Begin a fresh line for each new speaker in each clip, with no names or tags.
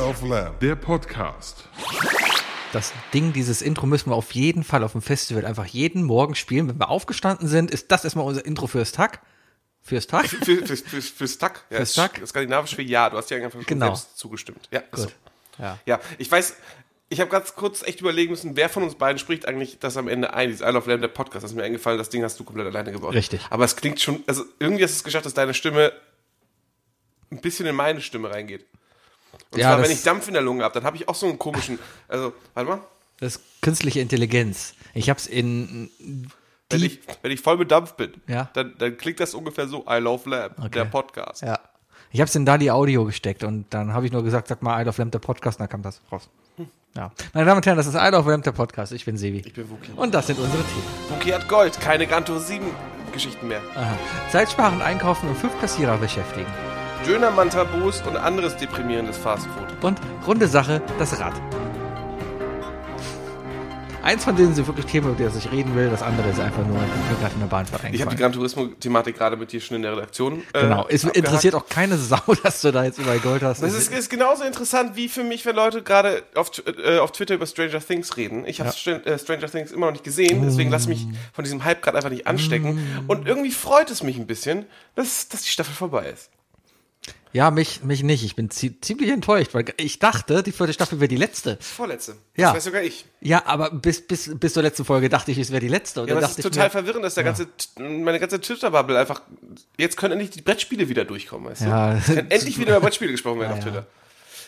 of Lamb.
Der Podcast.
Das Ding, dieses Intro müssen wir auf jeden Fall auf dem Festival einfach jeden Morgen spielen. Wenn wir aufgestanden sind, ist das erstmal unser Intro fürs Tag. Fürs Tag?
Für, fürs, fürs, fürs Tack. Ja,
Fürs
ist
Tack?
Skandinavisch für Ja. Du hast ja einfach schon
Genau.
selbst zugestimmt. Ja, ist so.
Gut. Ja.
ja, ich weiß, ich habe ganz kurz echt überlegen müssen, wer von uns beiden spricht eigentlich das am Ende ein. Dieses I Love Lamb, der Podcast. Das ist mir eingefallen, das Ding hast du komplett alleine gebaut.
Richtig.
Aber es klingt schon, also irgendwie hast du es geschafft, dass deine Stimme ein bisschen in meine Stimme reingeht. Und
Ja,
zwar,
das-
wenn ich Dampf in der Lunge habe, dann habe ich auch so einen komischen, also, warte mal.
Das ist künstliche Intelligenz. Ich hab's in
Wenn ich, wenn ich voll bedampft bin,
Ja.
dann, dann klingt das ungefähr so, I Love Lamb, der Podcast.
Ja. Ich habe es in Dali Audio gesteckt und dann habe ich nur gesagt, sag mal I Love Lamp der Podcast, und dann kam das raus.
Hm.
Ja. Meine Damen und Herren, das ist I Love Lamp der Podcast. Ich bin Sebi. Ich
bin Wookie.
Und das sind unsere Themen.
Buki hat Gold, keine Gran Tour 7 Geschichten mehr.
Aha. Zeitsparend einkaufen und fünf Kassierer beschäftigen.
Dönermann Tabus und anderes deprimierendes Fastfood.
Und runde Sache, das Rad. Eins von denen sind wirklich Themen, über die ich reden will. Das andere ist einfach nur, ich bin gerade in der Bahnfahrt
Ich habe die
eingefallen.
Gran Turismo-Thematik gerade mit dir schon in der Redaktion. Äh,
Genau. Es
abgehakt.
interessiert auch keine Sau, dass du da jetzt überall Gold hast.
Das ist, ist genauso interessant wie für mich, wenn Leute gerade auf, Tw- äh, auf Twitter über Stranger Things reden. Ich habe äh, Stranger Things immer noch nicht gesehen, deswegen lass
Mm.
mich von diesem Hype gerade einfach nicht anstecken. Und irgendwie freut es mich ein bisschen, dass, dass die Staffel vorbei ist.
ja, mich, mich nicht. Ich bin zie ziemlich enttäuscht, weil ich dachte, die vierte Staffel wäre die letzte.
Vorletzte.
Ja.
Das weiß sogar ich.
Ja, aber bis, bis, bis zur letzten Folge dachte ich, es wäre die letzte. Und
Ja,
dann
aber es
dachte
ist
ich
total
mir,
verwirrend, dass der ganze, T- meine ganze Twitter-Bubble einfach, jetzt können endlich die Brettspiele wieder durchkommen, weißt
Ja.
du? Es Kann endlich wieder über Brettspiele gesprochen werden auf
Ja, Ah. ja.
Twitter.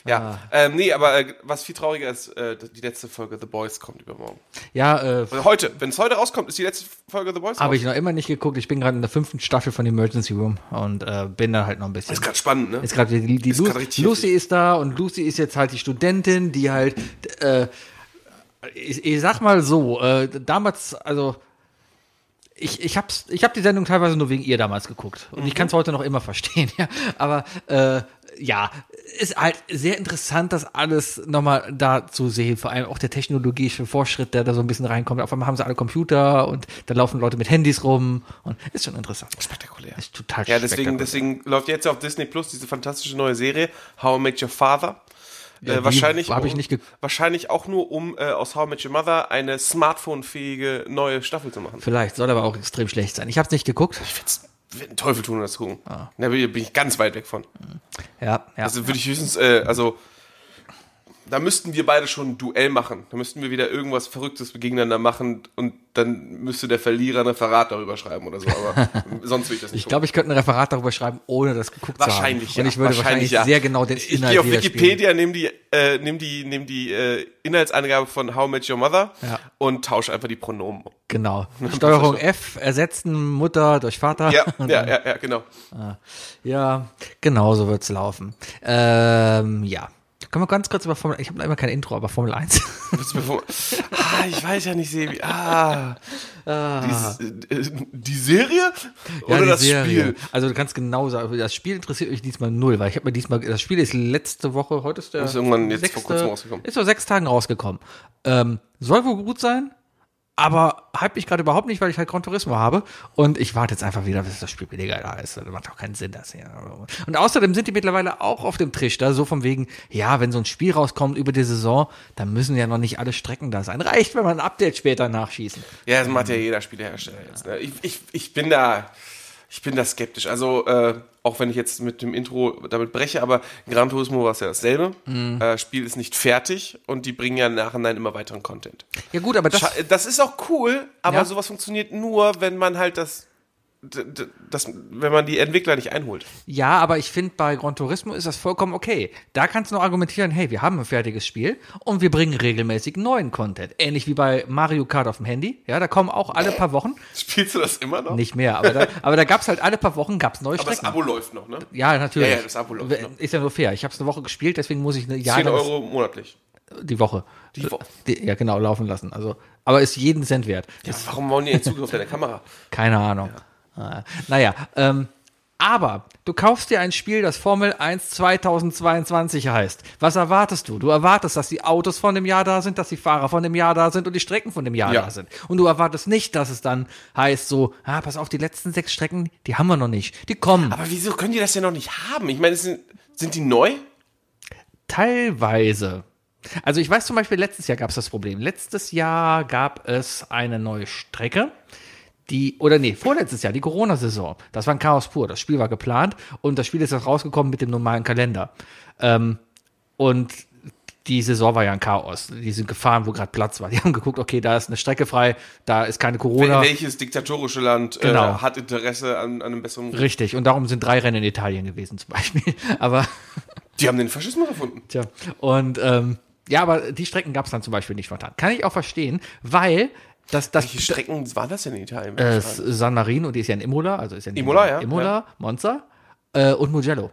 Ja, ähm, nee, aber äh, was viel trauriger ist, äh, die letzte Folge The Boys kommt übermorgen.
ja, äh,
Also heute, wenn es heute rauskommt, ist die letzte Folge The Boys
habe
raus.
ich noch immer nicht geguckt. Ich bin gerade in der fünften Staffel von Emergency Room und äh, bin da halt noch ein bisschen.
Ist gerade spannend, ne?
Ist gerade die, die Lu
grad richtig
Lucy
heftig.
ist da und Lucy ist jetzt halt die Studentin, die halt, äh, ich, ich sag mal so, äh, damals, also ich, ich hab's, ich hab die Sendung teilweise nur wegen ihr damals geguckt und
Mhm.
ich kann es heute noch immer verstehen, ja. Aber äh, ja, ist halt sehr interessant, das alles nochmal da zu sehen, vor allem auch der technologische Fortschritt, der da so ein bisschen reinkommt. Auf einmal haben sie alle Computer und da laufen Leute mit Handys rum und ist schon interessant.
Spektakulär.
Ist total
Ja, deswegen,
spektakulär.
deswegen läuft jetzt auf Disney Plus diese fantastische neue Serie How I Met Your Father.
Ja, die
äh, wahrscheinlich,
hab ich
um-
nicht ge-
wahrscheinlich auch nur, um äh, aus How I Met Your Mother eine smartphone-fähige neue Staffel zu machen.
Vielleicht, soll aber auch extrem schlecht sein. Ich hab's nicht geguckt.
Jetzt wird ein Teufel tun und das gucken. Da bin ich- bin ich ganz weit weg von.
Ah. Ja, ja.
Also würde ich höchstens, äh, also da müssten wir beide schon ein Duell machen. Da müssten wir wieder irgendwas Verrücktes gegeneinander machen und dann müsste der Verlierer ein Referat darüber schreiben oder so. Aber sonst würde ich das nicht
ich glaube, ich könnte ein Referat darüber schreiben, ohne das geguckt
Wahrscheinlich,
zu haben.
ja.
Und ich würde wahrscheinlich,
ja.
sehr genau den
Ich
Inhalt
gehe auf
widerspiegeln.
Wikipedia, nehme die, äh, nehm die, nehm die äh, Inhaltsangabe von How I Met Your Mother
Ja.
und tausche einfach die Pronomen um.
Genau. Steuerung F, ersetzen Mutter durch Vater.
Ja,
Und
ja,
dann-
ja, ja, genau.
ja. Genau so wird's laufen. Ähm, ja. Können wir ganz kurz über Formel, ich habe immer kein Intro, aber Formel 1.
Kurz bevor- ah, ich weiß ja nicht, Sebi. Ah. Dieses, äh, die Serie
Ah.
oder
Ja, die
das
Serie.
Spiel?
Also du kannst genau sagen, das Spiel interessiert euch diesmal null, weil ich habe mir diesmal, das Spiel ist letzte Woche, heute ist der
Ist irgendwann jetzt vor kurzem rausgekommen.
Ist vor sechs Tagen rausgekommen. Ähm, soll wohl gut sein, aber hype mich gerade überhaupt nicht, weil ich halt Gran Turismo habe und ich warte jetzt einfach wieder, bis das Spiel billiger da ist. Das macht auch keinen Sinn, das hier. Und außerdem sind die mittlerweile auch auf dem Trichter, so von wegen, ja, wenn so ein Spiel rauskommt über die Saison, dann müssen ja noch nicht alle Strecken da sein. Reicht, wenn man ein Update später nachschießen.
Ja, das macht ja jeder Spielehersteller jetzt. Ne? Ich, ich, ich bin da. Ich bin da skeptisch. Also, äh, auch wenn ich jetzt mit dem Intro damit breche, aber Gran Turismo war es ja dasselbe.
Mhm.
Äh, Spiel ist nicht fertig und die bringen ja im Nachhinein immer weiteren Content.
Ja gut, aber das
Scha- Das ist auch cool, aber
Ja.
sowas funktioniert nur, wenn man halt das, d- d- das, wenn man die Entwickler nicht einholt.
Ja, aber ich finde, bei Gran Turismo ist das vollkommen okay. Da kannst du noch argumentieren, hey, wir haben ein fertiges Spiel und wir bringen regelmäßig neuen Content. Ähnlich wie bei Mario Kart auf dem Handy. Ja, da kommen auch alle paar Wochen,
Spielst du das immer noch?
nicht mehr, aber da, aber da gab's halt alle paar Wochen, gab's neue
aber das
Strecken.
Abo läuft noch, ne?
ja, natürlich.
Ja, ja, das Abo läuft noch.
Ist ja nur fair. Ich habe es eine Woche gespielt, deswegen muss ich eine
10
Jahre
Euro monatlich.
die Woche.
Die Woche.
Die, ja, genau, laufen lassen. Also, aber ist jeden Cent wert.
Ja, warum wollen die den Zugriff auf deine Kamera?
Keine Ahnung. Ah, Naja, ähm, aber du kaufst dir ein Spiel, das Formel 1 2022 heißt. Was erwartest du? Du erwartest, dass die Autos von dem Jahr da sind, dass die Fahrer von dem Jahr da sind und die Strecken von dem Jahr
Ja.
da sind. Und du erwartest nicht, dass es dann heißt so, ah, pass auf, die letzten sechs Strecken, die haben wir noch nicht. Die kommen.
Aber wieso können die das ja noch nicht haben? Ich meine, es sind, sind die neu?
Teilweise. Also ich weiß zum Beispiel, letztes Jahr gab es das Problem. Letztes Jahr gab es eine neue Strecke. Die, oder nee, vorletztes Jahr, die Corona-Saison. Das war ein Chaos pur. Das Spiel war geplant und das Spiel ist auch rausgekommen mit dem normalen Kalender. Ähm, und die Saison war ja ein Chaos. Die sind gefahren, wo gerade Platz war. Die haben geguckt, okay, da ist eine Strecke frei, da ist keine Corona.
Welches diktatorische Land äh,
Genau.
hat Interesse an, an einem besseren.
Richtig, und darum sind drei Rennen in Italien gewesen zum Beispiel. Aber
Die haben den Faschismus erfunden.
Tja, und ähm, ja, aber die Strecken gab es dann zum Beispiel nicht spontan. Kann ich auch verstehen, weil das, das
Welche Strecken waren das denn in Italien?
äh, San Marino, die ist ja in Imola, also ist ja in
Imola, ja,
Imola, Monza äh, und Mugello.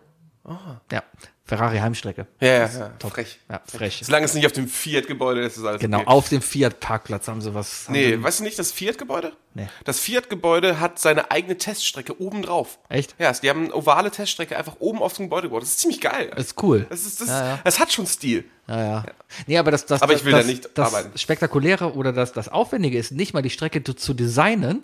Ja, Ferrari Heimstrecke.
ja, ja, ja. Frech.
Ja, frech.
Solange es nicht auf dem Fiat-Gebäude ist, ist alles
Genau,
okay.
auf dem Fiat-Parkplatz haben sie was. haben
Nee, weißt du nicht das Fiat-Gebäude?
Nee.
Das Fiat-Gebäude hat seine eigene Teststrecke oben drauf.
Echt?
Ja, die haben eine ovale Teststrecke einfach oben auf dem Gebäude gebaut. Das ist ziemlich geil.
Sie, ist cool.
Das, ist, das, das hat schon Stil.
Ja, ja. Nee, aber das, das,
Aber ich will
das,
da nicht
das
arbeiten.
Spektakuläre oder das, das Aufwendige ist nicht mal die Strecke zu, zu designen,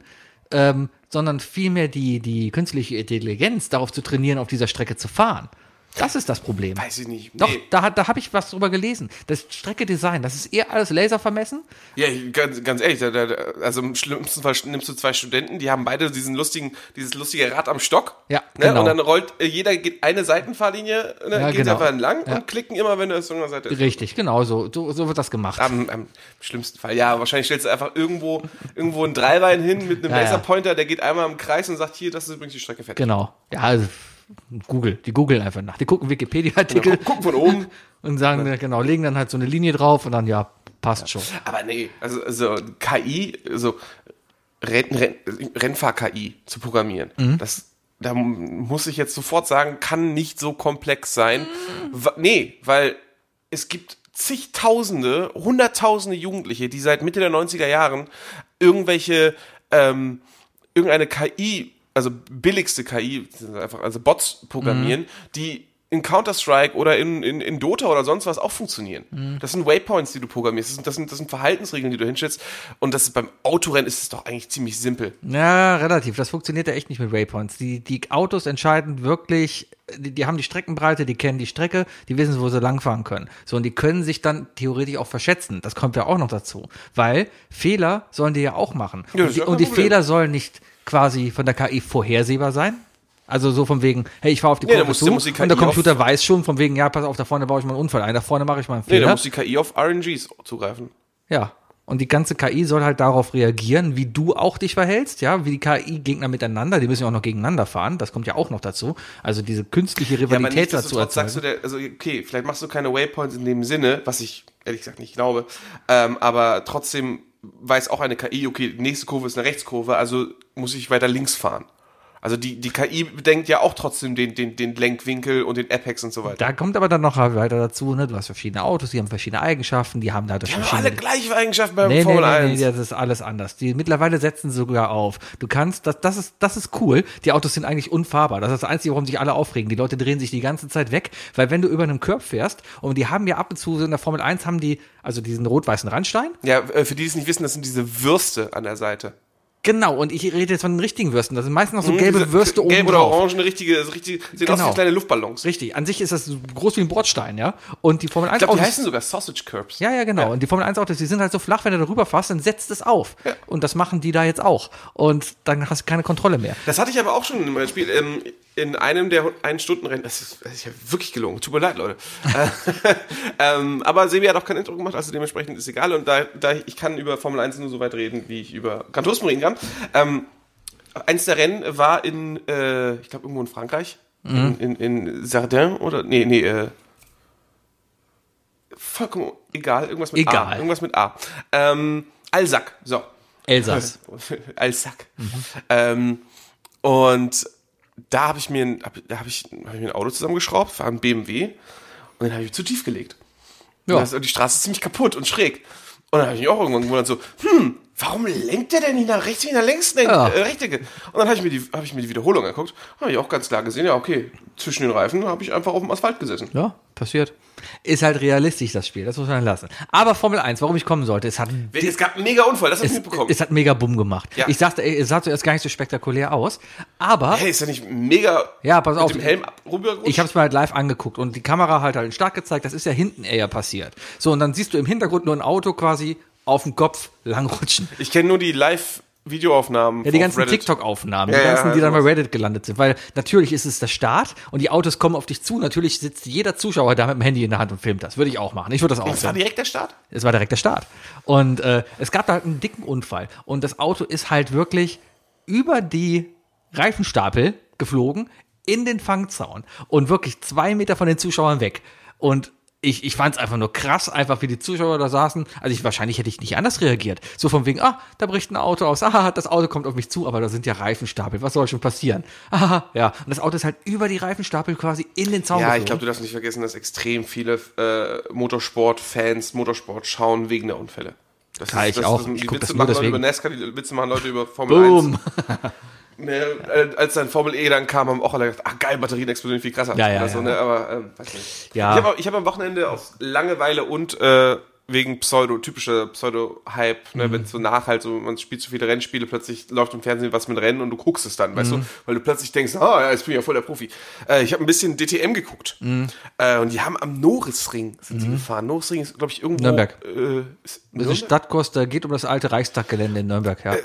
ähm, sondern vielmehr die, die künstliche Intelligenz darauf zu trainieren, auf dieser Strecke zu fahren. Das ist das Problem.
Weiß ich nicht.
Doch,
Nee.
da, hat- da habe ich was drüber gelesen. Das Strecke-Design, das ist eher alles Laser vermessen.
Ja, ich- ganz, ganz ehrlich, da, da, da- also im schlimmsten Fall nimmst du zwei Studenten, die haben beide diesen lustigen, dieses lustige Rad am Stock.
Ja,
ne?
genau.
Und dann rollt äh, jeder geht eine Seitenfahrlinie, ne?
Ja,
geht
genau.
einfach entlang und klicken immer, wenn du es von der Seite ist.
Richtig, genau so. So, so wird das gemacht.
Am, am schlimmsten Fall. Ja, wahrscheinlich stellst du einfach irgendwo, irgendwo ein Dreibein hin mit einem
Ja, ja.
Laserpointer, der geht einmal im Kreis und sagt, hier, das ist übrigens die Strecke fertig.
Genau. Ja, also Google. Die googeln einfach nach. Die gucken Wikipedia-Artikel
Gucken von oben.
und sagen, äh, genau, legen dann halt so eine Linie drauf und dann, ja, passt schon.
Aber nee, also, also KI, so Renn, Renn, Rennfahr-KI zu programmieren, das da m- muss ich jetzt sofort sagen, kann nicht so komplex sein. Wa- Nee, weil es gibt zigtausende, hunderttausende Jugendliche, die seit Mitte der 90er Jahren irgendwelche ähm, irgendeine KI, also billigste KI, das sind einfach also Bots programmieren, die in Counter-Strike oder in, in, in Dota oder sonst was auch funktionieren. Das sind Waypoints, die du programmierst. Das sind, das, sind, das sind Verhaltensregeln, die du hinstellst. Und das ist, beim Autorennen ist es doch eigentlich ziemlich simpel.
Ja, relativ. Das funktioniert ja echt nicht mit Waypoints. Die, die Autos entscheiden wirklich, die, die haben die Streckenbreite, die kennen die Strecke, die wissen, wo sie langfahren können. So, und die können sich dann theoretisch auch verschätzen. Das kommt ja auch noch dazu. Weil Fehler sollen die ja auch machen. und
Ja, das ist
die,
ja kein
und die
Problem.
Fehler sollen nicht quasi von der KI vorhersehbar sein. Also so von wegen, hey, ich fahre auf die
Nee, da
Kurve
muss-
zu
da muss die
und der
KI auf-
Computer weiß schon von wegen, ja, pass auf, da vorne baue ich mal einen Unfall ein, da vorne mache ich mal einen
Nee,
Fehler.
da muss die KI auf RNGs zugreifen.
Ja. Und die ganze KI soll halt darauf reagieren, wie du auch dich verhältst, ja, wie die KI-Gegner miteinander, die müssen ja auch noch gegeneinander fahren, das kommt ja auch noch dazu. Also diese künstliche Rivalität dazu
nichtsdestotrotz sagst du
erzeugen.
der, also okay, vielleicht machst du keine Waypoints in dem Sinne, was ich ehrlich gesagt nicht glaube, ähm, aber trotzdem weiß auch eine KI, okay, die nächste Kurve ist eine Rechtskurve, also muss ich weiter links fahren. Also die, die KI bedenkt ja auch trotzdem den, den, den Lenkwinkel und den Apex und so weiter.
Da kommt aber dann noch weiter dazu, ne? Du hast verschiedene Autos, die haben verschiedene Eigenschaften, die haben da
Die haben alle
verschiedene.
gleiche Eigenschaften beim
Nee, nee,
Formel
nee,
1.
nee, das ist alles anders. Die mittlerweile setzen sie sogar auf. Du kannst, das, das ist, das ist cool. Die Autos sind eigentlich unfahrbar. Das ist das Einzige, warum sich alle aufregen. Die Leute drehen sich die ganze Zeit weg, weil wenn du über einem Curb fährst und die haben ja ab und zu so in der Formel 1 haben die, also diesen rot-weißen Randstein,
Ja, äh, für die, die es nicht wissen, das sind diese Würste an der Seite.
Genau, und ich rede jetzt von den richtigen Würsten. Das sind meistens noch so gelbe
Mhm, Diese
Würste oben
Gelb oder
drauf.
orange, richtige, so richtig, sehen aus wie
Genau.
kleine Luftballons.
Richtig, an sich ist das so groß wie ein Bordstein, ja. Und die Formel 1
Ich glaube, die
Autos.
heißen sogar Sausage Curbs.
ja, ja, genau. Und die Formel 1 Autos, die sind halt so flach, wenn du darüber fährst, dann setzt es auf. Und das machen die da jetzt auch. Und dann hast du keine Kontrolle mehr.
Das hatte ich aber auch schon im Rennspiel. Ähm, in einem der Ein-Stunden-Rennen. Das ist, das ist ja wirklich gelungen. Tut mir leid, Leute. Äh, ähm, aber Sebi hat auch kein Intro gemacht, also dementsprechend ist egal. Und da, da ich kann über Formel 1 nur so weit reden, wie ich über Gran Turismo reden kann. Ähm, eins der Rennen war in, äh, ich glaube, irgendwo in Frankreich. In, in, in Sardin oder. Nee, nee, äh, Vollkommen egal, irgendwas mit A.
Egal.
Irgendwas mit A. Ähm, Alsack, so.
Elsass.
Als Sack.
Mhm.
Ähm, und da habe ich mir ein, hab, da hab ich, hab ich mir ein Auto zusammengeschraubt, war ein BMW und den habe ich zu tief gelegt.
Ja.
Und das, und die Straße ist ziemlich kaputt und schräg. Und dann habe ich mich auch irgendwann gewundert, so, hm, warum lenkt der denn nicht nach rechts wie nach links? Denn,
Ja.
äh, Rechtecke? Und dann habe ich, mir die- hab ich mir die Wiederholung angeguckt, habe ich auch ganz klar gesehen, ja, okay, zwischen den Reifen habe ich einfach auf dem Asphalt gesessen.
Ja, passiert. Ist halt realistisch, das Spiel, das muss man lassen. Aber Formel 1, warum ich kommen sollte, es hat,
Es gab einen mega Unfall, das hab ich
es,
mitbekommen.
es hat mega Bumm gemacht.
Ja.
Ich sagte, ey, es sah zuerst gar nicht so spektakulär aus, aber
hey, ist ja nicht mega
Ja, pass
mit
auf.
dem Helm ab- rübergerutscht?
Ich habe es mir halt live angeguckt und die Kamera halt halt stark gezeigt, das ist ja hinten eher passiert. So, und dann siehst du im Hintergrund nur ein Auto quasi auf dem Kopf langrutschen.
Ich kenne nur die Live-Videoaufnahmen.
Ja, die ganzen TikTok-Aufnahmen, die
Ja, ja,
ganzen, die
ja,
dann bei
sowas.
Reddit gelandet sind. Weil natürlich ist es der Start und die Autos kommen auf dich zu. Natürlich sitzt jeder Zuschauer da mit dem Handy in der Hand und filmt das. Würde ich auch machen. Ich würde das auch
Das war
filmen.
direkt der Start?
Es war direkt der Start. Und äh, es gab da halt einen dicken Unfall. Und das Auto ist halt wirklich über die Reifenstapel geflogen in den Fangzaun und wirklich zwei Meter von den Zuschauern weg. Und ich, ich fand es einfach nur krass, einfach wie die Zuschauer da saßen. Also ich wahrscheinlich hätte ich nicht anders reagiert. So von wegen, ah, da bricht ein Auto aus, ah, das Auto kommt auf mich zu, aber da sind ja Reifenstapel, was soll schon passieren? Ah, ja. Und das Auto ist halt über die Reifenstapel quasi in den Zaun
Ja,
geflogen.
ich glaube, du darfst nicht vergessen, dass extrem viele äh, Motorsport-Fans Motorsport schauen wegen der Unfälle. Das
Klar, ich auch. Ich
die
guck das nur
Witze machen Leute
deswegen.
über NASCAR, die Witze machen Leute über Formel
Boom.
1. Nee, äh, als dann Formel E dann kam, haben auch alle gedacht, ah geil, Batterien explodieren viel krasser.
Ja, ja,
Oder so,
ja.
Ne? Aber ähm, weiß nicht.
Ja.
Ich habe ich hab am Wochenende aus Langeweile und äh, wegen Pseudo, typischer Pseudo-Hype,
Mhm.
ne, wenn so nach halt so, man spielt zu viele Rennspiele, plötzlich läuft im Fernsehen was mit Rennen und du guckst es dann,
Mhm.
weißt du? Weil du plötzlich denkst, ah ja, jetzt bin ich ja voll der Profi. Äh, ich habe ein bisschen DTM geguckt.
Mhm.
Äh, und die haben am Norisring sind sie gefahren. Norisring ist, glaube ich, irgendwo.
Nürnberg.
Äh, ist
Das ist ein Stadtkurs, da geht um das alte Reichstaggelände in Nürnberg, ja.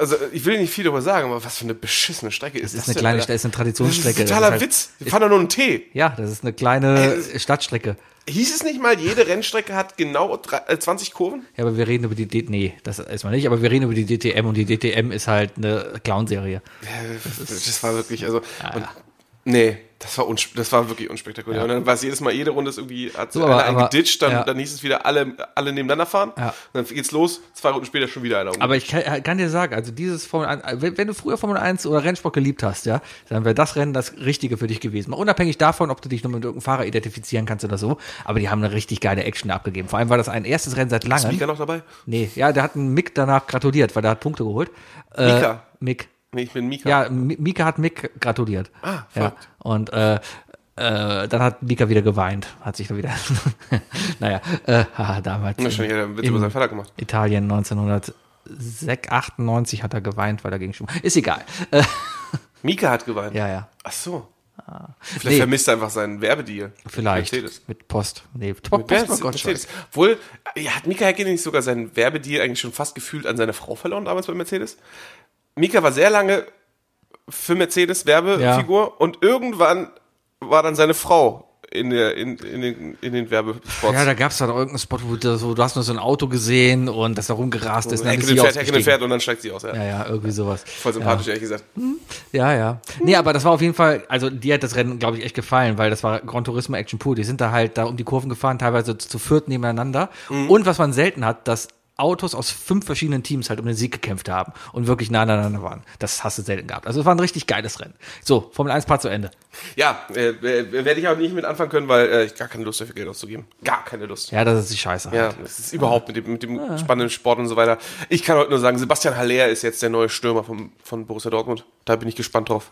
also ich will nicht viel darüber sagen, aber was für eine beschissene Strecke
Das
ist das
ist eine
denn,
kleine,
Alter?
das ist eine
Das ist
Traditionsstrecke.
totaler
das ist halt,
Witz. Wir fahren doch nur einen Tee.
Ja, das ist eine kleine
Ey,
Stadtstrecke.
Hieß es nicht mal, jede Rennstrecke hat genau drei- äh, 20 Kurven?
Ja, aber wir reden über die D nee, das erstmal nicht, aber wir reden über die DTM und die DTM ist halt eine Clown-Serie.
Äh, Das war wirklich, also.
Ah,
Und, nee, das war, unsp- das war wirklich unspektakulär. Und dann war es jedes Mal, jede Runde ist irgendwie, hat
So,
einer
aber-
einen
aber-
geditcht, dann,
ja.
dann hieß es wieder, alle, alle nebeneinander fahren.
Ja.
Und dann geht's los, zwei Runden später schon wieder einer um.
Aber ich kann, kann dir sagen, also dieses Formel 1, wenn, wenn du früher Formel 1 oder Rennsport geliebt hast, ja, dann wäre das Rennen das Richtige für dich gewesen. Mal unabhängig davon, ob du dich nur mit irgendeinem Fahrer identifizieren kannst oder so, aber die haben eine richtig geile Action abgegeben. Vor allem war das ein erstes Rennen seit langem.
Mika noch dabei?
Nee, ja, da hat ein Mick danach gratuliert, weil der hat Punkte geholt. Äh,
Mika?
Mick.
Nee, ich bin Mika.
Ja, Mi- Mika hat Mick gratuliert. Ah, ja. Und äh, äh, dann hat Mika wieder geweint, hat sich dann wieder. naja, äh, haha, damals.
Wahrscheinlich hat er einen Witz
Im-
über seinen Vater gemacht.
Italien 1998 hat er geweint, weil er gegen Schum. Ist egal. Äh,
Mika hat geweint.
ja, ja.
Ach so. Vielleicht
Nee.
vermisst er einfach seinen Werbedeal.
Vielleicht.
Mercedes.
Mit Post. Nee, Post, oh
Wer
Post,
ist
Post,
Mercedes? Obwohl, äh, hat Mika Häkkinen nicht sogar seinen Werbedeal eigentlich schon fast gefühlt an seine Frau verloren damals bei Mercedes? Mika war sehr lange für Mercedes Werbefigur und irgendwann war dann seine Frau in, der, in, in, den, in den Werbespots.
Ja, da gab es dann irgendeinen Spot, wo du, so, du hast nur so ein Auto gesehen und das da rumgerast ist. und dann ist
Also
sie
Häkkinen fährt, Häkkinen
ausgestiegen.
fährt und dann steigt sie aus. Ja.
Ja, ja, irgendwie sowas.
Voll sympathisch, ehrlich gesagt.
Ja, ja.
Hm.
Nee, aber das war auf jeden Fall, also die hat das Rennen, glaube ich, echt gefallen, weil das war Gran Turismo Action pur. Die sind da halt da um die Kurven gefahren, teilweise zu viert nebeneinander.
Mhm.
Und was man selten hat, dass Autos aus fünf verschiedenen Teams halt um den Sieg gekämpft haben und wirklich nah aneinander waren. Das hast du selten gehabt. Also es war ein richtig geiles Rennen. So, Formel 1 Part zu Ende.
Ja, äh, äh, werde ich auch nicht mit anfangen können, weil äh, ich gar keine Lust dafür Geld auszugeben. Gar keine Lust.
Ja, das ist die Scheiße.
Ja,
Halt.
es ist überhaupt mit dem, mit dem spannenden Sport und so weiter. Ich kann heute nur sagen, Sebastian Haller ist jetzt der neue Stürmer vom, von Borussia Dortmund. Da bin ich gespannt drauf.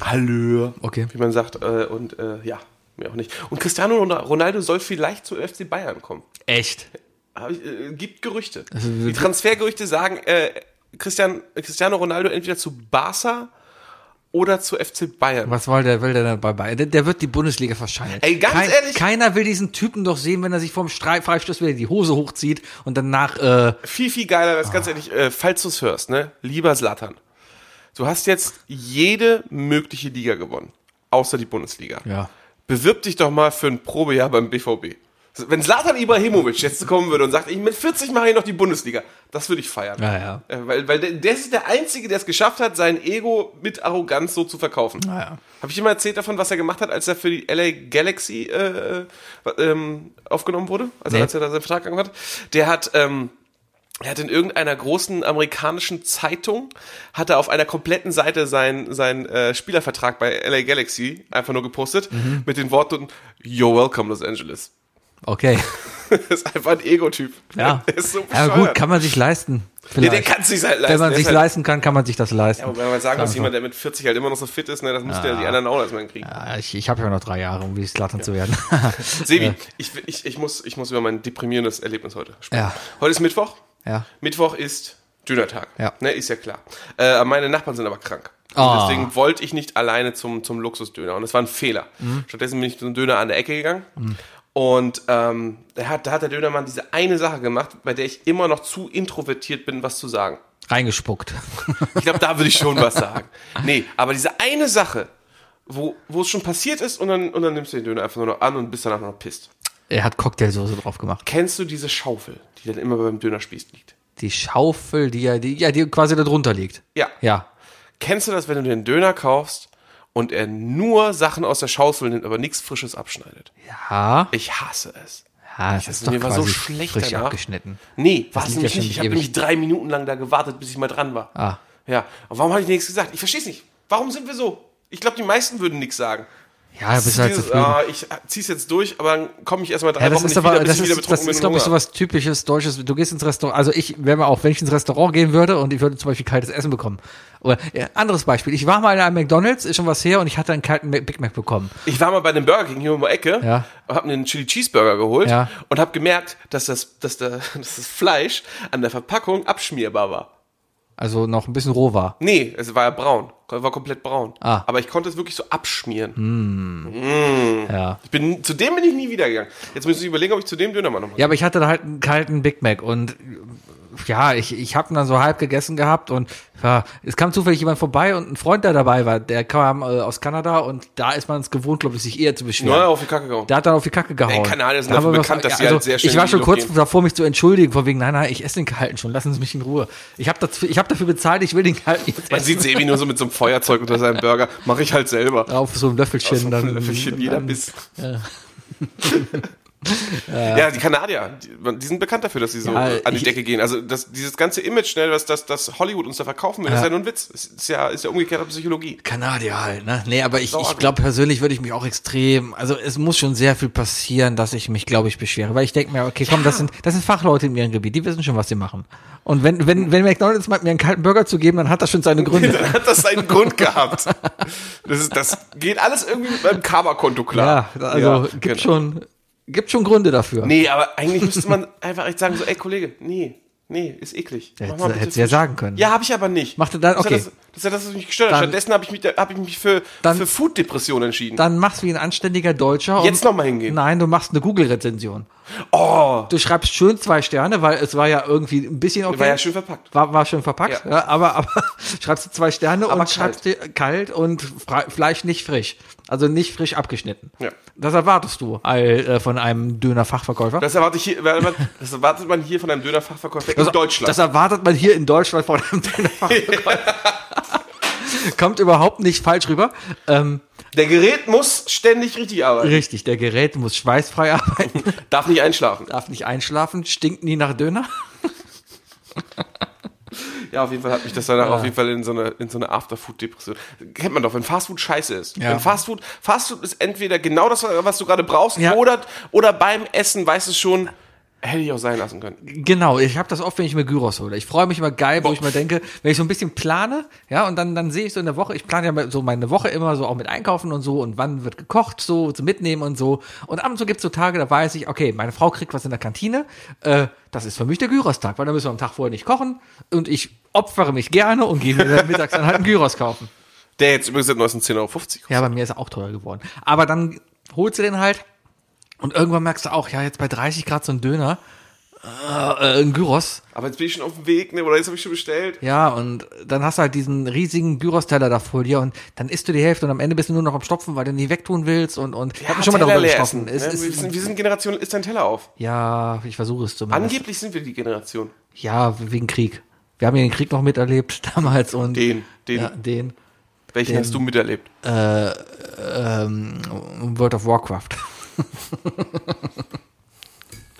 Hallö.
Okay.
Wie man sagt. Äh, und äh, ja, mir auch nicht. Und Cristiano Ronaldo soll vielleicht zu FC Bayern kommen.
Echt.
Hab ich, äh, gibt Gerüchte.
Also,
Die Transfergerüchte sagen, äh, Christian, Cristiano Ronaldo entweder zu Barca oder zu FC Bayern.
Was will der, will der denn bei Bayern? Der, der wird die Bundesliga verschallen.
Ey, ganz
Kein,
ehrlich-
Keiner will diesen Typen doch sehen, wenn er sich vom Stre- Freistoß wieder die Hose hochzieht und danach, äh,
viel, viel geiler wäre es ganz ehrlich, äh, falls du es hörst, ne? Lieber Slattern. Du hast jetzt jede mögliche Liga gewonnen, außer die Bundesliga.
ja.
Bewirb dich doch mal für ein Probejahr beim BVB. Wenn Slatan Ibrahimovic jetzt kommen würde und sagt, ich mit 40 mache ich noch die Bundesliga, das würde ich feiern.
Ja, ja.
Äh, Weil, weil der, der ist der Einzige, der es geschafft hat, sein Ego mit Arroganz so zu verkaufen.
Naja.
Habe ich immer erzählt davon, was er gemacht hat, als er für die LA Galaxy äh, ähm, aufgenommen wurde? Also
Nee.
als er da seinen Vertrag angefangen hat. Der hat, ähm, er hat in irgendeiner großen amerikanischen Zeitung, hat er auf einer kompletten Seite seinen sein, äh, Spielervertrag bei LA
Mhm.
Galaxy einfach nur gepostet mit den Worten, You're welcome Los Angeles.
Okay.
ist einfach ein Ego-Typ.
Ja.
Der ist so
ja,
bescheuert.
gut, kann man sich leisten.
nee,
Vielleicht.
der kann es sich halt leisten.
Wenn man
Der
sich
ist halt,
leisten kann, kann man sich das leisten.
Ja, wobei man sagen muss, jemand, der mit 40 halt immer noch so fit ist, ne, das muss der die anderen auch erstmal kriegen.
Ja, ich ich habe ja noch drei Jahre, um wie Slattern zu werden.
Sebi, ich, ich, ich, muss, ich muss über mein deprimierendes Erlebnis heute sprechen.
Ja.
Heute ist Mittwoch.
ja.
Mittwoch ist Dönertag.
Ja.
Ne, ist ja klar. Äh, meine Nachbarn sind aber krank. Und
Ah.
Deswegen wollte ich nicht alleine zum, zum Luxusdöner. Und das war ein Fehler.
Mhm.
Stattdessen bin ich zum Döner an der Ecke gegangen. Und ähm, da, hat, da hat der Dönermann diese eine Sache gemacht, bei der ich immer noch zu introvertiert bin, was zu sagen.
Reingespuckt.
Ich glaube, da würde ich schon was sagen. Nee, aber diese eine Sache, wo, wo es schon passiert ist und dann, und dann nimmst du den Döner einfach nur noch an und bist danach noch pisst.
er hat Cocktailsoße drauf gemacht.
Kennst du diese Schaufel, die dann immer beim Dönerspieß liegt?
Die Schaufel, die ja, die, ja, die quasi da drunter liegt.
Ja.
Ja.
Kennst du das, wenn du dir einen Döner kaufst und er nur Sachen aus der Schaufel nimmt, aber nichts Frisches abschneidet?
Ja.
Ich hasse es.
Ja, das ist doch
mir war
quasi
so schlecht
frisch
danach.
abgeschnitten.
Nee, war es
liegt
nämlich
ja schon
nicht. Ich habe
ewig.
nämlich drei Minuten lang da gewartet, bis ich mal dran war.
Ah.
Ja. Und warum habe ich nichts gesagt? Ich verstehe es nicht. Warum sind wir so? Ich glaube, die meisten würden nichts sagen.
Ja, bist du halt
Dieses,
zufrieden.
ah, ich zieh's jetzt durch, aber dann komme ich erstmal drei
Ja, das
Wochen
ist
nicht
aber,
wieder, bis
das
ich wieder
ist, das
betrunken bin
ist,
und
glaube ich,
Hunger
sowas typisches Deutsches. Du gehst ins Restaurant, also ich wäre mir auch, wenn ich ins Restaurant gehen würde und ich würde zum Beispiel kaltes Essen bekommen. Oder, ja, anderes Beispiel. Ich war mal in einem McDonalds, ist schon was her, und ich hatte einen kalten Mac- Big Mac bekommen.
habe. Ich war mal bei einem Burger King hier um die Ecke
Ja.
und habe einen Chili Cheeseburger geholt
Ja.
und habe gemerkt, dass das, dass, der, dass das Fleisch an der Verpackung abschmierbar war.
Also noch ein bisschen roh war.
Nee, es war ja braun. War komplett braun.
Ah.
Aber ich konnte es wirklich so abschmieren.
Ja.
Ich bin, zu dem bin ich nie wiedergegangen. Jetzt muss ich überlegen, ob ich zu dem Döner mal nochmal.
Ja, aber ich hatte da halt einen kalten Big Mac und ja, ich, ich habe ihn dann so halb gegessen gehabt und ja, es kam zufällig jemand vorbei und ein Freund, der dabei war, der kam äh, aus Kanada und da ist man es gewohnt, glaube ich, sich eher zu beschweren.
Ja. auf die Kacke gehauen.
Der hat dann auf die Kacke gehauen.
Ey, Kanadier sind
Da haben
dafür
wir also
bekannt, dass sie halt sehr schnell
Ich war
in die
schon
Luft
kurz
gehen.
davor, mich zu entschuldigen, von wegen, nein, nein, ich esse den gehalten schon, lassen Sie mich in Ruhe. Ich habe hab dafür bezahlt, ich will den gehalten jetzt
Man sieht Sebi nur so mit so einem Feuerzeug unter seinem Burger. Mache ich halt selber.
auf so ein Löffelchen.
Auf
dann,
einem Löffelchen jeder
dann-
Biss. Ja. die Kanadier, die, die sind bekannt dafür, dass sie so
Ja,
an die
ich-
Decke gehen. Also das, dieses ganze Image, ne, was das, das Hollywood uns da verkaufen will, das ist ja nur ein Witz. Es Ist ja, ist ja umgekehrte Psychologie.
Kanadier halt, ne? Nee, aber ich, ich
arg.
glaube persönlich würde ich mich auch extrem, also es muss schon sehr viel passieren, dass ich mich, glaube ich, beschwere. Weil ich denke mir, okay, komm, das sind das sind Fachleute in ihrem Gebiet, die wissen schon, was sie machen. Und wenn, wenn, wenn McDonalds meint, mir einen kalten Burger zu geben, dann hat das schon seine Gründe.
Dann hat das seinen Grund gehabt. Das, ist, das geht alles irgendwie mit meinem Karma-Konto
ja,
klar.
also gibt
genau.
schon gibt schon Gründe dafür.
Nee, aber eigentlich müsste man einfach echt sagen, so, ey Kollege, nee, nee, ist eklig. Mach mal
Hätte
bitte
hättest du ja
frisch.
sagen können.
Ja, habe ich aber nicht.
Macht er dann-
Das ist ja
okay.
Das, das ist ja das, was mich gestört hat.
Dann-
Stattdessen habe ich mich, da- hab ich mich für,
Dann-
für Food-Depression entschieden.
Dann machst wie ein anständiger Deutscher.
Jetzt noch mal hingehen.
Nein, du machst eine Google-Rezension.
oh,
Du schreibst schön zwei Sterne, weil es war ja irgendwie ein bisschen okay.
war ja schön verpackt.
War, war schon verpackt, ja.
Ja.
aber, aber schreibst du zwei Sterne und
kalt.
schreibst dir kalt und fra- Fleisch nicht frisch. Also nicht frisch abgeschnitten.
Ja.
Das erwartest du all, äh, von einem Döner-Fachverkäufer.
Das erwarte ich hier, weil man- das erwartet man hier von einem Dönerfachverkäufer in Deutschland.
Also, Das erwartet man hier in Deutschland von einem Döner-Fachverkäufer. Kommt überhaupt nicht falsch rüber. Ähm,
Der Gerät muss ständig richtig arbeiten.
richtig, der Gerät muss schweißfrei arbeiten.
Darf nicht einschlafen.
darf nicht einschlafen, stinkt nie nach Döner.
Ja, auf jeden Fall hat mich das danach auf jeden Fall in so eine, in so eine Afterfood-Depression. Kennt man doch, wenn Fastfood scheiße ist.
Ja.
Wenn Fastfood, Fastfood ist entweder genau das, was du gerade brauchst,
Ja.
oder, oder beim Essen weißt du schon, hätte ich auch sein lassen können.
Genau, ich habe das oft, wenn ich mir Gyros hole. Ich freue mich immer geil, wo ich mir denke, wenn ich so ein bisschen plane, ja, und dann, dann sehe ich so in der Woche, ich plane ja mal so meine Woche immer so auch mit Einkaufen und so und wann wird gekocht, so zu mitnehmen und so. Und ab und zu gibt's so Tage, da weiß ich, okay, meine Frau kriegt was in der Kantine, äh, das ist für mich der Gyros-Tag, weil dann müssen wir am Tag vorher nicht kochen und ich opfere mich gerne und gehe mir dann mittags dann halt einen Gyros kaufen.
Der jetzt übrigens seit 1910,50 Euro.
Ja, bei mir ist er auch teuer geworden. Aber dann holst du den halt und irgendwann merkst du auch, ja, jetzt bei 30 Grad so ein Döner, äh, äh, ein Gyros.
Aber jetzt bin ich schon auf dem Weg, ne? oder jetzt habe ich schon bestellt.
Ja, und dann hast du halt diesen riesigen Gyros-Teller da vor dir und dann isst du die Hälfte und am Ende bist du nur noch am Stopfen, weil du nie wegtun willst und, und ich hab mich schon mal
Teller
darüber
leer
gesprochen.
essen,
Es,
ne? wir,
ist,
sind, wir sind Generation, ist dein Teller auf.
ja, ich versuche es zumindest.
Angeblich sind wir die Generation.
Ja, wegen Krieg. Wir haben ja den Krieg noch miterlebt damals und
Den, den.
Ja, den
Welchen hast du miterlebt?
ähm, World of Warcraft.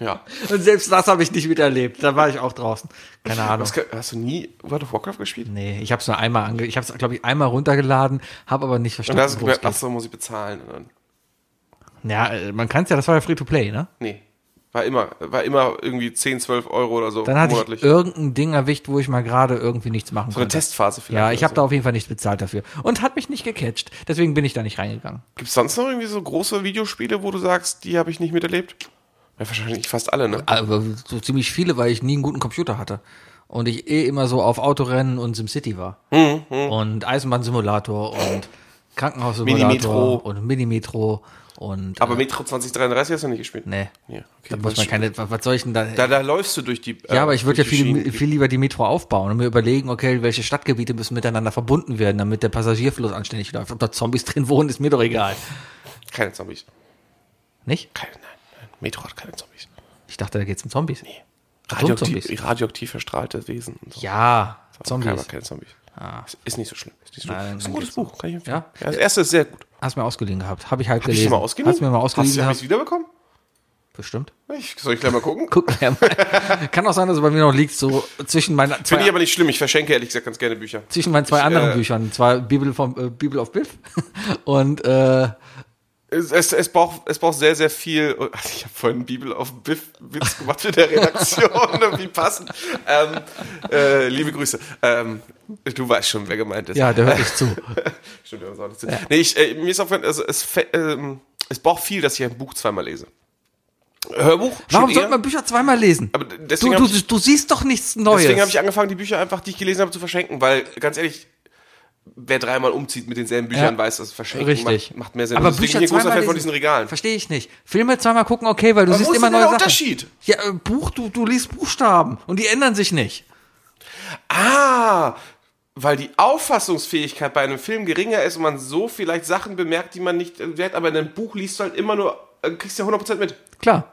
Ja.
Und selbst das habe ich nicht miterlebt. Da war ich auch draußen. Keine Ahnung.
Hast, du- hast du nie World of Warcraft gespielt?
Nee, ich habe es nur einmal ange ich habe es glaube ich einmal runtergeladen, habe aber nicht
Und da hast
verstanden,
du
wo's
gemerkt, ach so, muss ich bezahlen. Und dann,
geht. Ja, äh, man kann es ja, das war ja Free to Play, ne?
nee. War immer, war immer irgendwie 10, 12 Euro oder so
Dann hatte ich irgendein Ding erwischt, wo ich mal gerade irgendwie nichts machen
so eine
konnte.
Testphase vielleicht.
Ja, ich
oder
habe da auf jeden Fall nichts bezahlt dafür. Und hat mich nicht gecatcht. Deswegen bin ich da nicht reingegangen.
so. Gibt es sonst noch irgendwie so große Videospiele, wo du sagst, die habe ich nicht miterlebt? Ja, wahrscheinlich fast alle, ne?
Aber Also, so ziemlich viele, weil ich nie einen guten Computer hatte. Und ich eh immer so auf Autorennen und SimCity war.
Mhm,
Und Eisenbahnsimulator und Krankenhaussimulator
Minimetro.
und Minimetro und äh,
Aber Metro 2033 hast du nicht gespielt.
nee.
Ja, okay,
da muss
das
man keine, was was soll ich denn da?
Da, da läufst du durch die.
ja, aber ich würde ja viel,
viel,
viel lieber die Metro aufbauen und mir überlegen, okay, welche Stadtgebiete müssen miteinander verbunden werden, damit der Passagierfluss anständig läuft. Ob da Zombies drin wohnen, ist mir doch egal.
Keine Zombies.
Nicht?
Keine, nein, nein. Metro hat keine Zombies.
Ich dachte, da geht's um Zombies. Nee. Atomzombies.
Radioaktiv, radioaktiv verstrahlte Wesen und so.
Ja,
Keine,
Zombies. Ah.
keine Zombies. Ist- Ist nicht so schlimm. Ist, nicht so
Nein,
schlimm.
dann
ist ein gutes
geht's noch.
Buch, kann ich empfehlen.
Ja?
Ja? das erste ist sehr gut.
Hast du mir ausgeliehen gehabt. Habe ich halt
Hab ich
gelesen.
die mal ausgeliehen?
Hast du mir mal
Hast du
ausgeliehen
hab
gehabt.
ich's wiederbekommen?
Bestimmt.
Ich, soll ich gleich mal gucken?
Guck mir mal. Kann auch sein, dass es bei mir noch liegt, so zwischen meinen
Finde ich
zwei,
aber nicht schlimm. Ich verschenke ehrlich gesagt ganz gerne Bücher.
zwischen meinen zwei
Ich,
anderen
äh,
Büchern. Zwar Bibel vom äh, Bibel of Biff und äh,
Es, es, es, braucht, es braucht sehr, sehr viel. Also ich habe vorhin Bibel auf Biff Witz gemacht in der Redaktion. Wie passend. Ähm, äh, liebe Grüße. Ähm, du weißt schon, wer gemeint ist.
ja, der hört nicht
Äh,
zu.
Stimmt, wir haben es auch nicht zu. Nee, ich, äh, mir ist aufgefallen, also es, fe- ähm, es braucht viel, dass ich ein Buch zweimal lese. Hörbuch? schon
Warum
eher.
sollte man Bücher zweimal lesen?
Aber d-
Du,
deswegen
du,
habe ich,
du, du siehst doch nichts Neues.
deswegen hab ich angefangen, die Bücher einfach, die ich gelesen habe, zu verschenken, weil ganz ehrlich, wer dreimal umzieht mit denselben Büchern,
Ja.
weiß, dass verschenken
Richtig.
Macht, macht mehr Sinn.
Aber
Und deswegen
Bücher
bin ich ein großer
zweimal
Fan von
lesen-
diesen Regalen.
Verstehe ich nicht. Filme zweimal gucken, okay, weil du
wo
siehst
ist
immer
denn der
neue Sachen.
Unterschied?
Ja, äh, Buch, du, du liest Buchstaben und die ändern sich nicht.
Ah, weil die Auffassungsfähigkeit bei einem Film geringer ist und man so vielleicht Sachen bemerkt, die man nicht entdeckt, aber in einem Buch liest du halt immer nur, äh, kriegst ja 100% mit.
Klar.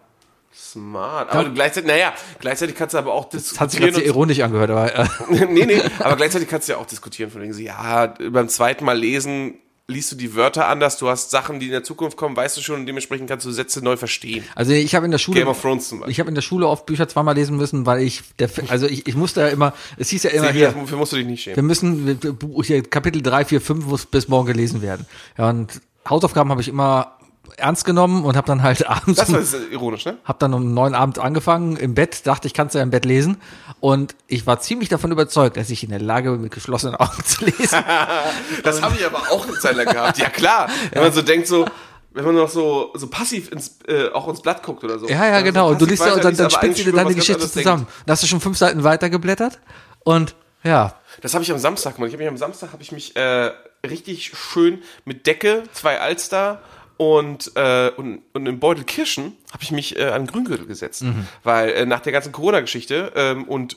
Smart. Aber gleichzeitig, naja, gleichzeitig kannst du aber auch
Das hat sich gerade
diskutieren.
sehr ironisch angehört, aber äh,
und, nee, nee, aber gleichzeitig kannst du ja auch diskutieren von wegen, so, ja, beim zweiten Mal lesen liest du die Wörter anders, du hast Sachen, die in der Zukunft kommen, weißt du schon und dementsprechend kannst du Sätze neu verstehen.
also ich habe in der Schule
Game of Thrones zum Beispiel.
Ich habe in der Schule oft Bücher zweimal lesen müssen, weil ich, der, also ich, ich musste ja immer, es hieß ja immer
Sehe ich,
hier,
Dafür musst du dich nicht schämen.
wir müssen, wir- Buch- hier, Kapitel 3, 4, 5 muss bis morgen gelesen werden. Ja, und Hausaufgaben habe ich immer ernst genommen und habe dann halt abends,
Das ist ironisch, ne?
habe dann um neun abends angefangen im Bett, dachte ich, kannst ja im Bett lesen. Und ich war ziemlich davon überzeugt, dass ich in der Lage bin, mit geschlossenen Augen zu lesen.
Das habe ich aber auch eine Zeit lang gehabt. Ja, klar. Wenn man so denkt, so, wenn man noch so, so passiv ins, äh, auch ins Blatt guckt oder so.
Ja, ja,
Wenn man
genau.
So
Und du
passiv
liest ja und dann,
weiterliest,
dann
aber
spinnst du
eigentlich
dir
schon was
dann die Geschichte
ganz
zusammen.
anderes
Da hast du schon fünf Seiten weitergeblättert und ja,
denkt. Das habe ich am Samstag gemacht. Ich habe mich am Samstag habe ich mich äh, richtig schön mit Decke, zwei Alster und, äh, und, und im Beutel Kirschen habe ich mich äh, an den Grüngürtel gesetzt. Weil äh, nach der ganzen Corona-Geschichte ähm, und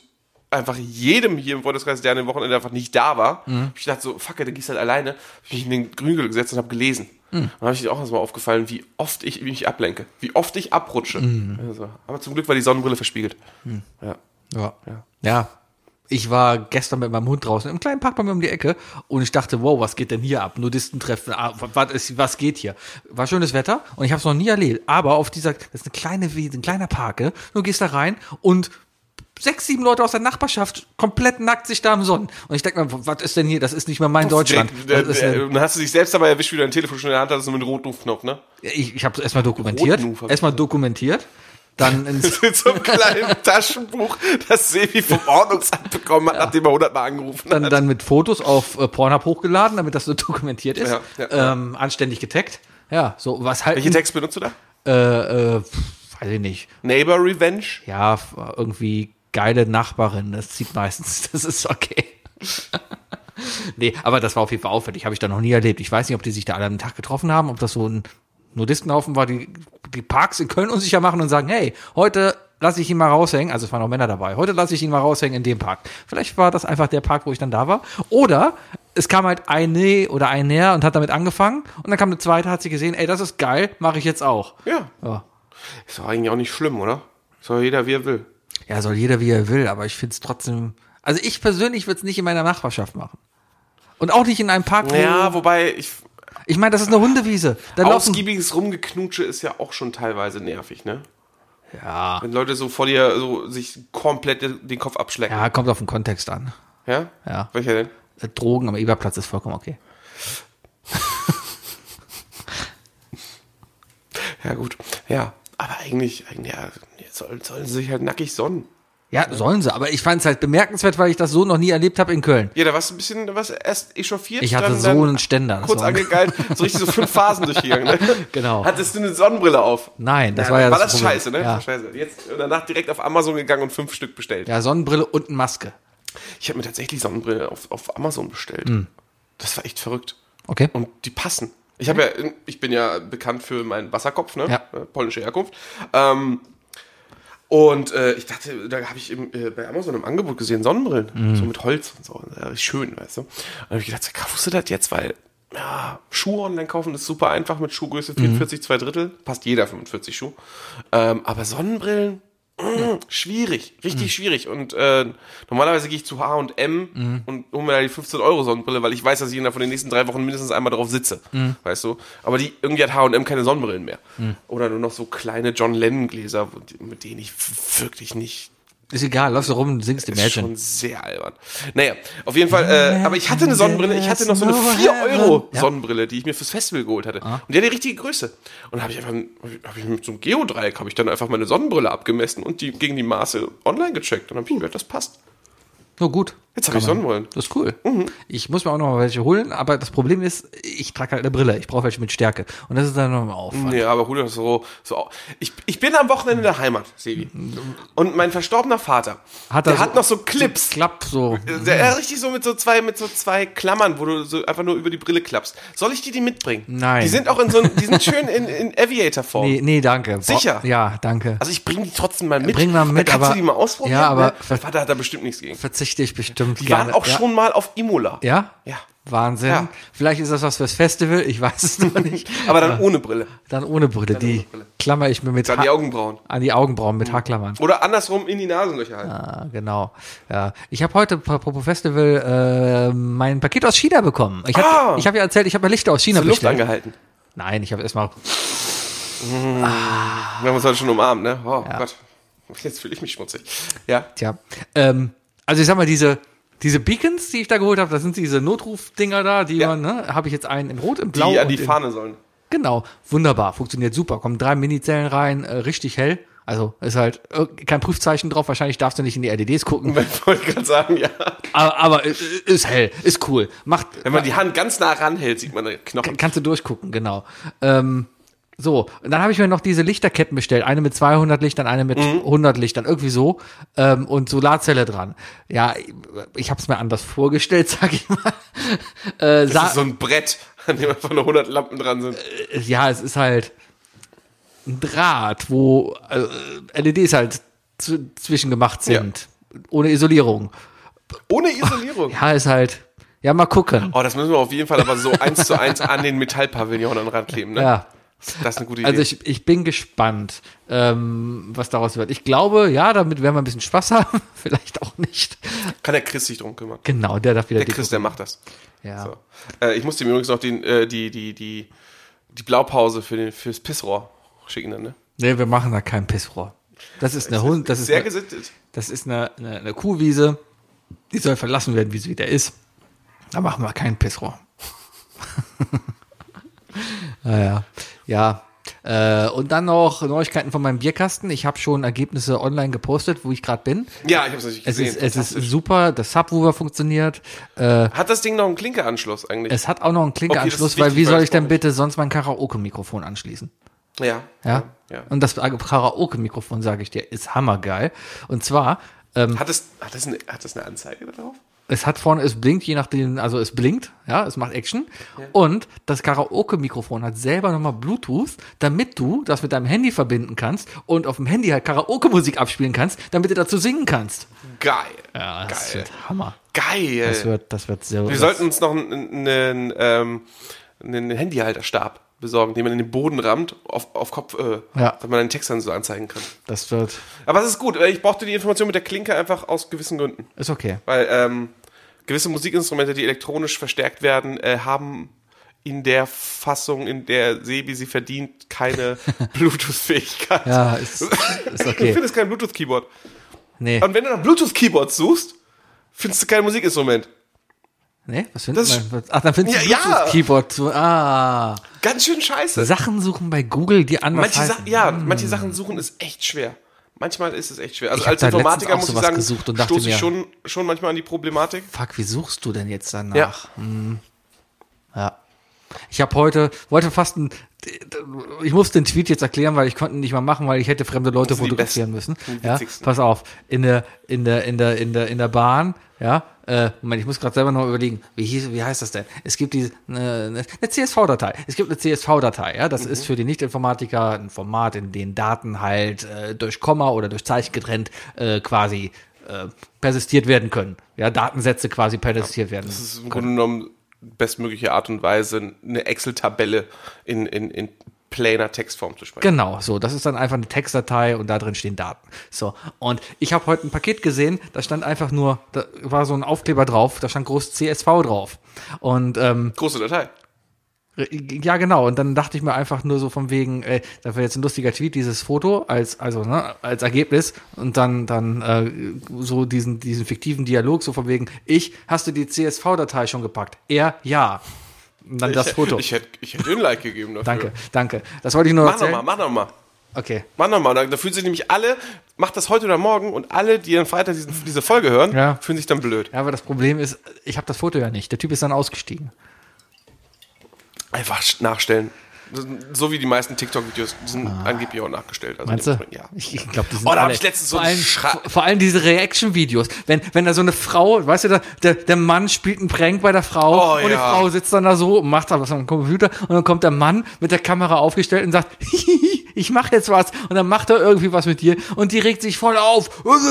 einfach jedem hier im Freundeskreis, der an dem Wochenende einfach nicht da war, hab ich gedacht so, fuck it, dann gehst du halt alleine. Hab mich in den Grüngürtel gesetzt und habe gelesen. Und Dann habe ich auch erstmal aufgefallen, wie oft ich mich ablenke, wie oft ich abrutsche. Also, aber zum Glück war die Sonnenbrille verspiegelt. Ja.
Ja. ja. Ich war gestern mit meinem Hund draußen im kleinen Park bei mir um die Ecke und ich dachte, wow, was geht denn hier ab? Nudistentreffen, ah, wa- was, ist- was geht hier? War schönes Wetter und ich habe es noch nie erlebt. Aber auf dieser, das ist eine kleine Wiese, ein kleiner Park, ne? du gehst da rein und sechs, sieben Leute aus der Nachbarschaft komplett nackt sich da im Sonnen. Und ich denke mir, was ist denn hier? Das ist nicht mehr mein Deutschland.
Direkt,
Das ist,
äh,
äh,
äh, dann hast du dich selbst dabei erwischt, wie du dein Telefon schon in der Hand hattest und mit dem Rotrufknopf, ne?
ich ich habe es erstmal dokumentiert.
Roten Ufer.
Erstmal dokumentiert. Dann ins
Mit so einem kleinen Taschenbuch, das Sebi vom Ordnungsamt bekommen hat, nachdem er hundertmal angerufen
dann,
hat.
dann mit Fotos auf äh, Pornhub hochgeladen, damit das so dokumentiert ist.
Ja, ja.
ähm, anständig getaggt. Ja, so was halt.
Welchen Text benutzt du da?
Äh, äh, pf, weiß ich nicht.
Neighbor Revenge?
Ja, f- irgendwie geile Nachbarin. Das zieht meistens. Das ist okay. nee, aber das war auf jeden Fall auffällig. Habe ich da noch nie erlebt. Ich weiß nicht, ob die sich da alle am Tag getroffen haben, ob das so ein Nudistenhaufen war, die die Parks in Köln unsicher machen und sagen, hey, heute lasse ich ihn mal raushängen. Also es waren auch Männer dabei. Heute lasse ich ihn mal raushängen in dem Park. Vielleicht war das einfach der Park, wo ich dann da war. Oder es kam halt eine oder ein her und hat damit angefangen. Und dann kam eine zweite, hat sie gesehen, ey, das ist geil, mache ich jetzt auch.
Ja.
Ja.
Ist doch eigentlich auch nicht schlimm, oder? Soll jeder, wie er will.
Ja, soll jeder wie er will, aber ich find's trotzdem. Also ich persönlich würd's nicht in meiner Nachbarschaft machen. Und auch nicht in einem Park. wo-
Ja, wobei, ich,
Ich meine, das ist eine Hundewiese. Da laufen.
ausgiebiges Rumgeknutsche ist ja auch schon teilweise nervig, ne?
Ja.
Wenn Leute so vor dir so sich komplett den Kopf abschlecken.
Ja, kommt auf den Kontext an.
Ja?
Ja.
Welcher denn?
Drogen am Eberplatz ist vollkommen okay.
Ja, gut. Ja. Aber eigentlich, eigentlich ja, sollen, sollen sie sich halt nackig sonnen.
Ja, sollen sie, aber ich fand es halt bemerkenswert, weil ich das so noch nie erlebt habe in Köln.
Ja, da warst du ein bisschen, da warst du erst echauffiert.
Ich hatte
dann,
so
dann
einen Ständer. das
kurz
war-
angegeilt, so richtig so fünf Phasen durchgegangen. Ne?
Genau.
Hattest du eine Sonnenbrille auf?
Nein, das war ja
War
das
das,
Problem.
scheiße, ne?
Ja.
Das war Scheiße. Jetzt und danach direkt auf Amazon gegangen und fünf Stück bestellt.
ja, Sonnenbrille und eine Maske.
Ich habe mir tatsächlich Sonnenbrille auf, auf Amazon bestellt.
Hm.
Das war echt verrückt.
Okay.
Und die passen. Ich habe ja, ich bin ja bekannt für meinen Wasserkopf, ne?
Ja.
Äh, Polnische Herkunft. Ähm, und äh, ich dachte, da habe ich im, äh, bei Amazon im Angebot gesehen, Sonnenbrillen, so mit Holz und so. Und, äh, schön, weißt du. Und habe ich gedacht, kaufst du das jetzt? Weil ja, Schuhe online kaufen ist super einfach mit Schuhgröße 44, zwei Drittel. Passt jeder 45 Schuh. Ähm, aber Sonnenbrillen, mm, mh, schwierig, richtig schwierig. Und äh, normalerweise gehe ich zu H&M und hole mir da die 15 Euro Sonnenbrille, weil ich weiß, dass ich in der von den nächsten drei Wochen mindestens einmal drauf sitze, weißt du. Aber die irgendwie hat H&M keine Sonnenbrillen mehr oder nur noch so kleine John Lennon Gläser, wo die- mit denen ich wirklich nicht
Ist egal, läufst du rum und singst
ist
Imagine.
schon sehr albern. Naja, auf jeden Fall, äh, aber ich hatte eine Sonnenbrille, ich hatte noch so eine 4-Euro
Ja. Ah.
Sonnenbrille, die ich mir fürs Festival geholt hatte. Und die hat die richtige Größe. Und habe ich einfach, habe ich mit so einem Geodreieck, habe ich dann einfach meine Sonnenbrille abgemessen und die gegen die Maße online gecheckt. Und dann habe ich gehört, das passt.
So gut.
Jetzt habe ich Sonnenbrillen.
Das ist cool.
Mhm.
Ich muss mir auch noch mal welche holen, aber das Problem ist, ich trage halt eine Brille. Ich brauche welche mit Stärke. Und das ist dann nochmal Aufwand.
Ja, aber gut, das ist so, so. Ich, ich bin am Wochenende in der Heimat, Sevi. Und mein verstorbener Vater,
Hat er
der
so-
hat noch so Clips. Äh,
Klappt so.
Der, er hat richtig so mit so zwei mit so zwei Klammern, wo du so einfach nur über die Brille klappst. Soll ich dir die mitbringen?
Nein.
Die sind auch in so ein, die sind schön in, in Aviator Form.
Nee, nee, danke.
Sicher?
Boah, Ja, danke.
Also ich bring die trotzdem mal mit.
Bring mal mit,
Dann kannst
aber-
du die mal ausprobieren.
Ja, aber-
ne? Mein Vater hat da bestimmt nichts gegen.
Verzichte ich bestimmt
Die
gerne.
waren auch
ja.
schon mal auf Imola.
Ja?
Ja.
Wahnsinn.
Ja.
Vielleicht ist das was fürs Festival, ich weiß es noch nicht.
Aber dann ohne Brille.
Dann ohne Brille, die
ohne Brille.
klammer ich mir mit
Dann die
Ha-
Augenbrauen. Mhm.
an die Augenbrauen mit Haarklammern.
Oder andersrum in die Nasenlöcher halten.
Ah, genau. Ja. Ich habe heute, apropos Festival, äh, mein Paket aus China bekommen. Ich
Ah!
habe ich hab ja erzählt, ich habe ja Lichter aus China
Hast du Luft
bestellt.
angehalten.
Nein, ich habe erstmal
Wir haben uns heute schon umarmt, ne? Oh Gott. Jetzt fühle ich mich schmutzig. Ja.
Tja. Ähm, also ich sag mal, diese, diese Beacons, die ich da geholt habe, das sind diese Notrufdinger da, die
Ja.
man, ne, habe ich jetzt einen in Rot, in
Die
Blau.
an die
und in,
Fahne sollen.
Genau, wunderbar, funktioniert super. Kommen drei Minizellen rein, äh, richtig hell. Also ist halt äh, kein Prüfzeichen drauf, wahrscheinlich darfst du nicht in die LEDs gucken.
Ich wollte gerade sagen, ja.
Aber, aber äh, ist hell, ist cool. Macht, äh,
Wenn man die Hand ganz nah ranhält, sieht man den Knochen.
kannst du durchgucken, genau. Ähm, so, und dann habe ich mir noch diese Lichterketten bestellt. Eine mit 200 Lichtern, eine mit
Mhm.
100 Lichtern, irgendwie so. Ähm, und Solarzelle dran. Ja, ich- ich habe es mir anders vorgestellt, sag ich mal. Äh, sah,
Das ist so ein Brett, an dem einfach nur 100 Lampen dran sind.
ja, es ist halt ein Draht, wo äh, LEDs halt zw- zwischengemacht sind. Ohne Isolierung.
Ohne Isolierung.
Ja, ist halt, ja, mal gucken.
Oh, das müssen wir auf jeden Fall aber so eins zu eins an den Metallpavillon dann rankleben, ne?
Ja.
Das ist eine gute Idee.
Also ich, ich bin gespannt, ähm, was daraus wird. Ich glaube, ja, damit werden wir ein bisschen Spaß haben, vielleicht auch nicht.
Kann der Chris sich drum kümmern.
Genau, der darf wieder
Der Chris, der macht das.
Ja.
So. Äh, ich musste ihm übrigens noch den, äh, die, die, die, die Blaupause für den, fürs Pissrohr schicken dann, ne?
Nee, wir machen da kein Pissrohr. Das ist eine Hund, das ist
Sehr
eine,
gesittet.
das ist eine, eine, eine Kuhwiese. Die soll verlassen werden, wie sie wieder ist. Da machen wir kein Pissrohr. naja, ja. Äh, und dann noch Neuigkeiten von meinem Bierkasten. Ich habe schon Ergebnisse online gepostet, wo ich gerade bin.
Ja, ich hab's natürlich
Es
gesehen.
ist, es ist super, das Subwoofer funktioniert.
Hat das Ding noch einen Klinkeranschluss eigentlich?
Es hat auch noch einen Klinkeanschluss,
Okay, das ist
weil wie
wichtig, weil
soll
das
ich denn
brauche
bitte sonst mein Karaoke-Mikrofon anschließen?
ja.
Ja?
ja.
Und das Karaoke-Mikrofon, sage ich dir, ist hammergeil. Und zwar, ähm,
Hat das, hat das, eine, hat das eine Anzeige da drauf?
es hat vorne, es blinkt, je nachdem, also es blinkt, ja, es macht Action. Und das Karaoke-Mikrofon hat selber nochmal Bluetooth, damit du das mit deinem Handy verbinden kannst und auf dem Handy halt Karaoke-Musik abspielen kannst, damit du dazu singen kannst.
Geil.
Ja, das
Geil.
wird Hammer.
Geil.
Das wird, das wird so.
Wir
das-
sollten uns noch einen, einen, ähm, einen Handyhalterstab besorgen, den man in den Boden rammt, auf, auf Kopf, äh,
Ja.
dass man den Text dann so anzeigen kann.
Das wird,
Aber es ist gut, äh, ich brauchte die Information mit der Klinke einfach aus gewissen Gründen.
ist okay.
Weil ähm, gewisse Musikinstrumente, die elektronisch verstärkt werden, äh, haben in der Fassung, in der Sebi sie verdient, keine Bluetooth-Fähigkeit.
Ja, ist, ist
Du
okay.
findest kein Bluetooth-Keyboard.
Nee.
ähm, Und wenn du nach Bluetooth-Keyboards suchst, findest du kein Musikinstrument.
Ne? Was findet
Das-
man? Was- Ach, dann findest du
Ja,
Bluetooth
ja.
Keyboard zu. Ah.
Ganz schön scheiße.
Sachen suchen bei Google, die anders
manche
heißen.
Sa ja, manche Sachen suchen ist echt schwer. Manchmal ist es echt schwer.
Hm. Ich
Also
hab
als
da letztens
Informatiker
auch
muss ich
sowas
sagen,
gesucht und dachte
stoße ich
mir-
schon, schon manchmal an die Problematik.
Fuck, wie suchst du denn jetzt danach?
Ja.
Ja. Ich habe heute, wollte fast ein, ich muss den Tweet jetzt erklären, weil ich konnte ihn nicht mal machen, weil ich hätte fremde Leute
sind die
fotografieren müssen.
die
Ja,
witzigsten.
pass auf, in der, in der, in der, in der, in der Bahn, ja, äh, Moment, ich muss gerade selber noch mal überlegen, wie, hieß, wie heißt das denn? Es gibt diese, eine, eine CSV-Datei. Es gibt eine CSV-Datei, ja, das
Mhm.
ist für die Nicht-Informatiker ein Format, in dem Daten halt äh, durch Komma oder durch Zeichen getrennt äh, quasi äh, persistiert werden können. Ja, Datensätze quasi persistiert werden.
Das ist im Grunde genommen bestmögliche Art und Weise, eine Excel-Tabelle in, in, in plainer Textform zu sprechen.
Genau, so. Das ist dann einfach eine Textdatei und da drin stehen Daten. So. Und ich habe heute ein Paket gesehen, da stand einfach nur, da war so ein Aufkleber drauf, da stand groß CSV drauf. Und ähm,
Große Datei.
ja, genau. Und dann dachte ich mir einfach nur so von wegen, ey, da war jetzt ein lustiger Tweet, dieses Foto als, also, ne, als Ergebnis und dann, dann äh, so diesen, diesen fiktiven Dialog, so von wegen, ich, hast du die CSV-Datei schon gepackt? Er, ja. Und dann das
ich,
Foto.
Ich hätte ich hätte ein Like gegeben dafür.
danke, danke. Das wollte ich nur
Mach
erzählen.
nochmal, mach nochmal.
Okay.
Mach nochmal. Da, da fühlen sich nämlich alle, macht das heute oder morgen und alle, die am Freitag diesen, diese Folge hören,
Ja.
fühlen sich dann blöd.
Ja, aber das Problem ist, ich habe das Foto ja nicht. Der Typ ist dann ausgestiegen.
Einfach sch- nachstellen. So wie die meisten TikTok-Videos, die sind angeblich auch nachgestellt. Also
Ah. Meinst du?
dementsprechend, Ja.
Ich, ich glaube, die sind
Oh, da hab
alle-
ich letztens so
vor
einen
allem,
Schra-
vor, vor allem diese Reaction-Videos. Wenn, wenn da so eine Frau, weißt du, da, der, der Mann spielt einen Prank bei der Frau
Oh,
und die
ja.
Frau sitzt dann da so und macht da was am Computer und dann kommt der Mann mit der Kamera aufgestellt und sagt, ich mache jetzt was und dann macht er irgendwie was mit dir und die regt sich voll auf und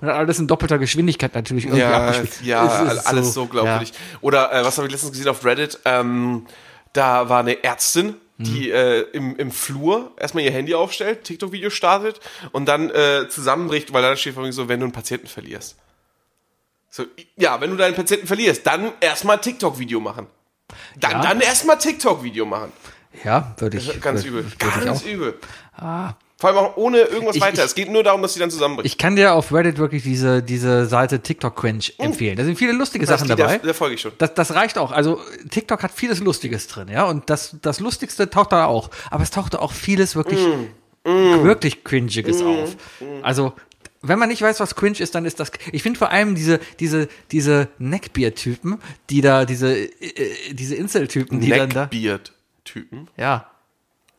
dann alles in doppelter Geschwindigkeit natürlich irgendwie
Ja,
abgespielt.
ja
Es ist
alles so, glaubwürdig. Oder äh, was habe ich letztens gesehen auf Reddit? Ähm, da war eine Ärztin,
Mhm.
die äh, im, im Flur erstmal ihr Handy aufstellt, TikTok-Video startet und dann äh, zusammenbricht, weil dann steht vor allem so, wenn du einen Patienten verlierst. So, ja, wenn du deinen Patienten verlierst, dann erstmal TikTok-Video machen. Dann,
Ja.
dann erstmal TikTok-Video machen.
Ja, ja würde ich.
Ganz
würd-
übel.
würd ich auch.
Ganz übel. Vor allem auch ohne
Ah.
irgendwas
Ich-
weiter.
ich-
es geht nur darum, dass sie dann zusammenbricht.
Ich kann dir auf Reddit wirklich diese, diese Seite TikTok Cringe empfehlen. Da sind viele lustige Sachen
die-
dabei.
Der, der folge ich schon.
Das, das reicht auch. Also TikTok hat vieles Lustiges drin, ja. Und das, das Lustigste taucht da auch. Aber es tauchte auch vieles wirklich,
Mm,
wirklich Cringiges auf. Also, wenn man nicht weiß, was cringe ist, dann ist das. Ich finde vor allem diese, diese, diese Neckbeer-Typen, die da, diese, äh, diese Insel-Typen, die dann da.
Neckbeard-Typen.
Ja.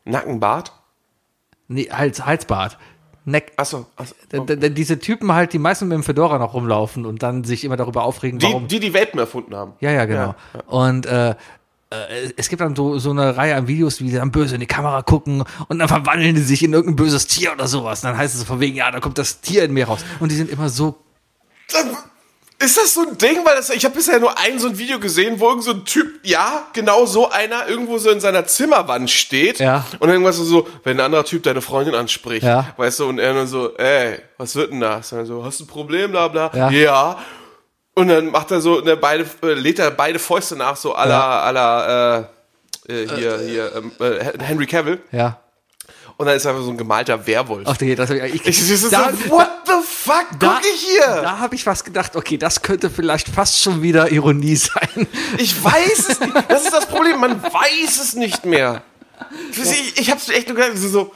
Nackenbart?
Nee, Hals, Halsbart. Neck,
Achso, achso.
D- d- d- diese Typen halt, die meistens mit dem Fedora noch rumlaufen und dann sich immer darüber aufregen,
Die,
warum.
die die Welpen erfunden haben.
ja, ja, genau. Und äh, äh, es gibt dann so, so eine Reihe an Videos, wie sie dann böse in die Kamera gucken und dann verwandeln die sich in irgendein böses Tier oder sowas. Und dann heißt es von wegen, ja, da kommt das Tier in mir raus. Und die sind immer so.
Ist das so ein Ding? Weil das, ich habe bisher nur ein so ein Video gesehen, wo irgend so ein Typ, ja, genau so einer irgendwo so in seiner Zimmerwand steht
Ja.
und irgendwas so, so, wenn ein anderer Typ deine Freundin anspricht,
Ja.
weißt du, und er dann so, ey, was wird denn das? Und dann so, hast du ein Problem, bla bla.
Ja.
Und dann macht er so, ne, beide, äh, lädt er beide Fäuste nach, so à la, à la, äh, äh, hier, hier, ähm, äh, Henry Cavill.
Ja.
Und dann ist er einfach so ein gemalter Werwolf.
Ach nee, das hab ich.
Ich, das ist
da-
so, what the fuck
da-
guck ich hier?
Da habe ich was gedacht, okay, das könnte vielleicht fast schon wieder Ironie sein.
Ich weiß es nicht. Das ist das Problem. Man weiß es nicht mehr. Ich, ich hab's echt nur gedacht, so, so,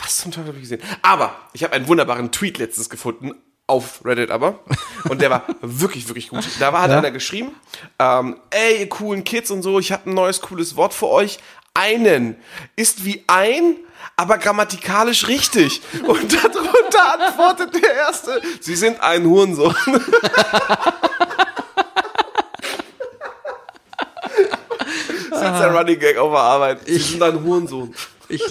was zum Teufel habe ich gesehen? Aber ich habe einen wunderbaren Tweet letztens gefunden, auf Reddit aber. Und der war wirklich, wirklich gut. Da war, hat einer geschrieben, ähm, ey, ihr coolen Kids und so, ich habe ein neues cooles Wort für euch. Einen ist wie ein, aber grammatikalisch richtig. Und darunter antwortet der Erste, sie sind ein Hurensohn. Das ist jetzt der Running Gag auf der Arbeit. Sie sind ein Hurensohn.
Ich,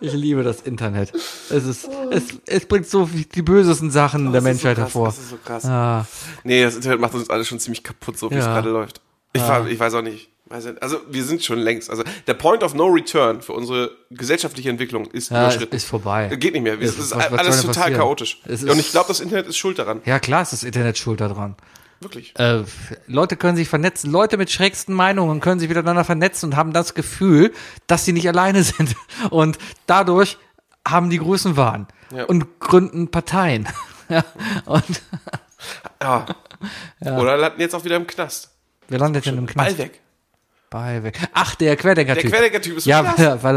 ich liebe das Internet. Es, ist, es, es bringt so viel, die bösesten Sachen der
Das ist
Menschheit
so krass,
hervor.
Das ist so krass.
Ah,
Nee, das Internet macht uns alle schon ziemlich kaputt, so wie es
Ja. Ah.
gerade läuft. Ich, fahr- ich weiß auch nicht. Weiß nicht. Also wir sind schon längst. Also der Point of No Return für unsere gesellschaftliche Entwicklung ist
ja, es
überschritten.
ist vorbei.
Geht nicht mehr. Es
Ja,
ist
was- was soll
alles
denn
total
passieren?
chaotisch.
Es
Und ich
ist-
glaube, das Internet ist schuld daran.
ja, klar, ist das Internet schuld daran.
Wirklich.
Äh, Leute können sich vernetzen. Leute mit schrägsten Meinungen können sich miteinander vernetzen und haben das Gefühl, dass sie nicht alleine sind. Und dadurch haben die Größenwahn
Ja.
und gründen Parteien. Ja, und
Ja. Oder landen jetzt auch wieder im Knast.
Wer landet denn im Knast?
Ball weg.
Ball weg. Ach, der Querdenker-Typ.
Der Querdenker-Typ ist im
Ja,
Knast.
weil er, weil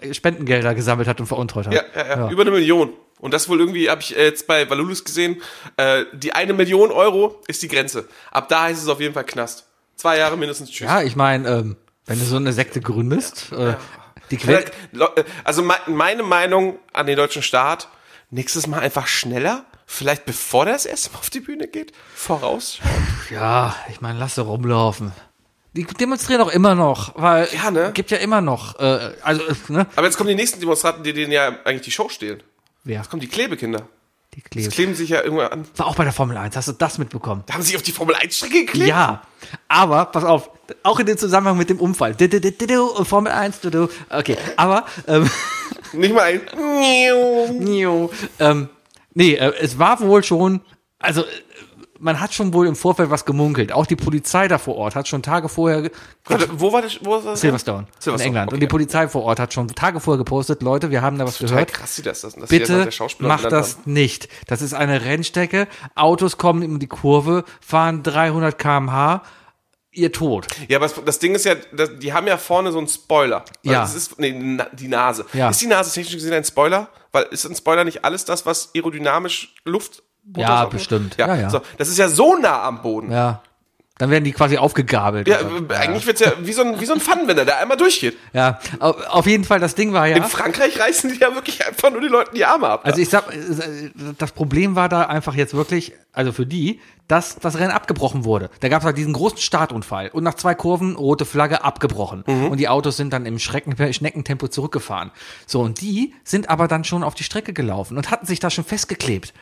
er äh, Spendengelder gesammelt hat und veruntreut hat.
Ja, ja, ja, über eine Million. Und das wohl irgendwie, habe ich äh, jetzt bei Valulus gesehen, äh, die eine Million Euro ist die Grenze. Ab da heißt es auf jeden Fall Knast. Zwei Jahre mindestens, tschüss.
Ja, ich meine, ähm, wenn du so eine Sekte gründest, äh, die Quer
Le- Also me- meine Meinung an den deutschen Staat, nächstes Mal einfach schneller, vielleicht bevor der das erste Mal auf die Bühne geht, voraus.
ja, ich meine, lass sie rumlaufen. Die demonstrieren auch immer noch, weil
Ja, ne?
gibt ja immer noch, äh, also äh, ne?
Aber jetzt kommen die nächsten Demonstranten, die denen ja eigentlich die Show stehlen.
Wer?
Jetzt kommen die Klebekinder.
Die
Die
kleben.
kleben sich ja irgendwo an.
War auch bei der Formel 1, hast du das mitbekommen?
Haben sie sich auf die Formel-1-Strecke geklebt?
Ja, aber pass auf, auch in dem Zusammenhang mit dem Unfall. Du, du, du, du, du, und Formel 1, du, du. okay, aber ähm,
Nicht mal ein...
Jo. Ähm, nee, äh, es war wohl schon, also äh, man hat schon wohl im Vorfeld was gemunkelt. Auch die Polizei da vor Ort hat schon Tage vorher ge-
Warte, wo war das? Wo war das?
Silverstone,
Silverstone,
in England.
okay.
Und die Polizei vor Ort hat schon Tage vorher gepostet, Leute, wir haben da was
Total
gehört.
krass, die das, dass dass die jetzt noch
Bitte
der Schauspieler
macht
genannt
das nicht. Das ist eine Rennstrecke. Autos kommen um die Kurve, fahren 300 km/h, ihr tot.
haben. Ja, aber das, das Ding ist ja, das, die haben ja vorne so einen Spoiler. Also
Ja.
Das ist nee, na- die Nase.
Ja.
Ist die Nase technisch gesehen ein Spoiler? Weil ist ein Spoiler nicht alles das, was aerodynamisch Luft.
Ja, bestimmt.
Ja,
Ja, ja.
So, das ist ja so nah am Boden. Ja.
Ja. Dann werden die quasi aufgegabelt. oder?
äh, eigentlich wird's ja wie so ein, wie so ein Fun, wenn er da einmal durchgeht.
ja. Au- Auf jeden Fall, das Ding war ja.
In Frankreich reißen die ja wirklich einfach nur die Leuten die Arme ab.
Also ich sag, äh, das Problem war da einfach jetzt wirklich, also für die, dass das Rennen abgebrochen wurde. Da gab es halt diesen großen Startunfall und nach zwei Kurven rote Flagge abgebrochen und die Autos sind dann im Schrecken, äh, Schneckentempo zurückgefahren. So und die sind aber dann schon auf die Strecke gelaufen und hatten sich da schon festgeklebt.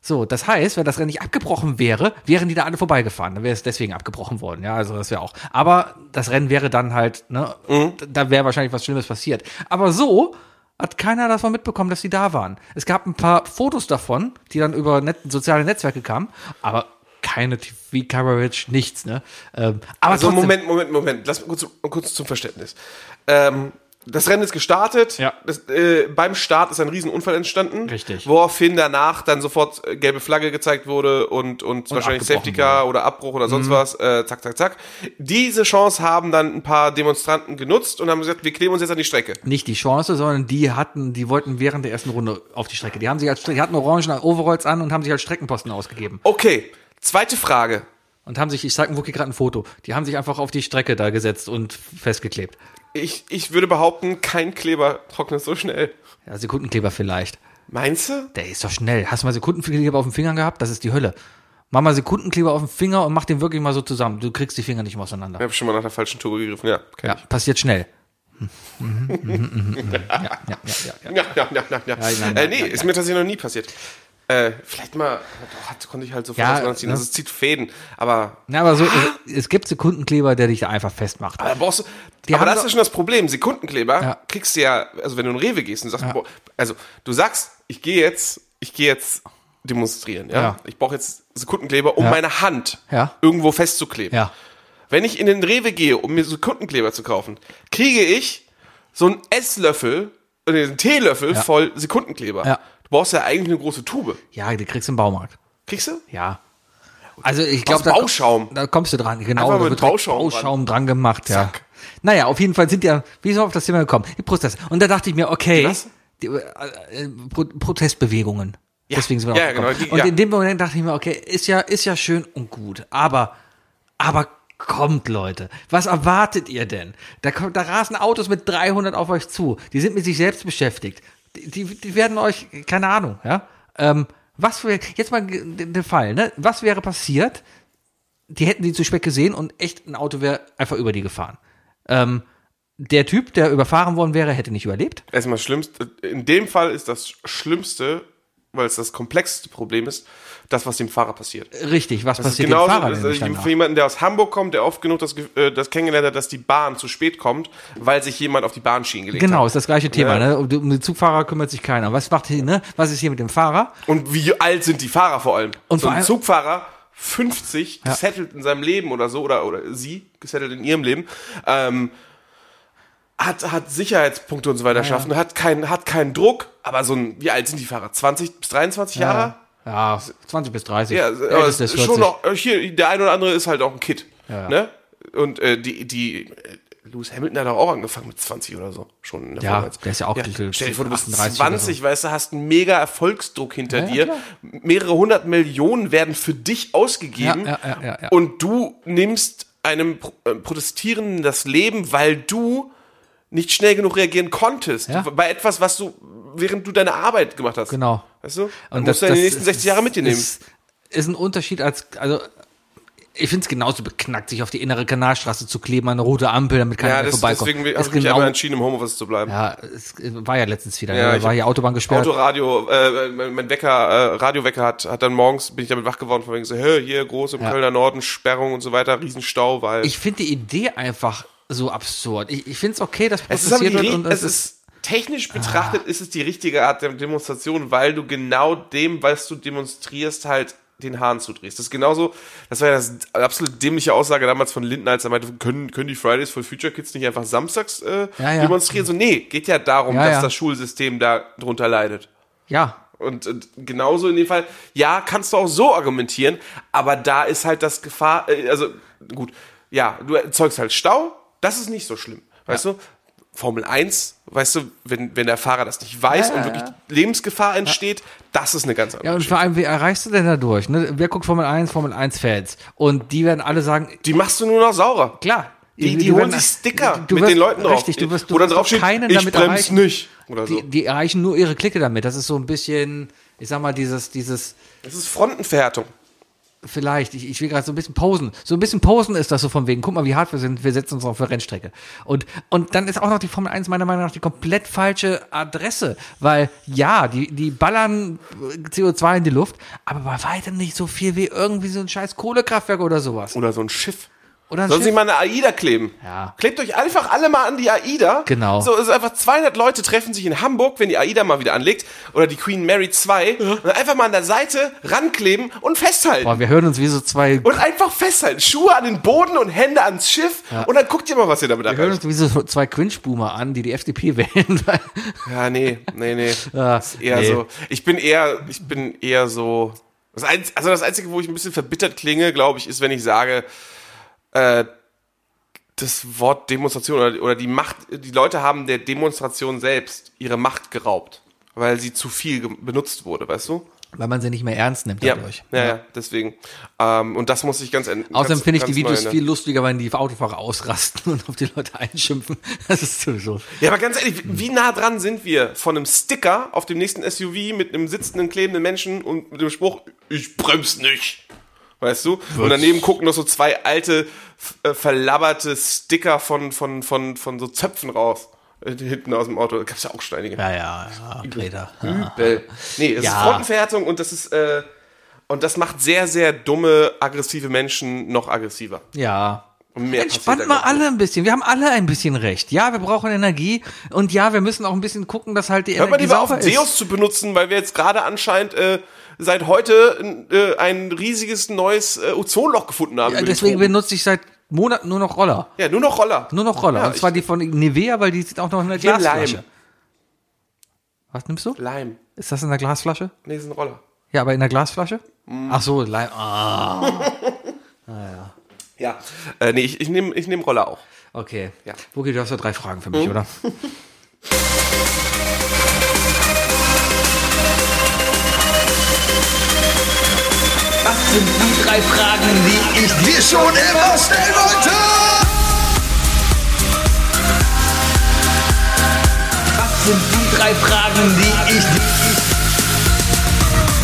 So, das heißt, wenn das Rennen nicht abgebrochen wäre, wären die da alle vorbeigefahren. Dann wäre es deswegen abgebrochen worden. Ja, also das wäre auch. Aber das Rennen wäre dann halt, ne, d- da wäre wahrscheinlich was Schlimmes passiert. Aber so hat keiner davon mitbekommen, dass sie da waren. Es gab ein paar Fotos davon, die dann über net soziale Netzwerke kamen, aber keine TV-Coverage, nichts, ne? Ähm, aber
Also
trotzdem,
Moment, Moment, Moment. Lass mal kurz, kurz zum Verständnis. Ähm, das Rennen ist gestartet.
Ja.
Das, äh, beim Start ist ein Riesenunfall entstanden.
Richtig.
Woraufhin danach dann sofort äh, gelbe Flagge gezeigt wurde und, und,
abgebrochen
wahrscheinlich
Mhm.
Safety Car oder Abbruch oder sonst was. Äh, zack, zack, zack. Diese Chance haben dann ein paar Demonstranten genutzt und haben gesagt, wir kleben uns jetzt an die Strecke.
nicht die Chance, sondern die hatten, die wollten während der ersten Runde auf die Strecke. Die haben sich als Strecke, die hatten orangene Overalls an und haben sich als Streckenposten ausgegeben.
Okay, zweite Frage.
Und haben sich, ich zeig Wookie gerade ein Foto, die haben sich einfach auf die Strecke da gesetzt und festgeklebt.
Ich, ich würde behaupten, kein Kleber trocknet so schnell.
Ja, Sekundenkleber vielleicht.
Meinst du?
Der ist doch schnell. Hast du mal Sekundenkleber auf den Fingern gehabt? Das ist die Hölle. Mach mal Sekundenkleber auf den Finger und mach den wirklich mal so zusammen. Du kriegst die Finger nicht mehr auseinander.
Ich habe schon mal nach der falschen Tour gegriffen, ja.
Ja, passiert schnell. Mhm, mhm, mhm, mhm, mhm. Ja, ja, ja, ja.
Ja, ja, ja, ja, ja.
nein,
äh,
nein,
nee,
nein,
ist mir tatsächlich noch nie passiert. Äh, vielleicht mal, doch, hat, konnte ich halt so
Ja,
auseinanderziehen.
ne?
Also es zieht Fäden, aber
Na, aber so, es, es gibt Sekundenkleber, der dich da einfach festmacht.
da brauchst du.
Die
Ah! aber
haben
das ist
doch-
ja schon das Problem. Sekundenkleber
Ja.
kriegst du ja, also wenn du in Rewe gehst und sagst, boah, also du sagst, ich gehe jetzt, ich gehe jetzt demonstrieren, ja.
Ja.
Ich brauche jetzt Sekundenkleber, um
Ja.
meine Hand
Ja.
irgendwo festzukleben.
Ja.
Wenn ich in den Rewe gehe, um mir Sekundenkleber zu kaufen, kriege ich so einen Esslöffel, oder einen Teelöffel voll Sekundenkleber.
Ja.
Du brauchst ja eigentlich eine große Tube.
Ja, die kriegst du im Baumarkt.
Kriegst du?
Ja. Also ich glaube, da,
Bauschaum.
da kommst du dran. Genau,
Einfach
da
mit
wird direkt
Bauschaum dran.
Bauschaum dran gemacht, ja.
Zack.
Naja, auf jeden Fall sind ja, wie sind wir auf das Thema gekommen? Die Proteste. Und da dachte ich mir, okay,
was?
die, äh, äh, Pro Protestbewegungen. Deswegen sind wir drauf
ja,
gekommen.
genau, die-
Und
ja.
in dem Moment dachte ich mir, okay, ist ja, ist ja schön und gut, aber, aber kommt Leute, was erwartet ihr denn? Da, kommt, da rasen Autos mit 300 auf euch zu, die sind mit sich selbst beschäftigt, die, die, die werden euch, keine Ahnung, ja, ähm, was für, jetzt mal ge- den Fall, ne, was wäre passiert, die hätten die zu spät gesehen und echt ein Auto wäre einfach über die gefahren. Ähm, der Typ, der überfahren worden wäre, hätte nicht überlebt.
Erstmal schlimmst, in dem Fall ist das Schlimmste, weil es das komplexeste Problem ist, das, was dem Fahrer passiert.
Richtig, was
Das ist
passiert dem Fahrer denn
das
nicht
ist
danach?
für jemanden, der aus Hamburg kommt, der oft genug das, Ge- äh, das kennengelernt hat, dass die Bahn zu spät kommt, weil sich jemand auf die Bahnschienen gelegt
Genau,
hat.
ist das gleiche Thema.
Ja.
Ne? Um, die- um den Zugfahrer kümmert sich keiner. Was macht hier, ne? Was ist hier mit dem Fahrer?
Und wie alt sind die Fahrer vor allem?
Und
so
vor
ein
allem-
Zugfahrer, 50, gesettelt in seinem Leben oder so, oder, oder sie, gesettelt in ihrem Leben, ähm, hat, hat Sicherheitspunkte und so weiter schaffen, hat keinen, hat keinen Druck, aber so ein, wie alt sind die Fahrer? 20 bis 23 Jahre?
Ja, 20 bis 30.
Ja,
Älteste
aber es
ist
ist
40.
äh, schon noch, hier, der ein oder andere ist halt auch ein Kid. Ne? Und äh, die, die äh, Lewis Hamilton hat doch auch angefangen mit 20 oder so. Schon in der
Ja,
Formel eins.
der ist ja auch Titel
Stell dir vor, du bist
38 oder
20, weißt du, hast einen mega Erfolgsdruck hinter
Ja, ja,
dir.
klar.
Mehrere hundert Millionen werden für dich ausgegeben.
Ja, ja, ja, ja, ja.
Und du nimmst einem Pro- äh, Protestierenden das Leben, weil du nicht schnell genug reagieren konntest.
Ja.
Bei etwas, was du, während du deine Arbeit gemacht hast.
Genau.
Weißt du?
Und
Und
das,
musst du
das
dann die nächsten 60 Jahre mit dir nehmen.
Ist, ist ein Unterschied als, also ich finde es genauso beknackt, sich auf die innere Kanalstraße zu kleben, an eine rote Ampel, damit keiner
Ja,
mehr
das,
vorbeikommt.
deswegen habe
ist
ich mich
genau,
einmal entschieden, im Homeoffice zu bleiben.
ja, es war ja letztens wieder,
Ja,
ne?
ich
war
hab
hier Autobahn gesperrt.
Autoradio, äh, mein mein Wecker, äh, Radiowecker hat, hat dann morgens, bin ich damit wach geworden, von wegen so, hä, hier groß im
Ja.
Kölner Norden, Sperrung und so weiter, Riesenstau, weil
ich finde die Idee einfach so absurd. Ich, ich finde es okay, dass
es ist, aber die,
protestiert wird und
ri-
Ah.
es ist technisch betrachtet ist es die richtige Art der Demonstration, weil du genau dem, was du demonstrierst, halt den Hahn zudrehst. Das ist genauso, das war ja das absolut dämliche Aussage damals von Linden, als er meinte, können, können die Fridays for Future Kids nicht einfach samstags äh,
Ja, ja.
demonstrieren? So, nee, geht ja darum,
Ja,
dass
ja.
das Schulsystem da drunter leidet.
ja,
Und, und genauso in dem Fall, ja, kannst du auch so argumentieren, aber da ist halt das Gefahr, äh, also gut, ja, du erzeugst halt Stau, das ist nicht so schlimm, weißt du? Formel 1, weißt du, wenn, wenn der Fahrer das nicht weiß
Ja,
und
ja,
wirklich Lebensgefahr entsteht, das ist eine ganz andere
Ja, und
Geschichte.
vor allem, wer erreichst du denn dadurch? Ne? Wer guckt Formel 1, Formel 1-Fans? Und die werden alle sagen,
Die machst du nur noch saurer.
klar.
Die, die
du
holen
werden-
sich Sticker
du
mit
wirst-
den Leuten drauf.
Richtig, du wirst, du
Wo dann
wirst
drauf steht,
keinen
ich
damit
bremse
erreichen.
nicht. Oder so.
Die, die erreichen nur ihre Clique damit. Das ist so ein bisschen, ich sag mal, dieses, dieses,
Das ist Frontenverhärtung.
vielleicht, ich, ich will gerade so ein bisschen posen. So ein bisschen posen ist das so von wegen, guck mal, wie hart wir sind, wir setzen uns auf eine Rennstrecke. Und, und dann ist auch noch die Formel 1 meiner Meinung nach die komplett falsche Adresse, weil ja, die, die ballern äh, CO2 in die Luft, aber bei weitem nicht so viel wie irgendwie so ein scheiß Kohlekraftwerk oder sowas.
Oder so ein Schiff.
Oder ein
Sollen sie
Schiff.
mal eine AIDA kleben?
Ja.
Klebt euch einfach alle mal an die AIDA.
Genau.
So, es ist einfach 200 Leute treffen sich in Hamburg, wenn die AIDA mal wieder anlegt. Oder die Queen Mary 2. Und einfach mal an der Seite rankleben und festhalten.
Boah, wir hören uns wie so zwei, wir
Und einfach festhalten. Schuhe an den Boden und Hände ans Schiff. Und dann guckt ihr mal, was ihr damit
hören
erreicht.
uns wie so zwei Quinchboomer an, die die FDP wählen.
Ja, nee, nee, nee.
Ah,
ist eher
nee.
so. Ich bin eher, ich bin eher so. Das Einz- also das Einzige, wo ich ein bisschen verbittert klinge, glaube ich, ist, wenn ich sage, äh, das Wort Demonstration oder, oder die Macht, die Leute haben der Demonstration selbst ihre Macht geraubt, weil sie zu viel ge- benutzt wurde, weißt du?
Weil man sie nicht mehr ernst nimmt
Ja,
dadurch.
ja, ja, deswegen. Ähm, und das muss ich ganz ändern.
Außerdem finde ich die Videos
viel
viel lustiger, wenn die Autofahrer ausrasten und auf die Leute einschimpfen. Das ist sowieso.
Ja, aber ganz ehrlich, wie nah dran sind wir von einem Sticker auf dem nächsten SUV mit einem sitzenden, klebenden Menschen und mit dem Spruch, ich bremse nicht. Weißt du? Und daneben gucken noch so zwei alte, f- äh, verlabberte Sticker von, von, von, von so Zöpfen raus. Äh, Hinten aus dem Auto. Da gab's ja auch schon einige.
Ja, ja, ja, Greta. Ja.
Übel. Nee, es
Ja.
ist Frontenverhärtung und das ist, äh, und das macht sehr, sehr dumme, aggressive Menschen noch aggressiver.
ja.
Und mehr
Entspannt
passiert da
mal
gar nicht.
alle ein bisschen. Wir haben alle ein bisschen recht. Ja, wir brauchen Energie. Und ja, wir müssen auch ein bisschen gucken, dass halt die
Hört man
Energie
lieber auf,
sauber ist.
Deus zu benutzen, weil wir jetzt gerade anscheinend äh, seit heute äh, ein riesiges neues äh, Ozonloch gefunden haben.
Ja,
über die
deswegen
Tropen.
benutze ich seit Monaten nur noch Roller.
ja, nur noch Roller.
Nur noch Roller.
Ja,
und zwar
ich-
die von Nivea, weil die sind auch noch in der
Hier
Glasflasche.
Lime.
Was nimmst du?
Leim.
Ist das in der Glasflasche?
Nee, ist ein Roller.
Ja, aber in der Glasflasche?
Mm.
Ach so, Lime. Ah,
Ja. Äh, nee, ich, ich nehme ich nehm Roller auch.
okay.
Ja. Mhm.
Wookie, du hast ja drei Fragen für mich, oder?
Was sind die drei Fragen, die ich dir schon immer stellen wollte? Was sind die drei Fragen, die ich dir...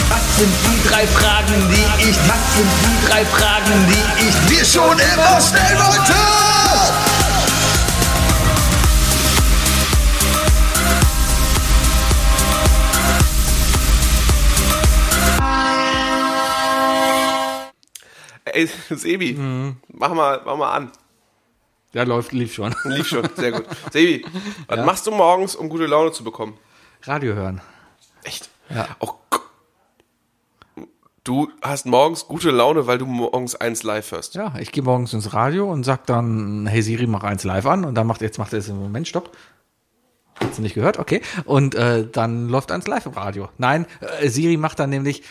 Was sind die drei Fragen, die ich... Was sind die drei Fragen, die ich dir schon immer stellen wollte?
Ey, Sebi,
Mhm.
mach, mal, mach mal an.
Ja, läuft, lief schon.
Lief schon, sehr gut. Sebi, was machst du morgens, um gute Laune zu bekommen?
Radio hören.
Echt?
Ja.
Oh, G- du hast morgens gute Laune, weil du morgens eins live hörst.
Ja, ich gehe morgens ins Radio und sag dann, hey Siri, mach eins live an. Und dann macht jetzt macht er es im Moment, stopp. Hast du nicht gehört? Okay. Und äh, dann läuft eins live im Radio. Nein, äh, Siri macht dann nämlich,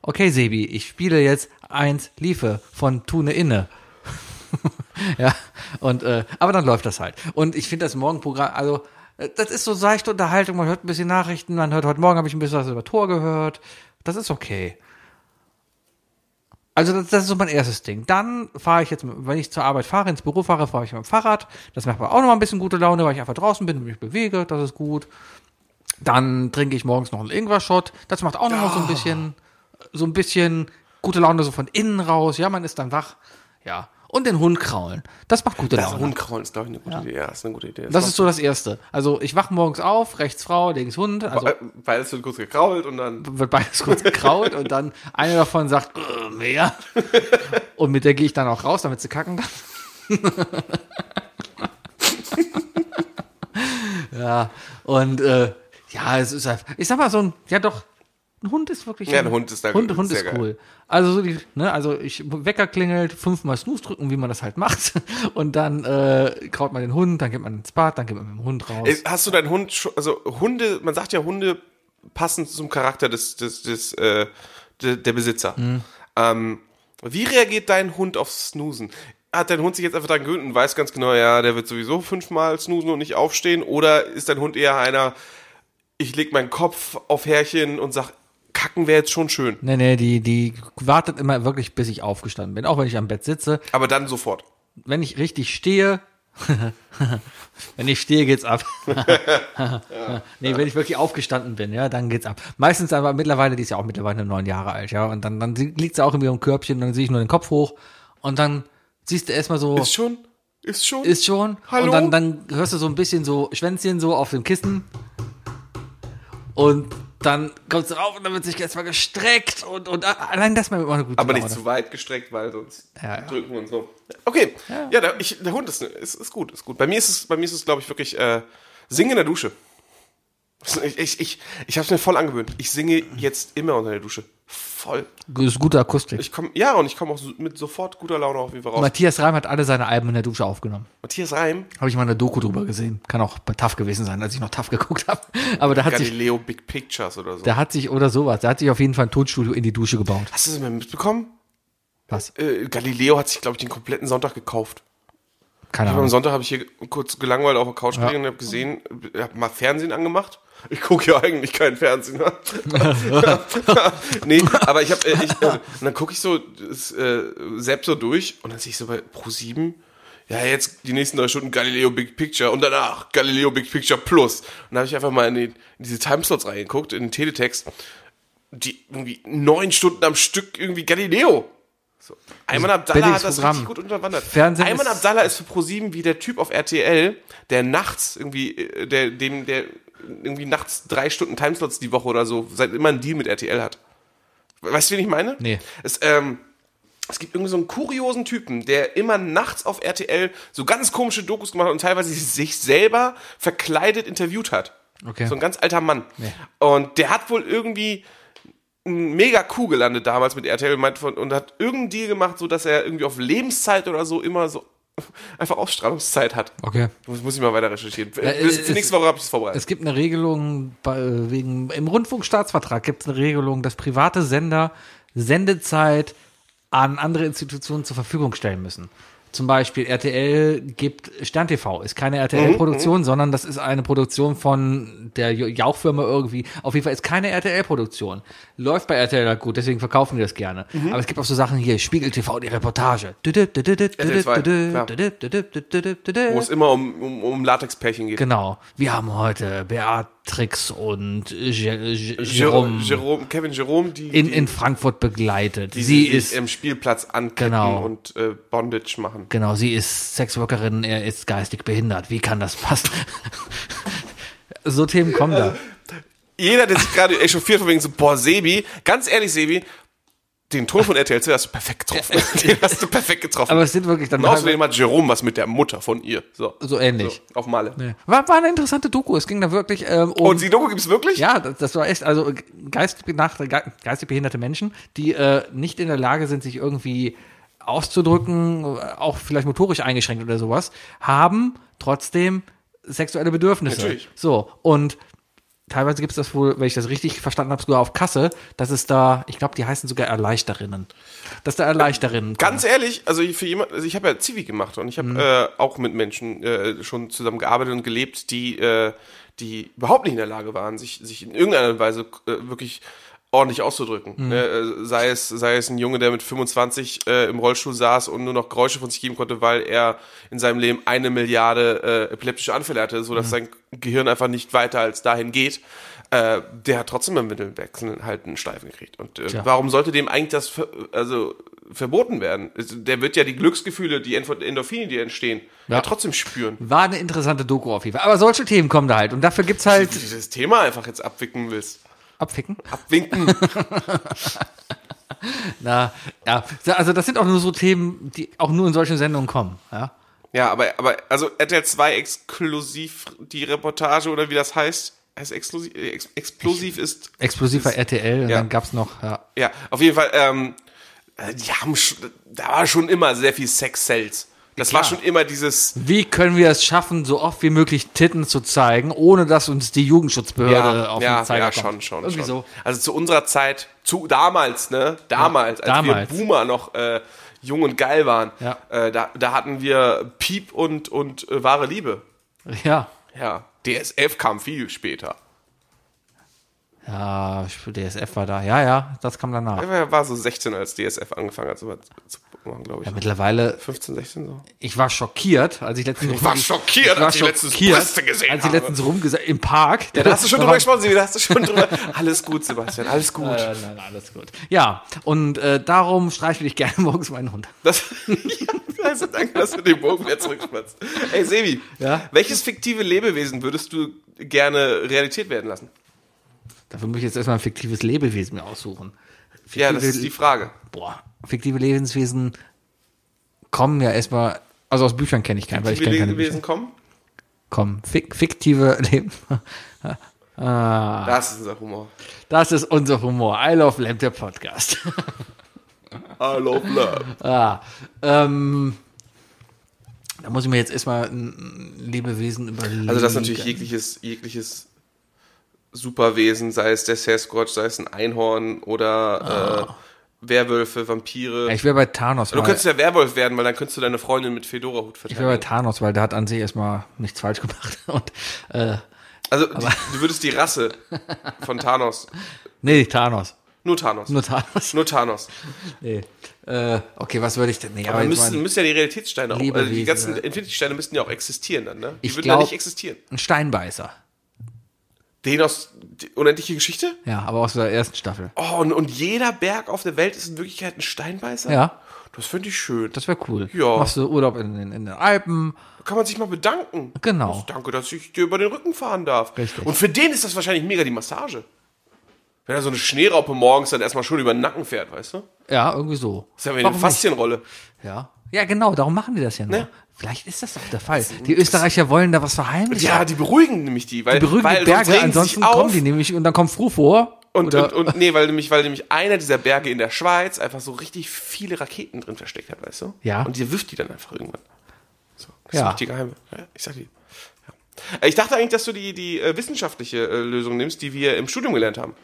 okay Sebi, ich spiele jetzt eins Liefe von Tune Inne. ja. Und, äh, aber dann läuft das halt. Und ich finde das Morgenprogramm, also, äh, das ist so seichte Unterhaltung. Man hört ein bisschen Nachrichten, man hört, heute Morgen habe ich ein bisschen was über Tor gehört. Das ist okay. Also das, das ist so mein erstes Ding. Dann fahre ich jetzt, mit- wenn ich zur Arbeit fahre, ins Büro fahre, fahre ich mit dem Fahrrad. Das macht mir auch nochmal ein bisschen gute Laune, weil ich einfach draußen bin und mich bewege. Das ist gut. Dann trinke ich morgens noch einen Ingwer-Shot. Das macht auch nochmal so ein bisschen, so ein bisschen gute Laune so von innen raus. Ja, man ist dann wach. Ja. Und den Hund kraulen. Das macht gute
Also
Laune.
Hundkraulen ist, glaube ich, eine gute Idee. Ja, ist eine gute Idee.
Das ist so das Erste. Also ich wache morgens auf, rechts Frau, links Hund. Also
Äh, Beides wird kurz gekrault und dann.
wird beides kurz gekraut und dann einer davon sagt, "Äh, mehr. Und mit der gehe ich dann auch raus, damit sie kacken kann. ja, und äh, ja, es ist einfach, ich sag mal so ein, ja doch, ein Hund ist wirklich.
Ja, ein Hund ist da-
Hund, Hund
sehr
ist
geil.
cool. Also, so die, ne, also ich, Wecker klingelt, fünfmal Snooze drücken, wie man das halt macht. Und dann äh, kraut man den Hund, dann geht man ins Bad, dann geht man mit dem Hund raus.
Äh, Hast du deinen Hund schon, also Hunde, man sagt ja Hunde passend zum Charakter des, des, des äh, de, der Besitzer. Ähm, wie reagiert dein Hund auf Snoosen? Hat dein Hund sich jetzt einfach daran gewöhnt und weiß ganz genau, ja, der wird sowieso fünfmal snoosen und nicht aufstehen? Oder ist dein Hund eher einer, ich leg meinen Kopf auf Härchen und sag, kacken wäre jetzt schon schön.
Nee, nee, die, die wartet immer wirklich, bis ich aufgestanden bin. Auch wenn ich am Bett sitze.
Aber dann sofort.
Wenn ich richtig stehe, wenn ich stehe, geht's ab. nee, wenn ich wirklich aufgestanden bin, ja, dann geht's ab. Meistens aber mittlerweile, die ist ja auch mittlerweile neun Jahre alt, ja. Und dann, dann liegt sie auch in ihrem Körbchen, dann sehe ich nur den Kopf hoch und dann siehst du erstmal so.
Ist schon? Ist schon?
Ist schon.
Hallo?
Und dann, dann hörst du so ein bisschen so Schwänzchen so auf dem Kissen. Und dann kommst du rauf und dann wird sich erstmal gestreckt und, und ah, allein das mal immer eine gute
Aber
Laune.
nicht zu weit gestreckt, weil sonst
Ja, ja.
drücken und so. Okay, ja, der, ich, der Hund ist, ne, ist, ist gut, ist gut. Bei mir ist es, bei mir ist es, glaube ich, wirklich äh, singen in der Dusche. Ich, ich, ich, ich habe es mir voll angewöhnt. Ich singe jetzt immer unter der Dusche. Voll.
Das ist gute Akustik.
Ich komm, ja, und ich komme auch so, mit sofort guter Laune auf jeden Fall raus.
Matthias Reim hat alle seine Alben in der Dusche aufgenommen.
Matthias Reim,
Habe ich mal eine Doku drüber gesehen. Kann auch bei TAF gewesen sein, als ich noch TAF geguckt habe. Aber da hat sich,
Galileo Big Pictures oder so.
da hat sich, oder sowas, da hat sich auf jeden Fall ein Tonstudio in die Dusche gebaut.
Hast du das mal mitbekommen?
Was?
Äh, Galileo hat sich, glaube ich, den kompletten Sonntag gekauft.
Keine
Am
Ahnung.
Sonntag habe ich hier kurz gelangweilt auf der Couch gelegen und habe gesehen, habe mal Fernsehen angemacht. Ich gucke ja eigentlich keinen Fernsehen. Ne? nee, aber ich habe, äh, ich, äh, und dann gucke ich so das, äh, selbst so durch und dann sehe ich so bei Pro7, ja jetzt die nächsten drei Stunden Galileo Big Picture und danach Galileo Big Picture Plus. Und dann habe ich einfach mal in, den, in diese Timeslots reingeguckt, in den Teletext, die irgendwie neun Stunden am Stück irgendwie Galileo. So. Ayman Abdallah hat das
billiges Also, Programm.
richtig gut unterwandert.
Fernsehen
Ayman
ist-
Abdallah ist für ProSieben wie der Typ auf RTL, der nachts irgendwie, äh, der, dem, der irgendwie nachts drei Stunden Timeslots die Woche oder so, seit immer einen Deal mit RTL hat. Weißt du, wen ich meine?
Nee.
Es, ähm, es gibt irgendwie so einen kuriosen Typen, der immer nachts auf RTL so ganz komische Dokus gemacht hat und teilweise sich selber verkleidet interviewt hat.
Okay.
So ein ganz alter Mann. Und der hat wohl irgendwie einen mega Kuh gelandet damals mit RTL und meint von- und hat irgendeinen Deal gemacht, so dass er irgendwie auf Lebenszeit oder so immer so einfach Ausstrahlungszeit hat.
Okay.
Muss, muss ich mal weiter recherchieren. Für,
äh,
für
es-
nächste Woche habe ich es vorbereitet.
Es gibt eine Regelung bei, wegen im Rundfunkstaatsvertrag gibt es eine Regelung, dass private Sender Sendezeit an andere Institutionen zur Verfügung stellen müssen. Zum Beispiel RTL gibt Stern TV, ist keine RTL-Produktion, sondern das ist eine Produktion von der Jo- Jauchfirma irgendwie. Auf jeden Fall ist keine RTL-Produktion. Läuft bei RTL halt gut, deswegen verkaufen die das gerne. Aber es gibt auch so Sachen hier, Spiegel TV, die Reportage.
Wo es immer um, um, um Latex-Pärchen geht.
Genau. Wir haben heute Beatrix und Jer- Jer-
Jerome,
Jerome
Jerome, Kevin Jerome, die,
in,
die,
in Frankfurt begleitet.
die
sie
sich
ist,
im Spielplatz anketten
Genau.
und äh, Bondage machen.
genau, sie ist Sexworkerin, er ist geistig behindert. Wie kann das passen? so Themen kommen da.
Jeder, der sich gerade echauffiert von wegen so, boah, Sebi, ganz ehrlich, Sebi, den Ton von RTL 2 hast du perfekt getroffen. den hast du perfekt getroffen.
Aber es sind wirklich dann
und außerdem hat Jerome was mit der Mutter von ihr. So,
so ähnlich.
so auf Male.
War, war eine interessante Doku. Es ging da wirklich ähm, um.
Und die Doku gibt's wirklich?
Ja, das, das war echt, also ge- geistig, benach- ge- geistig behinderte Menschen, die äh, nicht in der Lage sind, sich irgendwie auszudrücken, äh, auch vielleicht motorisch eingeschränkt oder sowas, haben trotzdem sexuelle Bedürfnisse.
Natürlich.
So, und teilweise gibt es das wohl, wenn ich das richtig verstanden habe, sogar auf Kasse, dass es da, ich glaube, die heißen sogar Erleichterinnen. Dass da Erleichterinnen.
Ganz ehrlich, also für jemand, also ich habe ja Zivi gemacht und ich habe äh, auch mit Menschen äh, schon zusammen gearbeitet und gelebt, die, äh, die überhaupt nicht in der Lage waren, sich, sich in irgendeiner Weise äh, wirklich ordentlich auszudrücken. Ne? Äh, Sei es, sei es ein Junge, der mit 25 äh, im Rollstuhl saß und nur noch Geräusche von sich geben konnte, weil er in seinem Leben eine Milliarde äh, epileptische Anfälle hatte, so dass sein Gehirn einfach nicht weiter als dahin geht. Äh, der hat trotzdem im Mittelwechsel halt einen Steifen gekriegt. Und äh, warum sollte dem eigentlich das ver also verboten werden? Also, Der wird ja die Glücksgefühle, die Endor- Endorphine, die entstehen, ja.
Ja.
trotzdem spüren.
War eine interessante Doku auf jeden Fall. Aber solche Themen kommen da halt. Und dafür gibt's halt.
Wenn du dieses Thema einfach jetzt abwickeln willst.
Abficken?
Abwinken.
Na, ja. Also, das sind auch nur so Themen, die auch nur in solchen Sendungen kommen. Ja.
Ja, aber, aber also RTL 2 exklusiv die Reportage oder wie das heißt, heißt exklusiv, äh, ex, explosiv ist,
Explosiver RTL. Und
ja.
dann gab's noch, ja.
ja, auf jeden Fall, ähm, äh, die haben schon, da war schon immer sehr viel Sex-Sales. Das war schon immer dieses,
Wie können wir es schaffen, so oft wie möglich Titten zu zeigen, ohne dass uns die Jugendschutzbehörde
ja,
auf
ja,
den Zeiger
ja, schon,
kommt?
schon,
Irgendwie
schon.
so.
Also zu unserer Zeit, zu damals, ne, damals, als
damals.
wir Boomer noch, äh, jung und geil waren,
Ja.
äh, da, da hatten wir Piep und, und äh, wahre Liebe.
Ja.
Ja, DSF kam viel später.
Ja, ich- DSF war da. Ja, ja, das kam danach.
Ich war war so 16, als DSF angefangen hat, so zu machen, glaube ich.
Ja, mittlerweile,
15, 16 so.
ich war schockiert, als ich letztens.
war schockiert, als ich letztens Brüste gesehen
Als ich
habe.
letztens rumgesagt im Park.
Ja, da hast du schon drüber gesprochen, Sibi, da hast du schon drüber. Alles gut, Sebastian, alles gut.
Äh, nein, alles gut. Ja, und äh, darum streichel ich gerne morgens meinen Hund.
Das, ja, also danke, dass du den Bogen wieder zurückspannst. Ey, Sebi,
Ja?
welches fiktive Lebewesen würdest du gerne Realität werden lassen?
Dafür muss ich jetzt erstmal ein fiktives Lebewesen mir aussuchen.
Ja, das ist die Frage.
Boah, fiktive Lebenswesen kommen ja erstmal. Also aus Büchern kenne ich keinen, weil ich
Fiktive
kenne keine
Lebewesen
Bücher.
kommen?
Kommen. Fik fiktive Leben. Ah.
Das ist unser Humor.
Das ist unser Humor. I love Lamp, der Podcast.
I love love.
Ähm, da muss ich mir jetzt erstmal ein Lebewesen überlegen.
Also das ist natürlich jegliches, jegliches Superwesen, sei es der Sasquatch, sei es ein Einhorn oder
Ah.
äh, Werwölfe, Vampire.
Ich wäre bei Thanos.
Du
weil-
könntest ja Werwolf werden, weil dann könntest du deine Freundin mit Fedora-Hut
ich wäre bei
verteidigen.
Thanos, weil der hat an sich erstmal nichts falsch gemacht. Und, äh,
Also, die, du würdest die Rasse von Thanos.
nee, Thanos.
Nur Thanos. Nur,
Nur Thanos.
Thanos.
Nee. Äh, okay, was würde ich denn? Nee, aber
Aber
jetzt
müssen,
mal
müssen ja die Realitätssteine auch, also die
Lebewesen,
ganzen
ja.
Infinity-Steine müssten ja auch existieren dann, ne? Die
Ich
würden ja
glaub-
nicht existieren.
ein Steinbeißer.
Den aus die unendliche Geschichte?
Ja, aber aus der ersten Staffel.
Oh, und, und jeder Berg auf der Welt ist in Wirklichkeit ein Steinbeißer?
Ja.
Das finde ich schön.
Das wäre cool.
Ja.
Machst du Urlaub in, den- in den Alpen.
kann man sich mal bedanken.
Genau.
Das- Danke, dass ich dir über den Rücken fahren darf.
Richtig.
Und für den ist das wahrscheinlich mega die Massage. Wenn er so eine Schneeraupe morgens dann erstmal schon über den Nacken fährt, weißt du?
Ja, irgendwie so.
Das ist ja wie eine
Warum nicht?
Faszienrolle.
Ja. Ja, genau, darum machen die das ja nur.
Ne?
Vielleicht ist das doch der Fall. Die Österreicher wollen da was verheimlichen.
Ja, die beruhigen nämlich die, weil,
die berühmten
weil sonst
Berge,
regen sie
ansonsten
sich auf
kommen die nämlich und dann kommt Fru vor.
und,
oder,
und, und nee, weil nämlich, weil nämlich einer dieser Berge in der Schweiz einfach so richtig viele Raketen drin versteckt hat, weißt du?
Ja.
Und die wirft die dann einfach irgendwann. So, das
Ja.
sind die Geheime. Ja, ich sag die. Ja. Äh, Ich dachte eigentlich, dass du die, die äh, wissenschaftliche äh, Lösung nimmst, die wir im Studium gelernt haben.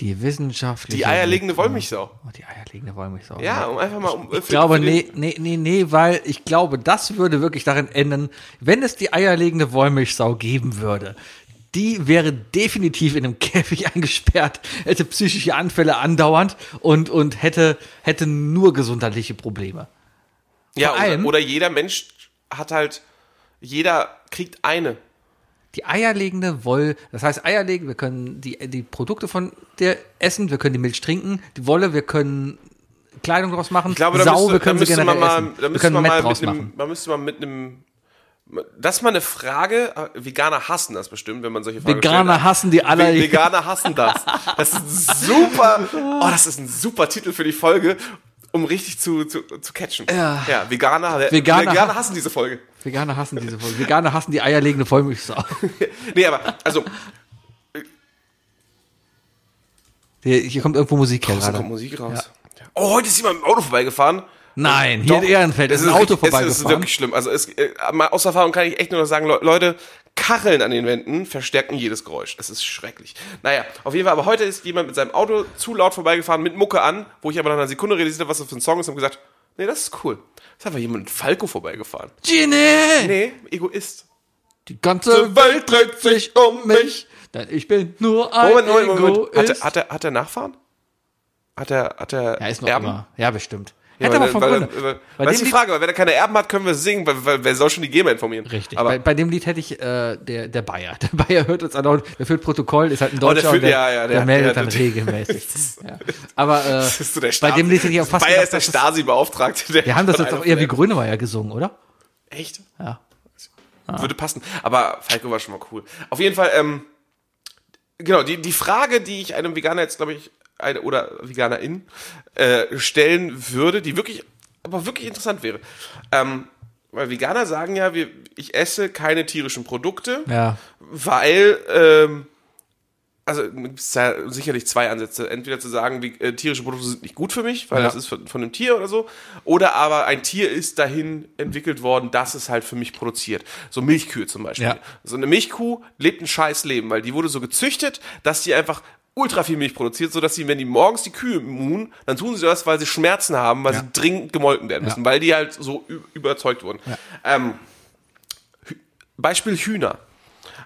die wissenschaftliche.
Die eierlegende Wollmilchsau.
Oh, die eierlegende Wollmilchsau.
Ja, um einfach mal um.
Ich glaube, nee, nee, nee, nee, weil ich glaube, das würde wirklich darin enden, wenn es die eierlegende Wollmilchsau geben würde. Die wäre definitiv in einem Käfig eingesperrt, hätte psychische Anfälle andauernd und, und hätte, hätte nur gesundheitliche Probleme.
Ja,
vor
oder-
allem-
oder jeder Mensch hat halt, jeder kriegt eine.
Die eierlegende Woll, das heißt eierlegen, wir können die, die Produkte von der essen, wir können die Milch trinken, die Wolle, wir können Kleidung draus machen,
Ich glaube, da
Sau, wir
müsste, da
können sie
müsste
generell
man mal,
essen,
da
wir
müsste
können
man mal
Mett
mit
draus
einem,
machen.
man müsste mal mit einem, das ist mal eine Frage, äh, Veganer hassen das bestimmt, wenn man solche Fragen
Veganer
stellt.
hassen die aller.
Ve- Veganer hassen das. Das ist ein super, oh, das ist ein super Titel für die Folge, um richtig zu, zu, zu catchen. Ja, Veganer,
Veganer-
Veganer hassen diese Folge.
Veganer hassen diese Wolle. Veganer hassen die eierlegende Vollmilchsau.
Nee, aber, also,
Hier, hier kommt irgendwo Musik her
Aus der
gerade.
Musik raus. Ja. Oh, heute ist jemand im Auto vorbeigefahren.
Nein, hier in Ehrenfeld ist ein
richtig-
Auto
Es ist
vorbeigefahren.
wirklich schlimm. Also es, äh, mal aus Erfahrung kann ich echt nur noch sagen, Le Leute, Kacheln an den Wänden verstärken jedes Geräusch. Es ist schrecklich. Naja, auf jeden Fall, aber heute ist jemand mit seinem Auto zu laut vorbeigefahren, mit Mucke an, wo ich aber nach einer Sekunde realisiert habe, was das für ein Song ist und hab gesagt, nee, das ist cool. Ist einfach jemand mit Falco vorbeigefahren.
Genie!
Nee, Egoist.
Die ganze Welt dreht sich um mich. Denn ich bin nur ein
Moment, Moment, Moment.
Egoist.
Hat, er- hat, er, hat er Nachfahren? Hat er, hat er
ja, ist noch
Erben?
immer. Ja, bestimmt.
Ja,
Hätte
weil,
aber von
weil,
Grund.
weil,
Bei
weil, das
dem
ist die
Lied-
Frage, weil wenn er keine Erben hat, können wir singen, weil, weil wer soll schon die GEMA informieren?
Richtig.
Aber
bei, bei dem Lied hätte ich äh, der, der Bayer. Der Bayer hört uns an und der führt Protokoll, ist halt ein Deutscher
Oh, der führt-
und der,
ja, ja, der-
der meldet
der-
dann regelmäßig. ja. Aber äh,
das ist so der
bei
Stasi.
dem Lied hätte ich auch fast
Bayer ist der
dass das-
Stasi-Beauftragte. der
Wir haben das
von
jetzt
einer
auch eher wie
von
Grönemeyer gesungen, oder?
der- Echt?
Ja.
Würde passen. Aber Falco war schon mal cool. Auf jeden Fall, ähm, genau, die, die Frage, die ich einem Veganer jetzt, glaube ich, eine, oder Veganerin äh, stellen würde, die wirklich, aber wirklich interessant wäre. Ähm, weil Veganer sagen ja, wir, ich esse keine tierischen Produkte.
Ja.
weil ähm, also es sind ja sicherlich zwei Ansätze. Entweder zu sagen, wie, äh, tierische Produkte sind nicht gut für mich, weil
Ja.
das ist von, von einem Tier oder so, oder aber ein Tier ist dahin entwickelt worden, dass es halt für mich produziert. So Milchkühe zum Beispiel.
Ja.
So eine Milchkuh lebt ein scheiß Leben, weil die wurde so gezüchtet, dass die einfach ultra viel Milch produziert, sodass sie, wenn die morgens die Kühe muhen, dann tun sie das, weil sie Schmerzen haben, weil
Ja.
sie dringend gemolken werden müssen, weil die halt so ü- überzeugt wurden. Ähm, Hü- Beispiel Hühner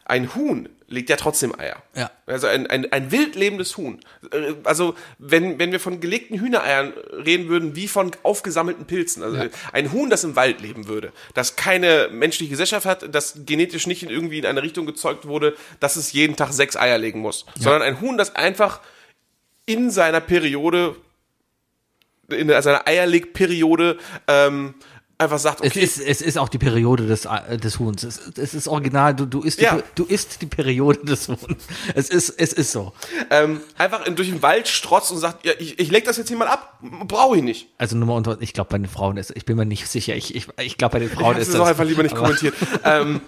ein Huhn legt ja trotzdem Eier.
Ja.
Also ein, ein, ein wild lebendes Huhn. Äh, Also wenn, wenn wir von gelegten Hühnereiern reden würden, wie von aufgesammelten Pilzen. Also
Ja.
ein Huhn, das im Wald leben würde, das keine menschliche Gesellschaft hat, das genetisch nicht in irgendwie in eine Richtung gezeugt wurde, dass es jeden Tag sechs Eier legen muss. Sondern ein Huhn, das einfach in seiner Periode, in seiner Eierlegperiode ähm, einfach sagt,
Es,
okay,
ist, es ist auch die Periode des, äh, des Huhns. Es, es ist original. Du, du, isst die,
Ja.
du isst die Periode des Huhns. Es ist, es ist so.
ähm, einfach in, durch den Wald strotzt und sagt, ja, ich, ich leg das jetzt hier mal ab, brauche ich nicht.
Also nur mal unter, ich glaube bei den Frauen ist, ich bin mir nicht sicher. Ich, ich, ich glaube bei den Frauen
Das
ist
ist auch
das.
einfach lieber nicht
aber-
kommentiert. ähm,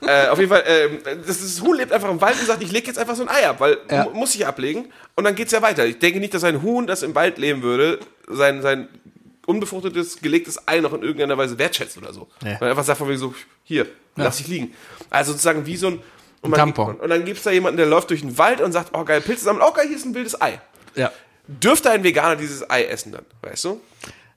äh, auf jeden Fall, ähm, das, das Huhn lebt einfach im Wald und sagt, ich lege jetzt einfach so ein Ei ab, weil
Ja.
mu- muss ich ablegen und dann geht's ja weiter. Ich denke nicht, dass ein Huhn, das im Wald leben würde, sein, sein unbefruchtetes, gelegtes Ei noch in irgendeiner Weise wertschätzt oder so.
Ja.
Man einfach sagt von wegen so, hier, lass ich liegen. Also sozusagen wie so ein und man-
Tampon.
Und dann gibt's da jemanden, der läuft durch den Wald und sagt, oh geil, Pilze sammeln, oh geil, hier ist ein wildes Ei.
Ja.
Dürfte ein Veganer dieses Ei essen dann, weißt du?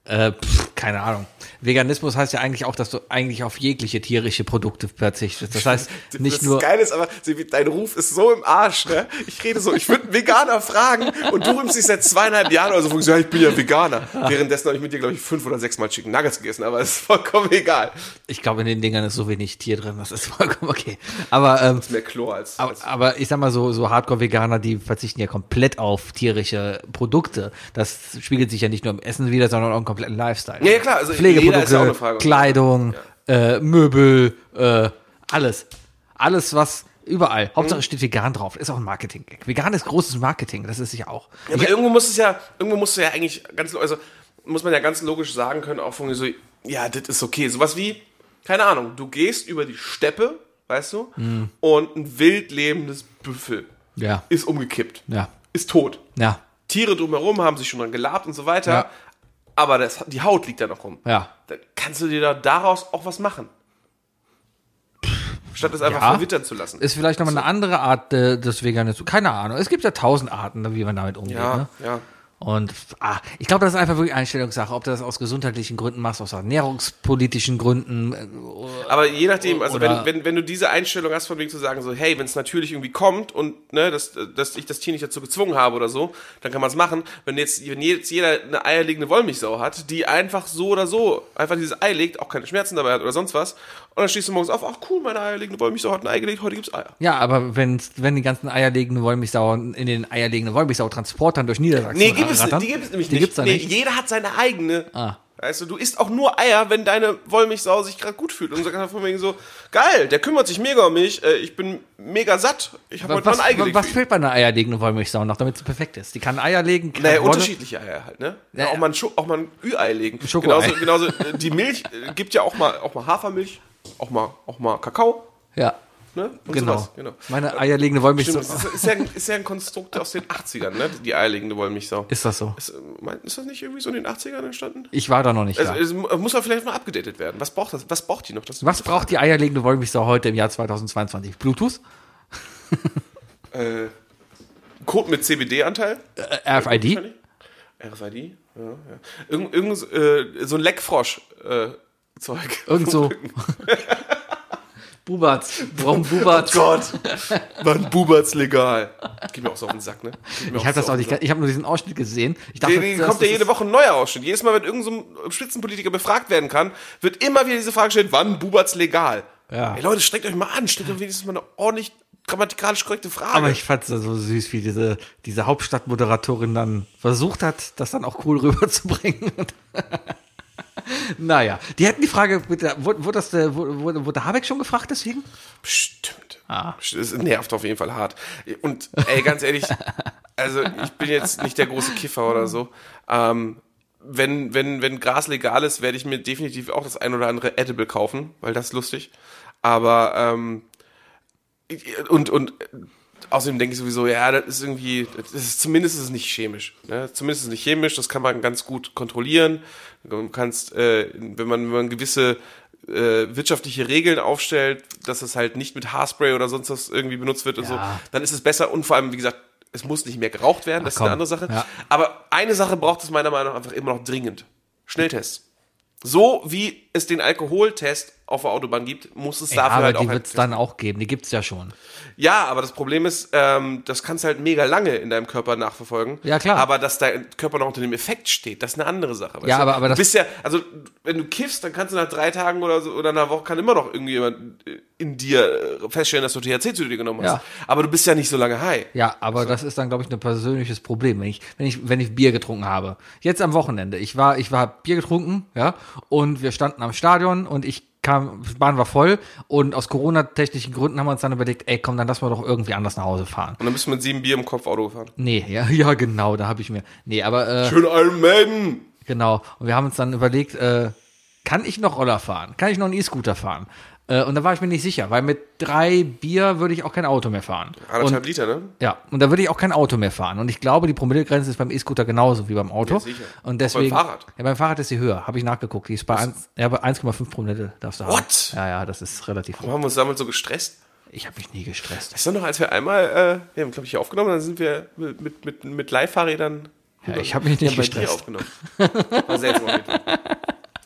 Äh, pff, keine Ahnung. Veganismus heißt ja eigentlich auch, dass du eigentlich auf jegliche tierische Produkte verzichtest. Das heißt, nicht
das
nur.
Geile ist aber, Sebi, dein Ruf ist so im Arsch, ne? Ich rede so, ich würde einen Veganer fragen und du rühmst dich seit zweieinhalb Jahren oder so, von so, ja, ich bin ja Veganer. Währenddessen habe ich mit dir, glaube ich, fünf oder sechs Mal Chicken Nuggets gegessen, aber es ist vollkommen egal.
Ich glaube, in den Dingern ist so wenig Tier drin, das ist vollkommen okay. Aber ähm,
Mehr Chlor als,
Aber,
als
aber ich sag mal so, so Hardcore-Veganer, die verzichten ja komplett auf tierische Produkte. Das spiegelt sich ja nicht nur im Essen wieder, sondern auch im kompletten Lifestyle.
Ja, ja, klar, also Leder
Pflegeprodukte,
ist ja auch eine Frage.
Kleidung, äh, Möbel, äh, alles. Alles, was überall. Hauptsache steht vegan drauf. Ist auch ein Marketing-Gag. Vegan ist großes Marketing, das ist ja auch.
Ja, aber irgendwo muss es ja, irgendwo musst du ja eigentlich ganz, lo- also muss man ja ganz logisch sagen können, auch von so, ja, das ist okay. Sowas wie, keine Ahnung, du gehst über die Steppe, weißt du,
Mhm.
und ein wild lebendes Büffel
Ja.
ist umgekippt,
Ja.
ist tot.
Ja.
Tiere drumherum haben sich schon dran gelabt und so weiter,
Ja.
aber das, die Haut liegt da noch rum.
Ja.
Dann kannst du dir da daraus auch was machen. Statt es einfach
Ja.
verwittern zu lassen.
Ist vielleicht nochmal eine andere Art äh, des Veganismus. Keine Ahnung. Es gibt ja tausend Arten, wie man damit umgeht. Ne?
ja, ja.
Und ah, ich glaube, das ist einfach wirklich Einstellungssache, ob du das aus gesundheitlichen Gründen machst, aus ernährungspolitischen Gründen. äh,
Aber je nachdem, also wenn,
Oder-
wenn, wenn du diese Einstellung hast, von wegen zu sagen, so, hey, wenn es natürlich irgendwie kommt und ne, dass, dass ich das Tier nicht dazu gezwungen habe oder so, dann kann man es machen. Wenn jetzt, wenn jetzt jeder eine eierlegende Wollmilchsau hat, die einfach so oder so einfach dieses Ei legt, auch keine Schmerzen dabei hat oder sonst was, und dann stehst du morgens auf, ach cool, meine eierlegende Wollmilchsau hat ein Ei gelegt, heute gibt's Eier.
Ja, aber wenn wenn die ganzen eierlegenden Wollmilchsauern in den eierlegenden Wollmilchsau-Transportern durch Niedersachsen
Nee, gibt es,
rattern,
die gibt es nämlich
die
nicht.
Gibt's da
nee,
nicht.
Jeder hat seine eigene.
Ah.
Weißt du, du isst auch nur Eier, wenn deine Wollmilchsau sich gerade gut fühlt. Und sagt dann von wegen so, geil, der kümmert sich mega um mich, äh, ich bin mega satt, ich habe heute mal
was,
ein Ei gelegt.
was
für ihn.
fehlt bei einer eierlegenden Wollmilchsau noch, damit sie perfekt ist? Die kann Eier legen, kann
Naja,
Wolle-
unterschiedliche Eier halt, ne? Ja,
Ja,
auch,
ja.
mal ein Scho- auch mal ein Ü-Ei legen.
Schokoei.
Genauso, genauso äh, die Milch äh, gibt ja auch mal, auch mal Hafermilch, auch mal, auch mal Kakao.
Ja.
Ne? Und
Genau.
sowas, genau.
Meine eierlegende Wollmilchsau.
Stimmt, das ist, ist, ja, ein- ist ja ein Konstrukt aus den 80ern, ne? die eierlegende Wollmilchsau.
Ist das so?
Ist, äh, mein- ist das nicht irgendwie so in den 80ern entstanden?
Ich war da noch nicht
Also,
da.
es mu- muss ja vielleicht mal abgedatet werden. Was braucht das? Was braucht die noch? Das
Was braucht die eierlegende Wollmilchsau heute im Jahr 2022? Bluetooth?
Äh, Code mit CBD-Anteil?
Äh, RFID?
RFID? Ja, ja. Irgend, irgend so, äh, so ein äh, Leckfrosch-Zeug.
Irgend so. Bubatz. Warum Bubatz?
Oh Gott, man bubert's legal. Geht mir auch so auf den Sack, ne? Geht mir
Ich habe
so
das
auf
auch
den
nicht, ich habe nur diesen Ausschnitt gesehen. Ich dachte,
Den, den
das-
kommt ja
das
jede
ist-
Woche ein neuer Ausschnitt. Jedes Mal, wenn irgendein so Spitzenpolitiker befragt werden kann, wird immer wieder diese Frage gestellt, wann bubert's legal?
Ja.
Ey, Leute, streckt euch mal an, stellt euch wenigstens mal eine ordentlich grammatikalisch korrekte Frage.
Aber ich fand es so süß, wie diese, diese Hauptstadtmoderatorin dann versucht hat, das dann auch cool rüberzubringen. naja, die hätten die Frage, mit der, wurde, wurde, das, der- wurde, wurde wurde Habeck schon gefragt deswegen?
Bestimmt. Es nervt auf jeden Fall hart. Und ey, ganz ehrlich, also ich bin jetzt nicht der große Kiffer oder so. Ähm, wenn, wenn, wenn Gras legal ist, werde ich mir definitiv auch das ein oder andere Edible kaufen, weil das ist lustig. Aber ähm, ich- und, und äh, außerdem denke ich sowieso, ja, das ist irgendwie, das ist, zumindest ist es nicht chemisch. Ne? Zumindest ist es nicht chemisch, das kann man ganz gut kontrollieren. Du kannst, äh, wenn, man, wenn man gewisse äh, wirtschaftliche Regeln aufstellt, dass es halt nicht mit Haarspray oder sonst was irgendwie benutzt wird und so,
Ja.
dann ist es besser und vor allem, wie gesagt, es muss nicht mehr geraucht werden, das ist eine
komm.
andere Sache.
Ja.
Aber eine Sache braucht es meiner Meinung nach einfach immer noch dringend. Schnelltests. So wie es den Alkoholtest auf der Autobahn gibt, muss es
ja,
dafür
aber
halt auch
die
einen
wird es
Test
dann auch geben, die gibt es ja schon.
ja, aber das Problem ist, ähm, das kannst du halt mega lange in deinem Körper nachverfolgen.
Ja, klar.
Aber dass dein Körper noch unter dem Effekt steht, das ist eine andere Sache. weißt
Ja,
du?
aber- aber
du
das-
bist ja, also wenn du kiffst, dann kannst du nach drei Tagen oder so oder einer Woche kann immer noch irgendjemand äh, in dir äh, feststellen, dass du THC zu dir genommen hast.
Ja.
Aber du bist ja nicht so lange high.
Ja, aber das ist dann, glaube ich, ein persönliches Problem, wenn ich, wenn ich, wenn ich Bier getrunken habe. Jetzt am Wochenende. Ich war, ich war Bier getrunken, ja, und wir standen am Stadion und ich kam, die Bahn war voll und aus Corona-technischen Gründen haben wir uns dann überlegt, ey, komm, dann lassen wir doch irgendwie anders nach Hause fahren.
Und dann bist du mit sieben Bier im Kopf Auto gefahren.
Nee, ja, ja genau, da habe ich mir. Nee, aber äh,
Schön Iron Maiden!
genau. Und wir haben uns dann überlegt, äh, kann ich noch Roller fahren? Kann ich noch einen E-Scooter fahren? Äh, und da war ich mir nicht sicher, weil mit drei Bier würde ich auch kein Auto mehr fahren.
Anderthalb Liter, ne?
Ja, und da würde ich auch kein Auto mehr fahren. Und ich glaube, die Promillegrenze ist beim E-Scooter genauso wie beim Auto.
Ja, sicher.
Und deswegen.
Beim Fahrrad.
Ja, beim Fahrrad ist sie höher. Habe ich nachgeguckt. Die ist bei, eins- ja, bei 1,5 Promille darfst du haben.
What?
Ja, ja, das ist relativ hoch.
Warum haben wir uns damals so gestresst?
Ich habe mich nie gestresst.
Weißt du noch, als wir einmal, äh, wir haben, glaube ich, hier aufgenommen, dann sind wir mit, mit, mit, mit Leihfahrrädern.
Ja, ich hab mich nicht
Wir haben bei
gestresst.
dir aufgenommen. War seltsam. auf jeden Fall.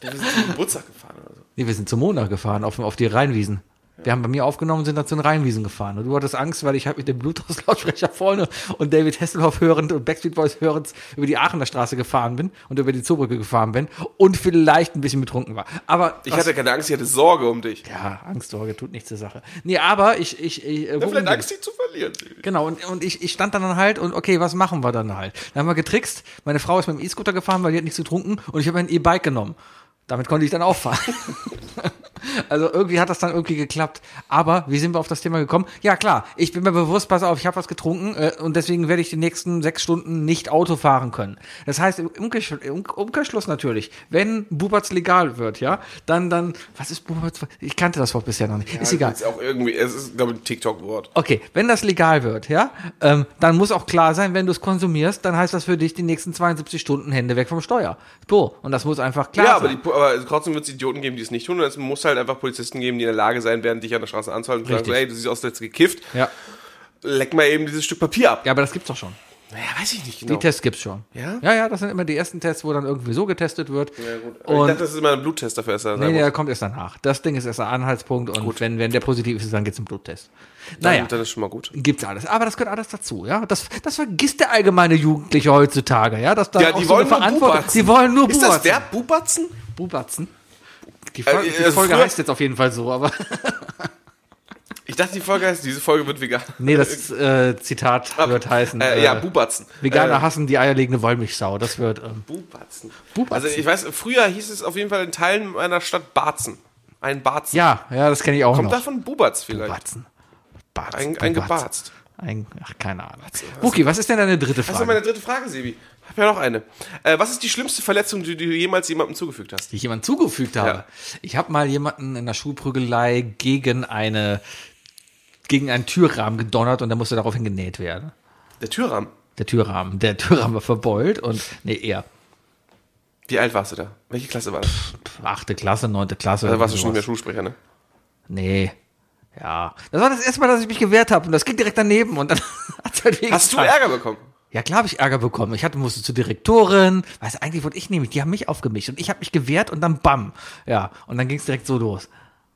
Wir sind zum Geburtstag gefahren oder so.
Nee, wir sind zum Mona gefahren, auf, auf die Rheinwiesen. Wir haben bei mir aufgenommen und sind dann zu den Rheinwiesen gefahren. Und du hattest Angst, weil ich habe mit dem Bluetooth-Lautsprecher vorne und David Hasselhoff hörend und Backstreet Boys hörend über die Aachener Straße gefahren bin und über die Zoobrücke gefahren bin und vielleicht ein bisschen betrunken war. Aber
Ich hatte keine Angst, ich hatte Sorge um dich.
Ja, Angst, Sorge tut nichts zur Sache. Nee, aber ich, ich, ich äh,
Ich
worum
vielleicht
geht's?
Angst, dich zu verlieren.
Genau, und, und ich, ich stand dann halt und okay, was machen wir dann halt? Dann haben wir getrickst, meine Frau ist mit dem E-Scooter gefahren, weil die hat nichts getrunken und ich habe ein E-Bike genommen. Damit konnte ich dann auch fahren. also irgendwie hat das dann irgendwie geklappt. Aber wie sind wir auf das Thema gekommen? Ja klar, ich bin mir bewusst, pass auf, ich habe was getrunken äh, und deswegen werde ich die nächsten sechs Stunden nicht Auto fahren können. Das heißt, im Umkehrschluss, im Umkehrschluss natürlich, wenn Buberts legal wird, ja, dann, dann, was ist Buberts? Ich kannte das Wort bisher noch nicht. ist egal.
Das ist auch irgendwie, es ist, glaube ich, ein TikTok-Wort.
Okay, wenn das legal wird, ja, ähm, dann muss auch klar sein, wenn du es konsumierst, dann heißt das für dich die nächsten 72 Stunden Hände weg vom Steuer. So, und das muss einfach klar
Ja, aber, die,
sein.
aber trotzdem wird es Idioten geben, die es nicht tun. Und es muss halt einfach Polizisten geben, die in der Lage sein werden, dich an der Straße anzuhalten und zu sagen,
Richtig.
hey, du siehst aus, als hättest du gekifft.
ja.
Leck mal eben dieses Stück Papier ab.
ja, aber das gibt's doch schon.
Naja, weiß ich nicht
Die
genau.
Tests gibt's schon.
Ja?
Ja, ja, das sind immer die ersten Tests, wo dann irgendwie so getestet wird. Ja, gut.
ich dachte,
Und
das ist immer ein Bluttest dafür, dass er
Nee,
sein
nee,
muss.
der kommt erst danach. Das Ding ist erst ein Anhaltspunkt und wenn, wenn der positiv ist, dann geht's zum Bluttest.
Dann-
Naja,
Dann ist schon mal gut.
gibt's alles. Aber das gehört alles dazu, ja. Das, das vergisst der allgemeine Jugendliche heutzutage, ja. Dass da
Ja,
auch
die
so eine
wollen nur
Verantwortung-
Bubatzen.
Die wollen nur
Ist das
Bubatzen.
Verb Bubatzen?
Bubatzen. Die Folge,
Äh,
die
also
Folge
früher-
heißt jetzt auf jeden Fall so, aber.
Ich dachte, die Folge heißt, diese Folge wird vegan.
Nee, das äh, Zitat wird heißen.
Äh, ja, Bubatzen.
Veganer
Äh,
hassen die eierlegende Wollmilchsau. Das wird. Ähm,
Bubatzen.
Bubatzen.
Also ich weiß, früher hieß es auf jeden Fall in Teilen meiner Stadt Barzen. Ein Barzen.
ja, genau. ja, das kenne ich auch
Kommt
noch.
davon Bubatz vielleicht.
Batzen. Barz,
Ein, ein
Bubatz.
gebarzt.
Ein, ach, keine Ahnung. Buki, was ist denn deine dritte
Das ist
Frage,
meine dritte Frage, Sebi. Hab ja noch eine. Äh, was ist die schlimmste Verletzung, die du jemals jemandem zugefügt hast?
die ich jemandem zugefügt habe?
Ja.
Ich habe mal jemanden in der Schulprügelei gegen eine gegen einen Türrahmen gedonnert und dann musste daraufhin genäht werden.
Der Türrahmen.
Der Türrahmen. Der Türrahmen war verbeult und, nee, eher
Wie alt warst du da? Welche Klasse war das?
achte Klasse, neunte Klasse. oder
Da Also warst du schon
sowas.
wieder Schulsprecher, ne?
Nee. Ja. Das war das erste Mal, dass ich mich gewehrt habe und das ging direkt daneben und dann hat's halt
Hast du
wehgetan.
Ärger bekommen?
Ja, klar habe ich Ärger bekommen. Ich hatte, musste zur Direktorin. Weißt du, eigentlich wollte ich nämlich, die haben mich aufgemischt und ich habe mich gewehrt und dann bam. Ja, und dann ging es direkt so los.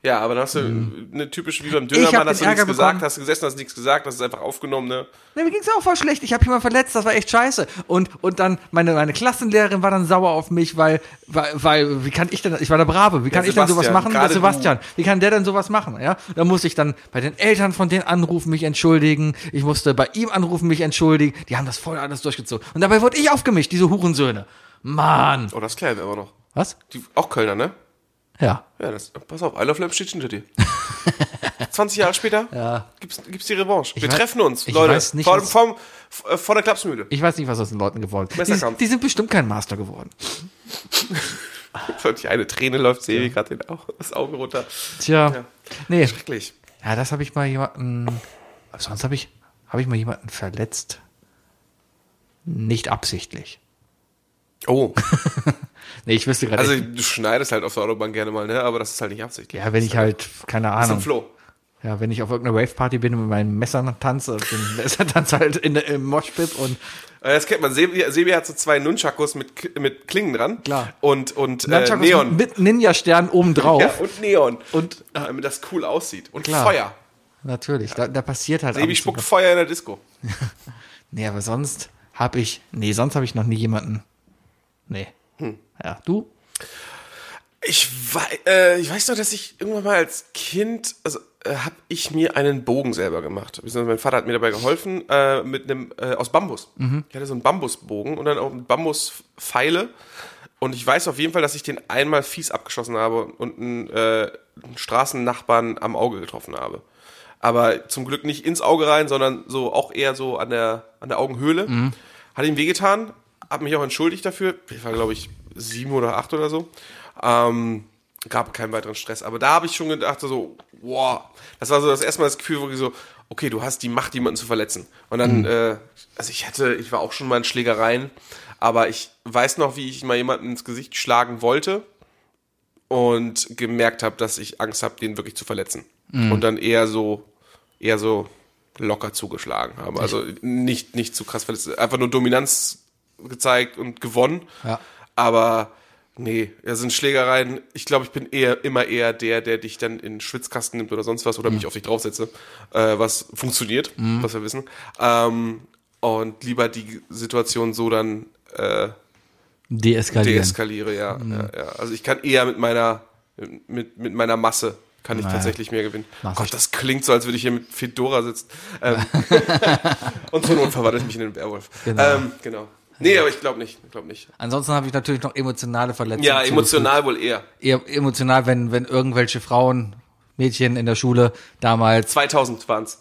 Ja, aber dann hast du eine typische, wie beim
Mhm. Ich hab
Dönermann, hast du
den
nichts
Ärger
gesagt,
bekommen.
hast du gesessen, hast nichts gesagt, hast es einfach aufgenommen, ne?
Nee, mir ging es auch voll schlecht. Ich habe jemanden verletzt, das war echt scheiße. Und, und dann, meine, meine Klassenlehrerin war dann sauer auf mich, weil, weil, weil, wie kann ich denn, ich war der Brave, wie kann ich denn sowas
Sebastian,
machen? Der
gerade
Sebastian, wie kann der denn sowas machen? Ja, da musste ich dann bei den Eltern von denen anrufen, mich entschuldigen. Ich musste bei ihm anrufen, mich entschuldigen. Die haben das voll alles durchgezogen. Und dabei wurde ich aufgemischt, diese Hurensöhne. Mann.
Oh, das klären wir aber noch.
Was?
Die, auch Kölner, ne?
Ja.
Ja, das, pass auf, I Love Lamp steht hinter dir. 20 Jahre später ja. gibt's, gibt's die Revanche. wir
weiß-
treffen uns,
ich
Leute,
weiß nicht,
vor,
was-
vor, vor, vor der Klapsmühle.
Ich weiß nicht, was aus den Leuten geworden ist. Die,
Messerkampf.
die sind bestimmt kein Master geworden.
Wirklich, eine Träne läuft Sevi gerade den Au- das Auge runter.
Tja.
Ja.
Nee.
Schrecklich.
Ja, das habe ich mal jemanden. Sonst habe ich, habe ich mal jemanden verletzt. Nicht absichtlich.
Oh,
Nee, ich wüsste gerade.
also
echt-
du schneidest halt auf der Autobahn gerne mal, ne? Aber das ist halt nicht absichtlich.
ja, wenn ich halt, keine
Das ist ein
Ahnung.
Floh.
Ja, wenn ich auf irgendeiner Wave-Party bin und mit meinem Messer tanze, den Messer tanze halt in, im Moshpit und
Äh, Das kennt man. Sebi, Sebi hat so zwei Nunchakos mit, K- mit Klingen dran.
Klar.
Und, und äh,
Nunchakus
Neon.
mit Ninja-Stern obendrauf.
Ja, und Neon.
Und-
damit das cool aussieht. Und
Klar.
Feuer.
Natürlich, da, da passiert halt ab
Sebi
und zu
spuckt Feuer in der Disco.
Nee, aber sonst habe ich. Nee, sonst habe ich noch nie jemanden. Nee.
Hm.
Ja, du?
Ich, wei äh, ich weiß noch, dass ich irgendwann mal als Kind, also äh, habe ich mir einen Bogen selber gemacht. Beziehungsweise Mein Vater hat mir dabei geholfen äh, mit einem äh, aus Bambus. Ich hatte so einen Bambusbogen und dann auch mit Bambuspfeile. Und ich weiß auf jeden Fall, dass ich den einmal fies abgeschossen habe und einen, äh, einen Straßennachbarn am Auge getroffen habe. Aber zum Glück nicht ins Auge rein, sondern so auch eher so an der, an der Augenhöhle. Hat ihm wehgetan, hab mich auch entschuldigt dafür. Ich war, glaube ich, sieben oder acht oder so. Ähm, gab keinen weiteren Stress. Aber da habe ich schon gedacht, so, wow. Das war so das erste Mal das Gefühl, wo ich so, okay, du hast die Macht, jemanden zu verletzen. Und dann, äh, also ich hatte, ich war auch schon mal in Schlägereien, aber ich weiß noch, wie ich mal jemanden ins Gesicht schlagen wollte und gemerkt habe, dass ich Angst habe, den wirklich zu verletzen. Und dann eher so, eher so locker zugeschlagen habe. Also nicht, nicht zu krass verletzt. Einfach nur Dominanz gezeigt und gewonnen.
Ja.
Aber nee, das sind Schlägereien. Ich glaube, ich bin eher immer eher der, der dich dann in den Schwitzkasten nimmt oder sonst was oder mich auf dich draufsetze, äh, was funktioniert, was wir wissen. Ähm, und lieber die Situation so dann äh,
Deeskalieren.
deeskaliere, ja,
Mhm.
ja, ja. Also ich kann eher mit meiner, mit, mit meiner Masse kann ich
Naja.
tatsächlich mehr gewinnen.
Masse.
Gott, das klingt so, als würde ich hier mit Fedora sitzen. Ähm, und zur Not verwandelt mich in den Werwolf.
Genau.
Ähm, genau. Nee, aber ich glaube nicht. Ich glaube nicht.
Ansonsten habe ich natürlich noch emotionale Verletzungen.
Ja,
zugefügt.
emotional wohl eher.
Eher emotional, wenn, wenn irgendwelche Frauen, Mädchen in der Schule damals.
2000 waren es.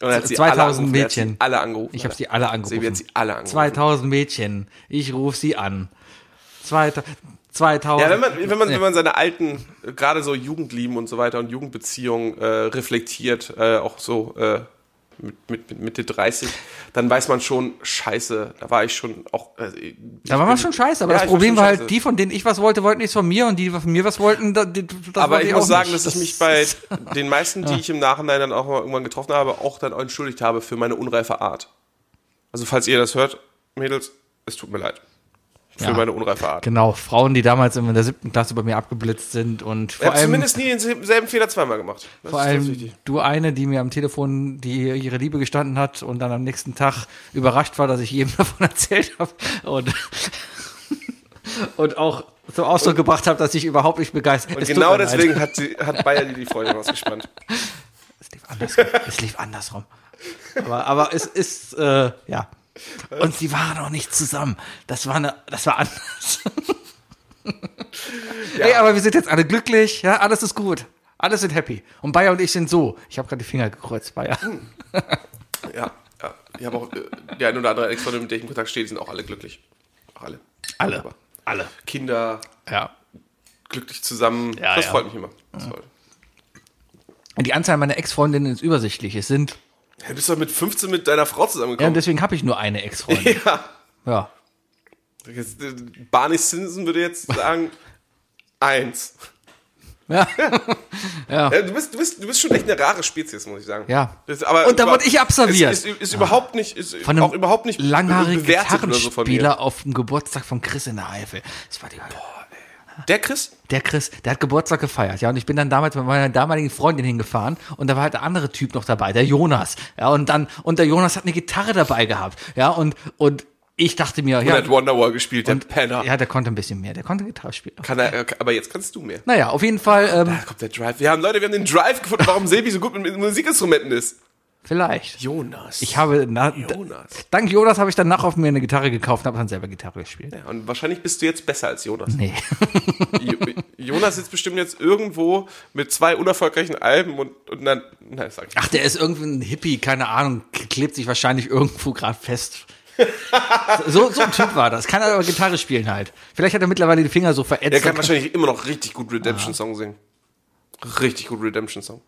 2000 Mädchen.
Alle angerufen.
Ich habe sie alle angerufen.
Sie hat sie alle angerufen.
2000 Mädchen. Ich rufe sie an. Zweita- 2000.
Ja, wenn man, wenn man, wenn man seine alten, äh, gerade so Jugendlieben und so weiter und Jugendbeziehungen äh, reflektiert, äh, auch so äh, mit, mit, mit Mitte 30, dann weiß man schon, scheiße, da war ich schon auch. Äh,
da war man schon scheiße, aber
Ja,
das
ich war
Problem
schon
war halt,
scheiße.
die, von denen ich was wollte, wollten nichts von mir und die, die von mir was wollten, da- die- das
aber
wollte
ich
auch
muss sagen,
nicht.
dass ich mich bei den meisten, die ich im Nachhinein dann auch mal irgendwann getroffen habe, auch dann entschuldigt habe für meine unreife Art. Also falls ihr das hört, Mädels, es tut mir leid. Für
Ja.
meine unreife Art.
Genau, Frauen, die damals in der siebten Klasse bei mir abgeblitzt sind und
Ich
vor
habe
allem,
zumindest nie denselben Fehler zweimal gemacht. Das
vor
ist ganz
allem
wichtig.
du eine, die mir am Telefon, die ihre Liebe gestanden hat und dann am nächsten Tag überrascht war, dass ich jedem davon erzählt habe und, und auch zum Ausdruck gebracht habe, dass ich überhaupt nicht begeistert
Und genau deswegen hat, sie, hat Bayern die Freude rausgespannt.
Es lief andersrum. es lief andersrum. Aber, aber es ist, äh, ja. Und sie waren auch nicht zusammen. Das war, eine, das war anders. Ey, aber wir sind jetzt alle glücklich. Ja, alles ist gut. Alle sind happy. Und Bayer und ich sind so. Ich habe gerade die Finger gekreuzt, Bayer.
Ja, ja. Ich habe auch äh, die ein oder andere Ex-Freundin, mit der ich in Kontakt stehe, die sind auch alle glücklich. Auch alle.
Alle.
Aber
Alle.
Kinder
Ja.
glücklich zusammen.
Ja,
das
ja.
freut mich immer. Das freut.
Die Anzahl meiner Ex-Freundinnen ist übersichtlich. Es sind,
Du bist doch mit 15 mit deiner Frau
ja,
zusammengekommen.
deswegen habe ich nur eine Ex-Freundin.
Ja.
Ja.
Jetzt, äh, Barney Stinson würde jetzt sagen, eins.
Ja.
Ja, du, bist, du, bist, du bist schon echt eine rare Spezies, muss ich sagen.
Ja.
Das, aber
Und da
über-
wurde ich abserviert.
Ist, ist, ist überhaupt nicht, ist
Von einem
auch überhaupt nicht
langhaarigen
bewertet oder so von mir.
Gitarrenspieler auf dem Geburtstag von Chris in der Eifel. Das war die Hölle.
Der Chris,
Der Chris, der hat Geburtstag gefeiert, ja, und ich bin dann damals mit meiner damaligen Freundin hingefahren und da war halt der andere Typ noch dabei, der Jonas, ja, und dann, und der Jonas hat eine Gitarre dabei gehabt, ja, und, und ich dachte mir,
der
ja,
hat Wonderwall gespielt, der Penner.
ja, der konnte ein bisschen mehr, der konnte Gitarre spielen.
Kann er, äh, aber jetzt kannst du mehr.
Naja, auf jeden Fall, ähm,
Da kommt der Drive. Wir haben, Leute, wir haben den Drive gefunden, warum Sebi so gut mit mit Musikinstrumenten ist.
vielleicht.
Jonas.
Ich habe, na,
Jonas.
dank Jonas habe ich dann nachher auf mir eine Gitarre gekauft und habe dann selber Gitarre gespielt.
Ja, und wahrscheinlich bist du jetzt besser als Jonas.
Nee.
Jo Jonas sitzt bestimmt jetzt irgendwo mit zwei unerfolgreichen Alben und, und dann, nein, sag ich.
Ach, der ist irgendwie ein Hippie, keine Ahnung, klebt sich wahrscheinlich irgendwo gerade fest. so, so ein Typ war das. Kann er aber Gitarre spielen halt. Vielleicht hat er mittlerweile die Finger so verätzt.
Er kann wahrscheinlich immer noch richtig gut Redemption-Song singen. Richtig gut Redemption-Song.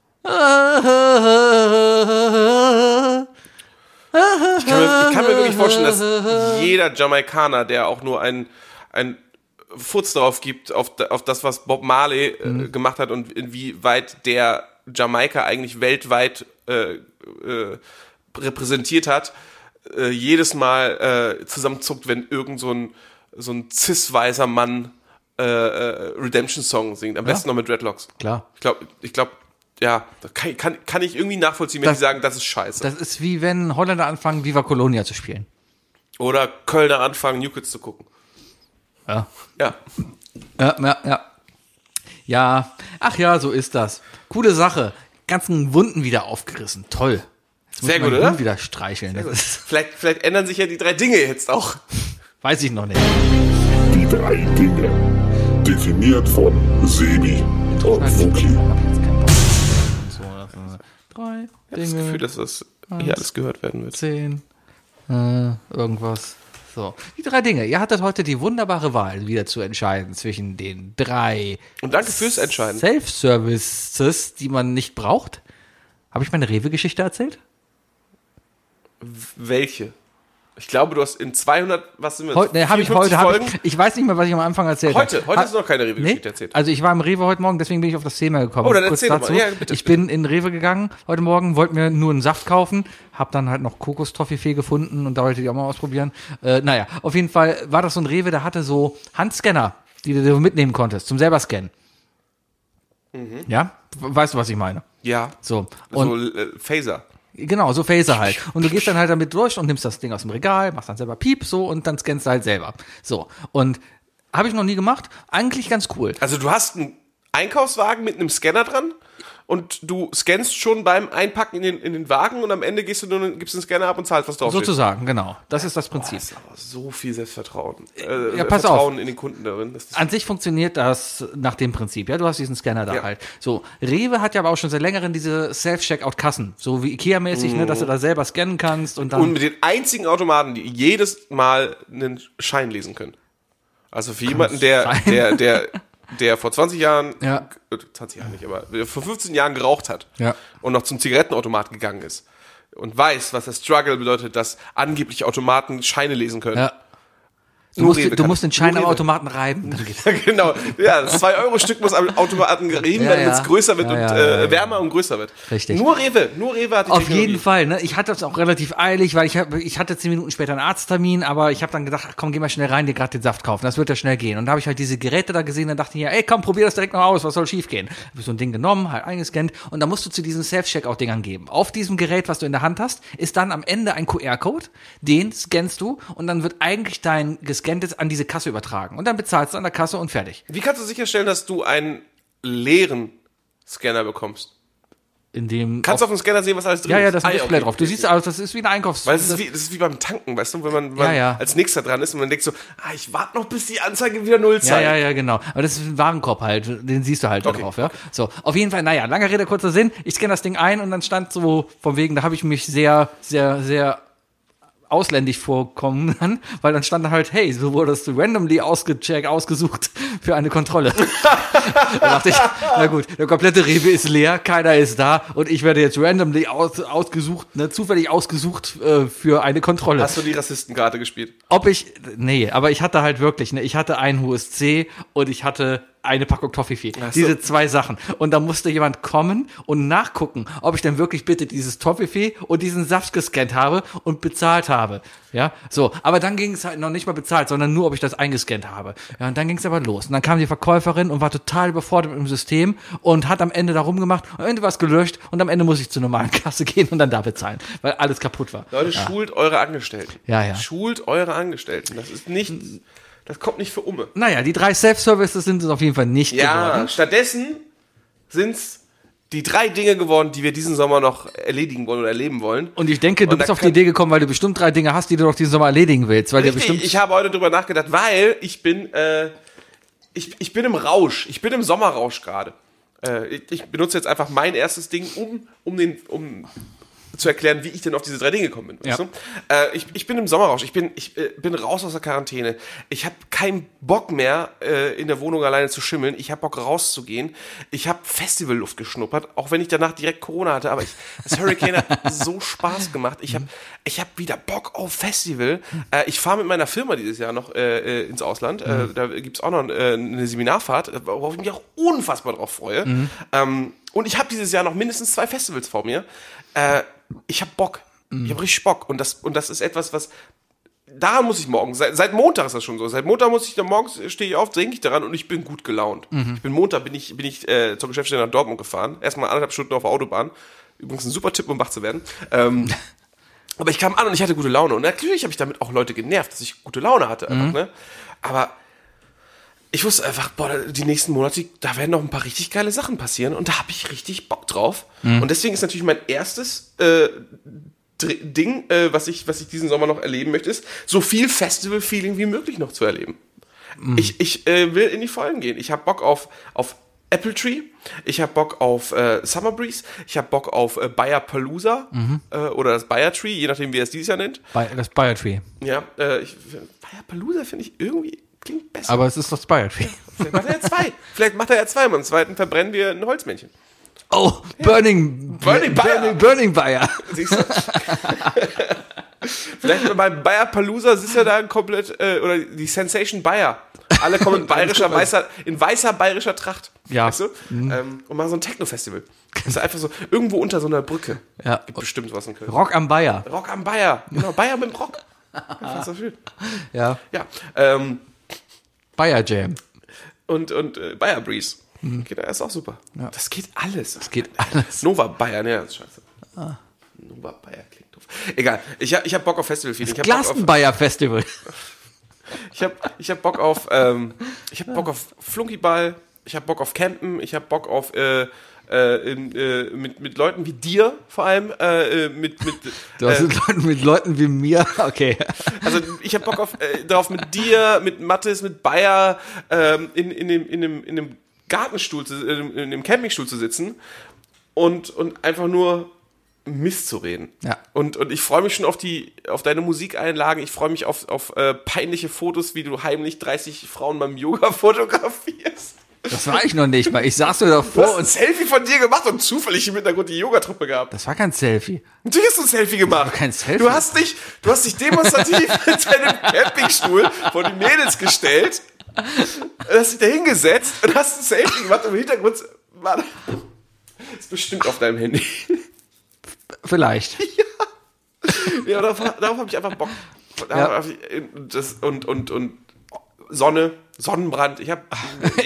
Ich kann, mir, ich kann mir wirklich vorstellen, dass jeder Jamaikaner, der auch nur ein, ein Futz darauf gibt, auf, da- auf das, was Bob Marley äh, gemacht hat und inwieweit der Jamaika eigentlich weltweit äh, äh, repräsentiert hat, äh, jedes Mal äh, zusammenzuckt, wenn irgend so ein, so ein cis-weißer Mann äh, äh, Redemption-Song singt. Am besten noch mit Dreadlocks.
Klar.
Ich glaube, ich glaub, ja, da kann, kann, kann ich irgendwie nachvollziehen, wenn
Das-
die sagen, das ist scheiße.
Das ist wie wenn Holländer anfangen, Viva Colonia zu spielen.
Oder Kölner anfangen, New Kids zu gucken.
Ja.
Ja.
Ja, ja, ja. Ja. Ach ja, so ist das. Coole Sache. Ganzen Wunden wieder aufgerissen. Toll. Jetzt muss
Sehr
ich meinen
gut, oder?
Hund wieder streicheln. Das ist,
Vielleicht, vielleicht ändern sich ja die drei Dinge jetzt auch.
weiß ich noch nicht.
Die drei Dinge. Definiert von Sebi und Wookie.
So, das ist- drei
Das
Dinge.
Gefühl, dass das hier alles gehört werden wird.
10, äh, irgendwas. So, die drei Dinge. Ihr hattet heute die wunderbare Wahl, wieder zu entscheiden zwischen den drei
Und danke fürs Entscheiden.
Self-Services, die man nicht braucht. Habe ich meine Rewe-Geschichte erzählt?
Welche? Ich glaube, du hast in 200, was sind wir?
Heute, nee, habe ich heute.
54
Hab
Folgen?
ich, ich weiß nicht mehr, was ich am Anfang erzählt habe.
Heute, heute hast du noch keine Rewe-Geschichte erzählt.
Also ich war im Rewe heute Morgen, deswegen bin ich auf das Thema gekommen.
Oh, dann erzähl doch mal. Ja, bitte,
ich bin in Rewe gegangen heute Morgen, wollte mir nur einen Saft kaufen, hab dann halt noch Kokostoffifee gefunden und da wollte ich auch mal ausprobieren. Äh, naja, auf jeden Fall war das so ein Rewe, der hatte so Handscanner, die du so mitnehmen konntest zum selber scannen. Ja, weißt du, was ich meine?
Ja.
So. Und
Mhm. so äh, Phaser.
Genau, so Phaser halt. Und du gehst dann halt damit durch und nimmst das Ding aus dem Regal, machst dann selber Piep so und dann scannst du halt selber. So. Und habe ich noch nie gemacht. Eigentlich ganz cool.
Also du hast einen Einkaufswagen mit einem Scanner dran und du scannst schon beim Einpacken in den, in den Wagen und am Ende gehst du nur, gibst den Scanner ab und zahlst, was draufsteht.
Sozusagen, genau. Das ist das Prinzip.
Aber so viel Selbstvertrauen. Äh,
Ja, pass auf.
Vertrauen in den Kunden darin. Das ist
An sich funktioniert das nach dem Prinzip, ja. Du hast diesen Scanner da
Ja.
halt. So, Rewe hat ja aber auch schon seit längerem diese Self-Checkout-Kassen, so wie Ikea-mäßig,
Mhm.
ne, dass du da selber scannen kannst und dann.
und mit den einzigen Automaten, die jedes Mal einen Schein lesen können. Also für jemanden, der,
sein.
der, der, der vor 20 Jahren,
Ja.
äh, 20 Jahren nicht, aber vor 15 Jahren geraucht hat
Ja.
und noch zum Zigarettenautomat gegangen ist und weiß, was der Struggle bedeutet, dass angeblich Automaten Scheine lesen können.
ja. Du
Nur Rewe
musst, du
kann
musst den
das.
Schein
Nur
am
Rewe.
Automaten reiben. Dann geht's.
genau. Ja, das 2-Euro-Stück muss am Automaten reden,
Ja,
damit
ja.
es größer wird
Ja,
und
ja,
äh,
ja, ja.
wärmer und größer wird.
Richtig.
Nur Rewe, nur Rewe hat die
Auf
Technologie.
jeden Fall, ne? Ich hatte es auch relativ eilig, weil ich, hab, ich hatte zehn Minuten später einen Arzttermin, aber ich habe dann gedacht, ach komm, geh mal schnell rein, dir gerade den Saft kaufen. Das wird ja schnell gehen. Und da habe ich halt diese Geräte da gesehen, dann dachte ich mir, ey komm, probier das direkt noch aus, was soll schief gehen? Habe ich so ein Ding genommen, halt eingescannt und dann musst du zu diesen Self-Checkout-Dingern geben. Auf diesem Gerät, was du in der Hand hast, ist dann am Ende ein QR-Code, den scannst du und dann wird eigentlich dein gescanntes an diese Kasse übertragen. Und dann bezahlst du an der Kasse und fertig.
Wie kannst du sicherstellen, dass du einen leeren Scanner bekommst?
In dem
Kannst du auf dem Scanner sehen, was alles drin
ja,
ist?
ja, das
Ah,
ist Display
okay.
drauf. Du siehst aus, das ist wie ein Einkaufs...
Weil es ist wie, das ist wie beim Tanken, weißt du, wenn man, wenn man
Ja, ja.
als nächster dran ist und man denkt so, ah, ich warte noch, bis die Anzeige wieder null
Ja,
zeigt.
ja, ja, genau. Aber das ist ein Warenkorb halt, den siehst du halt da
Okay.
drauf, ja. So, auf jeden Fall, naja, lange Rede, kurzer Sinn. Ich scanne das Ding ein und dann stand so, von wegen, da habe ich mich sehr, sehr, sehr ausländisch vorkommen kann, weil dann stand da halt, hey, so wurdest du randomly ausgecheckt, ausgesucht für eine Kontrolle. da dachte ich, na gut, der komplette Rewe ist leer, keiner ist da und ich werde jetzt randomly aus, ausgesucht, ne, zufällig ausgesucht äh, für eine Kontrolle.
Hast du die Rassistenkarte gespielt?
Ob ich, nee, aber ich hatte halt wirklich, ne, ich hatte einen USC und ich hatte eine Packung Toffifee.
Ach so.
Diese zwei Sachen. Und da musste jemand kommen und nachgucken, ob ich denn wirklich bitte dieses Toffifee und diesen Saft gescannt habe und bezahlt habe. Ja, so. Aber dann ging es halt noch nicht mal bezahlt, sondern nur, ob ich das eingescannt habe. Ja, und dann ging es aber los. Und dann kam die Verkäuferin und war total überfordert mit dem System und hat am Ende da rumgemacht, am Ende war es gelöscht und am Ende muss ich zur normalen Kasse gehen und dann da bezahlen, weil alles kaputt war.
Leute, schult eure Angestellten.
Ja, ja.
Schult eure Angestellten. Das ist nichts, das kommt nicht für Umme.
Naja, die drei Self-Services sind es auf jeden Fall nicht
Ja,
geworden.
stattdessen sind's die drei Dinge geworden, die wir diesen Sommer noch erledigen wollen oder erleben wollen.
Und ich denke, du
Und da
bist auf die
kann-
Idee gekommen, weil du bestimmt drei Dinge hast, die du noch diesen Sommer erledigen willst, weil dir
Richtig,
bestimmt
ich habe heute drüber nachgedacht, weil ich bin, äh, ich, ich bin im Rausch. Ich bin im Sommerrausch gerade. Äh, ich, ich benutze jetzt einfach mein erstes Ding, um, um, den, um zu erklären, wie ich denn auf diese drei Dinge gekommen bin. weißt
Ja.
du? äh, ich, ich bin im Sommerrausch. Ich bin, ich äh, bin raus aus der Quarantäne. Ich habe keinen Bock mehr, äh, in der Wohnung alleine zu schimmeln. Ich habe Bock rauszugehen. Ich habe Festivalluft geschnuppert, auch wenn ich danach direkt Corona hatte. Aber ich, das Hurricane hat so Spaß gemacht. Ich habe ich hab wieder Bock auf Festival. Äh, ich fahre mit meiner Firma dieses Jahr noch äh, äh, ins Ausland. Äh, da gibt's auch noch äh, eine Seminarfahrt, worauf ich mich auch unfassbar drauf freue. Ähm, und ich habe dieses Jahr noch mindestens zwei Festivals vor mir. Äh, ich habe Bock. Ich habe richtig Bock. Und das, und das ist etwas, was. Daran muss ich morgen. Seit, seit Montag ist das schon so. Seit Montag muss ich dann morgens äh, stehe ich auf, denke ich daran und ich bin gut gelaunt. Ich bin Montag bin ich bin ich äh, zur Geschäftsstelle nach Dortmund gefahren. Erstmal anderthalb Stunden auf der Autobahn. Übrigens ein super Tipp, um wach zu werden. Ähm, aber ich kam an und ich hatte gute Laune. Und natürlich habe ich damit auch Leute genervt, dass ich gute Laune hatte. Einfach, ne? Aber ich wusste einfach, boah, die nächsten Monate, da werden noch ein paar richtig geile Sachen passieren. Und da habe ich richtig Bock drauf. Und deswegen ist natürlich mein erstes äh, Dr- Ding, äh, was, ich, was ich diesen Sommer noch erleben möchte, ist, so viel Festival-Feeling wie möglich noch zu erleben. Ich, ich äh, will in die Vollen gehen. Ich habe Bock auf, auf Apple Tree, ich habe Bock auf äh, Summer Breeze, ich habe Bock auf äh, Bayer Palooza äh, oder das Bayer Tree, je nachdem, wie er es dieses Jahr nennt.
Bi- das Biotree.
Ja, äh, ich, Bayer Palooza finde ich irgendwie klingt besser.
Aber es ist das Biotree.
Vielleicht macht er ja zwei. Vielleicht macht er ja zwei. Und am zweiten verbrennen wir ein Holzmännchen.
Oh, Burning
Burning Bayer.
Burning, Burning Bayer.
Siehst du? Vielleicht beim Bayer Palooza sitzt er da komplett, äh, oder die Sensation Bayer. Alle kommen in bayerischer, weißer, in weißer bayerischer Tracht.
Ja. Mhm.
Weißt du? Ähm, und machen so ein Techno-Festival. Das ist einfach so, irgendwo unter so einer Brücke.
Ja.
Gibt bestimmt was in Köln.
Rock am Bayer.
Rock am Bayer. Genau, Bayer mit dem Rock. Ich fand's so schön.
Ja.
Ja. Ähm,
Bayer Jam.
und und äh, Bayer Breeze. Geht, ist auch super. Das geht alles. Das
Mhm. geht alles. Ah.
Nova Bayer, ne, das ist scheiße. Nova Bayer klingt doof. Egal, ich, hab- ich habe Bock auf Festival-Feeling. Ich habe Bock auf,
Glastenbayer Festival.
ich hab, ich hab Bock auf, ähm, ich hab Bock auf Flunkyball, ich habe Bock auf Campen, ich habe Bock auf äh, äh, in, äh, mit, mit Leuten wie dir vor allem, äh, äh, mit, mit
Du hast
äh,
mit Leuten- mit Leuten wie mir. Okay.
Also ich habe Bock auf, äh, darauf mit dir, mit Mattes, mit Bayer ähm, in, in, dem, in, dem, in dem Gartenstuhl, zu, in, dem- in dem Campingstuhl zu sitzen und, und einfach nur Mist zu reden.
Ja.
Und, und ich freue mich schon auf, die, auf deine Musikeinlagen, ich freue mich auf, auf äh, peinliche Fotos, wie du heimlich 30 Frauen beim Yoga fotografierst.
Das war ich noch nicht mal. Ich saß nur
Du hast
davor
ein
und
Selfie von dir gemacht und zufällig im Hintergrund die Yogatruppe gehabt.
das war kein Selfie.
Natürlich hast du ein Selfie gemacht.
kein Selfie.
Du hast dich, du hast dich demonstrativ mit deinem Campingstuhl vor die Mädels gestellt, hast dich da hingesetzt und hast ein Selfie gemacht und im Hintergrund war da- ist bestimmt auf deinem Handy.
Vielleicht.
Ja, darauf, darauf habe ich einfach Bock. Darauf
Ja.
hab ich, das, und, und, und Sonne, Sonnenbrand. Ich habe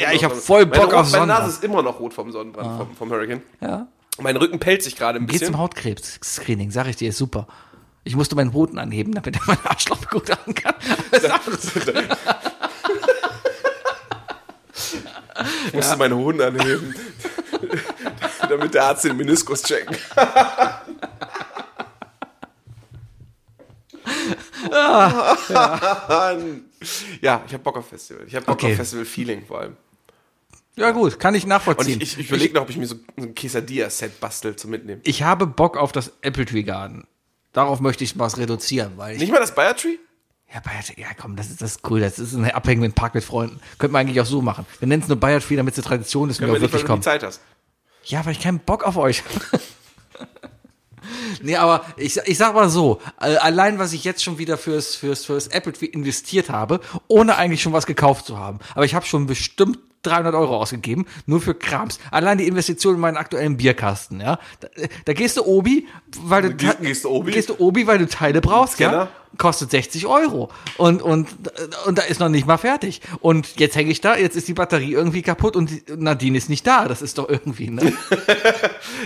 Ja, ich hab voll Bock auf
Meine Nase
Sonnenbrand. Ah.
ist immer noch rot vom Sonnenbrand, vom, vom Hurricane.
Ja.
Mein Rücken pellt sich gerade ein
Geh zum
bisschen.
um Hautkrebs-Screening, sag ich dir, ist super. Ich musste meinen Hoden anheben, damit er meinen Arschloch gut an kann. Alles andere-
Ich musste meine Hoden anheben, damit der Arzt den Meniskus checken kann. Ja, ich habe Bock auf Festival. Ich habe Bock
Okay.
auf Festival-Feeling vor allem.
Ja gut, kann ich
Und
nachvollziehen.
ich, ich, ich überlege noch, ob ich mir so, so ein Quesadilla-Set bastel zum Mitnehmen.
Ich habe Bock auf das Apple Tree Garden. Darauf möchte ich was reduzieren, weil ich.
Nicht mal das Biotree?
Ja, Bayard, ja komm, das ist, das ist cool. Das ist ein abhängenden Park mit Freunden. Könnte man eigentlich auch so machen. Wir nennen es nur Bayard Free, damit es eine Tradition ist, wenn
Wenn
wir
du nicht
wirklich
mal die
kommen.
Zeit hast.
Ja, weil ich keinen Bock auf euch habe. nee, aber ich, ich sag mal so, äh, allein was ich jetzt schon wieder fürs, fürs, fürs Apple Tree investiert habe, ohne eigentlich schon was gekauft zu haben. Aber ich habe schon bestimmt 300 Euro ausgegeben, nur für Krams. Allein die Investition in meinen aktuellen Bierkasten, ja. Da, da gehst du Obi, weil du,
Gehst- gehst du Obi?
gehst du Obi, weil du Teile brauchst,
Scanner?
ja? kostet 60 Euro und und und da ist noch nicht mal fertig und jetzt hänge ich da jetzt ist die Batterie irgendwie kaputt und die- Nadine ist nicht da das ist doch irgendwie ne?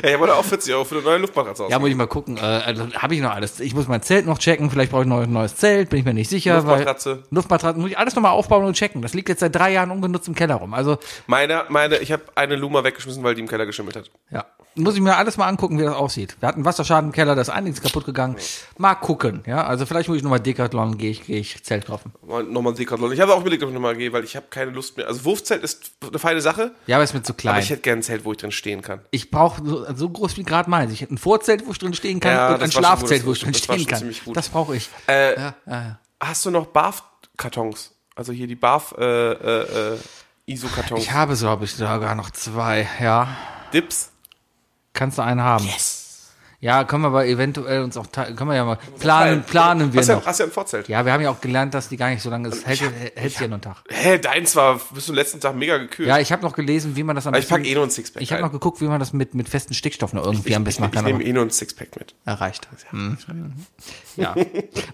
Ja, ich wollte auch 40 Euro für eine neue Luftmatratze aus.
ja muss ich mal gucken äh, also, habe ich noch alles ich muss mein Zelt noch checken vielleicht brauche ich noch ein neues Zelt bin ich mir nicht sicher
Luftmatratze.
weil, Luftmatratze muss ich alles nochmal aufbauen und checken das liegt jetzt seit drei Jahren ungenutzt im Keller rum also
meine, meine, ich habe eine Luma weggeschmissen, weil die im Keller geschimmelt hat.
ja muss ich mir alles mal angucken wie das aussieht wir hatten Wasserschaden im Keller da ist einiges kaputt gegangen mal gucken ja also vielleicht muss ich nochmal Decathlon gehe ich gehe ich Zelt kaufen
Mal- Nochmal ein Decathlon. Ich habe auch überlegt, ob ich nochmal gehe, weil ich habe keine Lust mehr. Also Wurfzelt ist eine feine Sache,
ja aber ist mir zu klein
aber ich hätte gerne ein Zelt, wo ich drin stehen kann.
ich brauche so, so groß wie gerade meins. Ich hätte ein Vorzelt, wo ich drin stehen kann,
Ja,
und ein
das war schon gut,
Schlafzelt,
das
wo
war
ich drin
schon- das war
stehen
schon
kann.
ziemlich gut.
Das brauche ich.
Äh,
ja, ja, ja.
Hast du noch Barf-Kartons? Also hier die Barf äh, äh, äh, ISO-Kartons.
Ich habe, so, habe ich sogar noch zwei. Ja,
Dips.
kannst du einen haben.
Yes.
Ja, können wir aber eventuell uns auch, te- können wir ja mal planen, planen wir
hast Ja,
noch.
hast ja ein Vorzelt.
Ja, wir haben ja auch gelernt, dass die gar nicht so lange ist. Hält, hält sich ja nur einen Tag.
Hä, deins war bis zum letzten Tag mega gekühlt.
Ja, ich habe noch gelesen, wie man das am
Aber ich pack eh nur ein Sixpack
Ich habe
ein.
noch geguckt, wie man das mit, mit festen Stickstoffen irgendwie am besten
ich
machen kann.
nehme
aber
eh nur ein Sixpack mit.
erreicht. Mhm. Ja.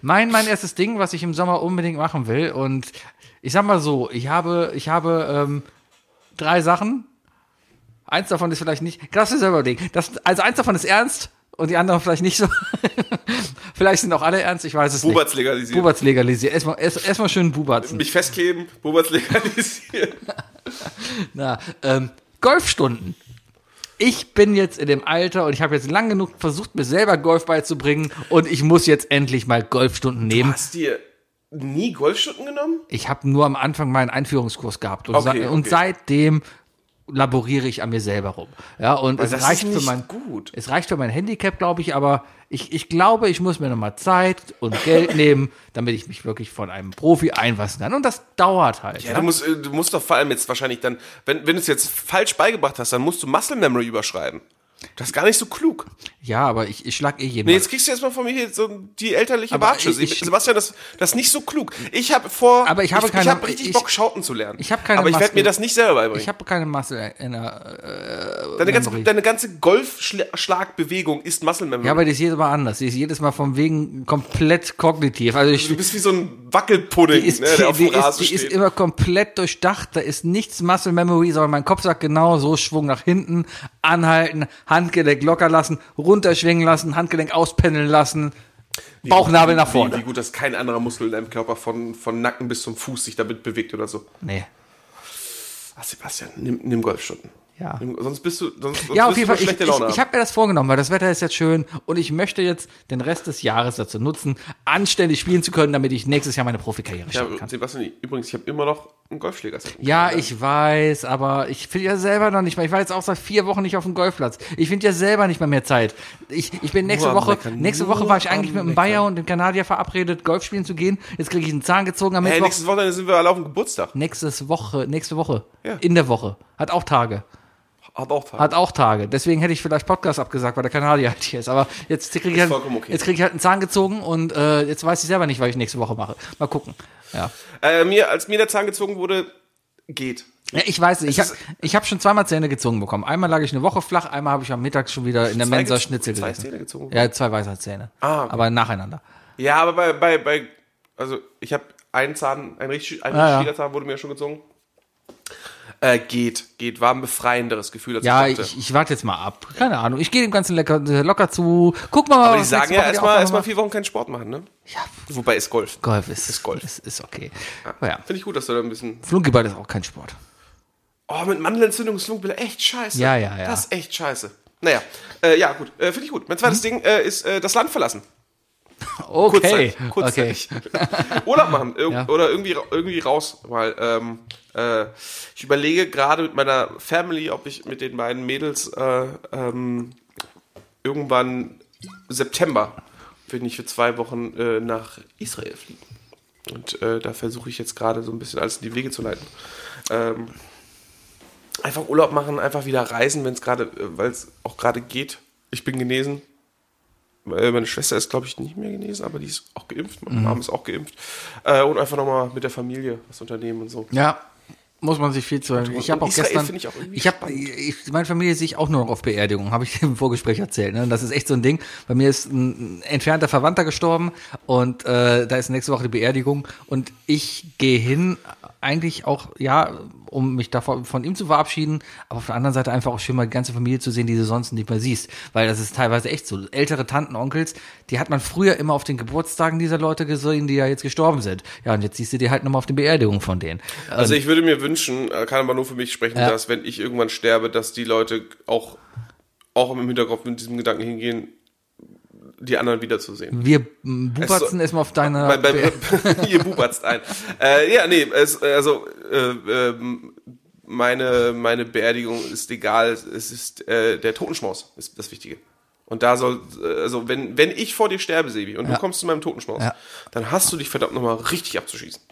mein, mein erstes Ding, was ich im Sommer unbedingt machen will. Und ich sag mal so, ich habe, ich habe ähm, drei Sachen. Eins davon ist vielleicht nicht. Das ist selber Ding. Das, also eins davon ist ernst und die anderen vielleicht nicht so. vielleicht sind auch alle ernst, ich weiß es
Buberts
nicht.
legalisieren.
Buberts legalisieren. Erstmal erst, erstmal schön Bubertsen.
Mich festkleben, Buberts legalisieren.
Na, ähm, Golfstunden. Ich bin jetzt in dem Alter und ich habe jetzt lang genug versucht, mir selber Golf beizubringen und ich muss jetzt endlich mal Golfstunden nehmen.
Hast dir nie Golfstunden genommen?
Ich habe nur am Anfang meinen Einführungskurs gehabt und,
Okay,
sa- und
okay.
seitdem laboriere ich an mir selber rum. Ja, und es
das
reicht
ist
für
nicht
mein
gut.
Es reicht für mein Handicap, glaube ich, aber ich, ich glaube, ich muss mir nochmal Zeit und Geld nehmen, damit ich mich wirklich von einem Profi einlassen kann. Und das dauert halt.
Ja, du musst, äh, du musst doch vor allem jetzt wahrscheinlich dann, wenn, wenn du es jetzt falsch beigebracht hast, dann musst du Muscle Memory überschreiben. Das ist gar nicht so klug.
Ja, aber ich, ich schlag eh jeden.
Nee,
Mal.
jetzt kriegst du jetzt mal von mir hier so die elterliche
Aber
Bartschüsse.
ich-
Ich- Sebastian, das, das ist nicht so klug. Ich habe vor,
Aber ich habe
ich,
keine-
hab richtig
ich-
Bock, Schauten zu lernen.
ich habe keine
Aber ich werde
Muskel-
mir das nicht selber beibringen.
Ich habe keine Masse in der äh,
deine, ganze,
Memory.
deine ganze Golfschlagbewegung ist Muscle Memory.
Ja, aber die ist jedes Mal anders. Die ist jedes Mal vom Wegen komplett kognitiv. Also ich,
du bist wie so ein Wackelpudding,
die ist,
ne, der auf
die,
dem
ist,
Rasen
die ist
steht.
immer komplett durchdacht. Da ist nichts Muscle Memory, sondern mein Kopf sagt genau so, Schwung nach hinten, anhalten, Handgelenk locker lassen, runterschwingen lassen, Handgelenk auspendeln lassen, Bauchnabel nach
Wie, wie
vorne.
gut, dass kein anderer Muskel in deinem Körper von, von Nacken bis zum Fuß sich damit bewegt oder so.
Nee.
Ach, Sebastian, nimm, nimm Golfstunden.
Ja.
Nimm, sonst bist du, sonst, sonst
Ah. Ja,
wirst
auf jeden Fall.
du
Ich, ich,
schlechte Laune
ich habe mir das vorgenommen, weil das Wetter ist jetzt schön und ich möchte jetzt den Rest des Jahres dazu nutzen, anständig spielen zu können, damit ich nächstes Jahr meine Profikarriere
haben.
starten
ja,
kann.
Sebastian, übrigens, ich habe immer noch einen Golfschläger.
Ja, ich weiß, aber ich finde ja selber noch nicht mal. Ich war jetzt auch seit vier Wochen nicht auf dem Golfplatz. Ich finde ja selber nicht mal mehr Zeit. Ich, ich bin nächste
am
Woche,
Meckern,
nächste
nur
Woche war ich eigentlich
am
mit dem
Meckern.
Bayer und dem Kanadier verabredet, Golf spielen zu gehen. Jetzt kriege ich einen Zahn gezogen am
Hey,
Mittwoch.
nächstes Wochenende sind wir alle auf dem Geburtstag.
Nächstes Woche, nächste Woche.
Ja.
In der Woche. Hat auch Tage.
Hat auch Tag.
Hat auch Tage. Deswegen hätte ich vielleicht Podcast abgesagt, weil der Kanadier halt hier ist. Aber jetzt kriege ich, halt,
vollkommen okay.
jetzt krieg ich halt einen Zahn gezogen und äh, jetzt weiß ich selber nicht, was ich nächste Woche mache. Mal gucken. Ja.
Äh, mir, als mir der Zahn gezogen wurde, geht.
Ja, ich weiß nicht. Ich
Es
habe ich hab schon zweimal Zähne gezogen bekommen. Einmal lag ich eine Woche flach, einmal habe ich am Mittag schon wieder in der
Zwei
Mensa
gez-
Schnitzel
zwei
gegessen.
Zähne gezogen.
Ja, zwei Weisheitszähne.
Ah, okay.
Aber nacheinander.
Ja, aber bei, bei, bei also ich habe einen Zahn, ein richtig, ein
Ah, ja.
richtiger Zahn wurde mir schon gezogen. Äh, geht, geht, war ein befreienderes Gefühl. Als
Ja,
ich dachte.
ich, ich warte jetzt mal ab. Keine Ahnung. Ich gehe dem Ganzen lecker, äh, locker zu. Guck mal,
aber die
was
sagen
nächste Woche
ja
die
erstmal
Aufnahme
erstmal
macht.
vier Wochen keinen Sport machen, ne?
Ja,
Wobei ist Golf.
Golf ist,
Ist Golf.
Ist, ist okay. Aber Oh ja.
Finde ich gut, dass du da ein bisschen.
Flunkyball ist auch kein Sport.
Oh, mit Mandelentzündung ist Lungenbilder echt scheiße.
Ja, ja, ja.
Das ist echt scheiße. Naja, äh, ja, gut. Äh, Finde ich gut. Mein zweites
Mhm.
Ding äh, ist äh, das Land verlassen.
Okay.
Kurzzeit- kurzzeitig. Urlaub machen irg-
Ja.
oder irgendwie, ra- irgendwie raus. Mal, ähm, äh, ich überlege gerade mit meiner Family, ob ich mit den beiden Mädels äh, ähm, irgendwann September bin ich für zwei Wochen äh, nach Israel fliegen. Und äh, da versuche ich jetzt gerade so ein bisschen alles in die Wege zu leiten. Ähm, einfach Urlaub machen, einfach wieder reisen, wenn es gerade, äh, weil es auch gerade geht. Ich bin genesen. Äh, Meine Schwester ist, glaube ich, nicht mehr genesen, aber die ist auch geimpft. Mein Mom ist auch geimpft. Äh, und einfach nochmal mit der Familie was unternehmen und so.
Ja, muss man sich viel zu hören. Ich habe auch
Israel
gestern,
finde ich auch irgendwie
ich habe, ich, meine Familie sehe ich auch nur noch auf Beerdigung, habe ich im Vorgespräch erzählt. Ne? Und Das ist echt so ein Ding. Bei mir ist ein ein entfernter Verwandter gestorben und äh, da ist nächste Woche die Beerdigung und ich gehe hin, eigentlich auch, ja, um mich davon von ihm zu verabschieden, aber auf der anderen Seite einfach auch schön mal die ganze Familie zu sehen, die du sonst nicht mehr siehst, weil das ist teilweise echt so. Ältere Tanten, Onkels, die hat man früher immer auf den Geburtstagen dieser Leute gesehen, die ja jetzt gestorben sind. Ja, und jetzt siehst du die halt nochmal auf den Beerdigungen von denen.
Also ich würde mir wünschen, äh, kann aber nur für mich sprechen, dass wenn ich irgendwann sterbe, dass die Leute auch, auch im Hinterkopf mit diesem Gedanken hingehen, die anderen wiederzusehen.
Wir m, bubatzen
Es-
erstmal auf deiner.
Bei, bei,
Be-
ihr bubatzt ein. Äh, ja, nee, es, also äh, ähm, meine, meine Beerdigung ist egal, es ist äh, der Totenschmaus ist das Wichtige. Und da soll, äh, also wenn, wenn ich vor dir sterbe, Sebi, und du kommst zu meinem Totenschmaus,
Ja.
dann hast du dich verdammt nochmal richtig abzuschießen.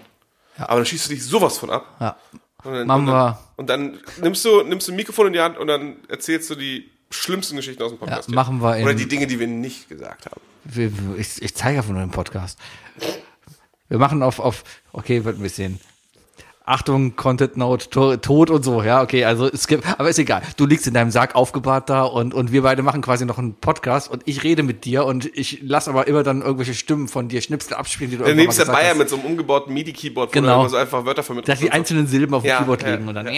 Aber dann schießt du dich sowas von ab.
ja.
Und dann,
Mama.
Und dann, und dann nimmst, du, nimmst du ein Mikrofon in die Hand und dann erzählst du die schlimmsten Geschichten aus dem Podcast.
Ja, machen wir in-
Oder die Dinge, die wir nicht gesagt haben.
Wir- Ich, ich zeige einfach nur den Podcast. Wir machen auf, auf, okay, wird ein bisschen. Achtung, Content Note, to, tot und so, ja, okay, also es gibt, aber ist egal. Du liegst in deinem Sarg aufgebahrt da und, und wir beide machen quasi noch einen Podcast und ich rede mit dir und ich lass aber immer dann irgendwelche Stimmen von dir Schnipsel abspielen, die du
Dann
irgendwann
nimmst
mal
du
gesagt
Bayer
hast.
mit so einem umgebauten MIDI-Keyboard,
Genau.
wo du immer so einfach Wörter vermittelt
Dass die
und so.
einzelnen Silben auf dem
Ja,
Keyboard
ja,
liegen und dann.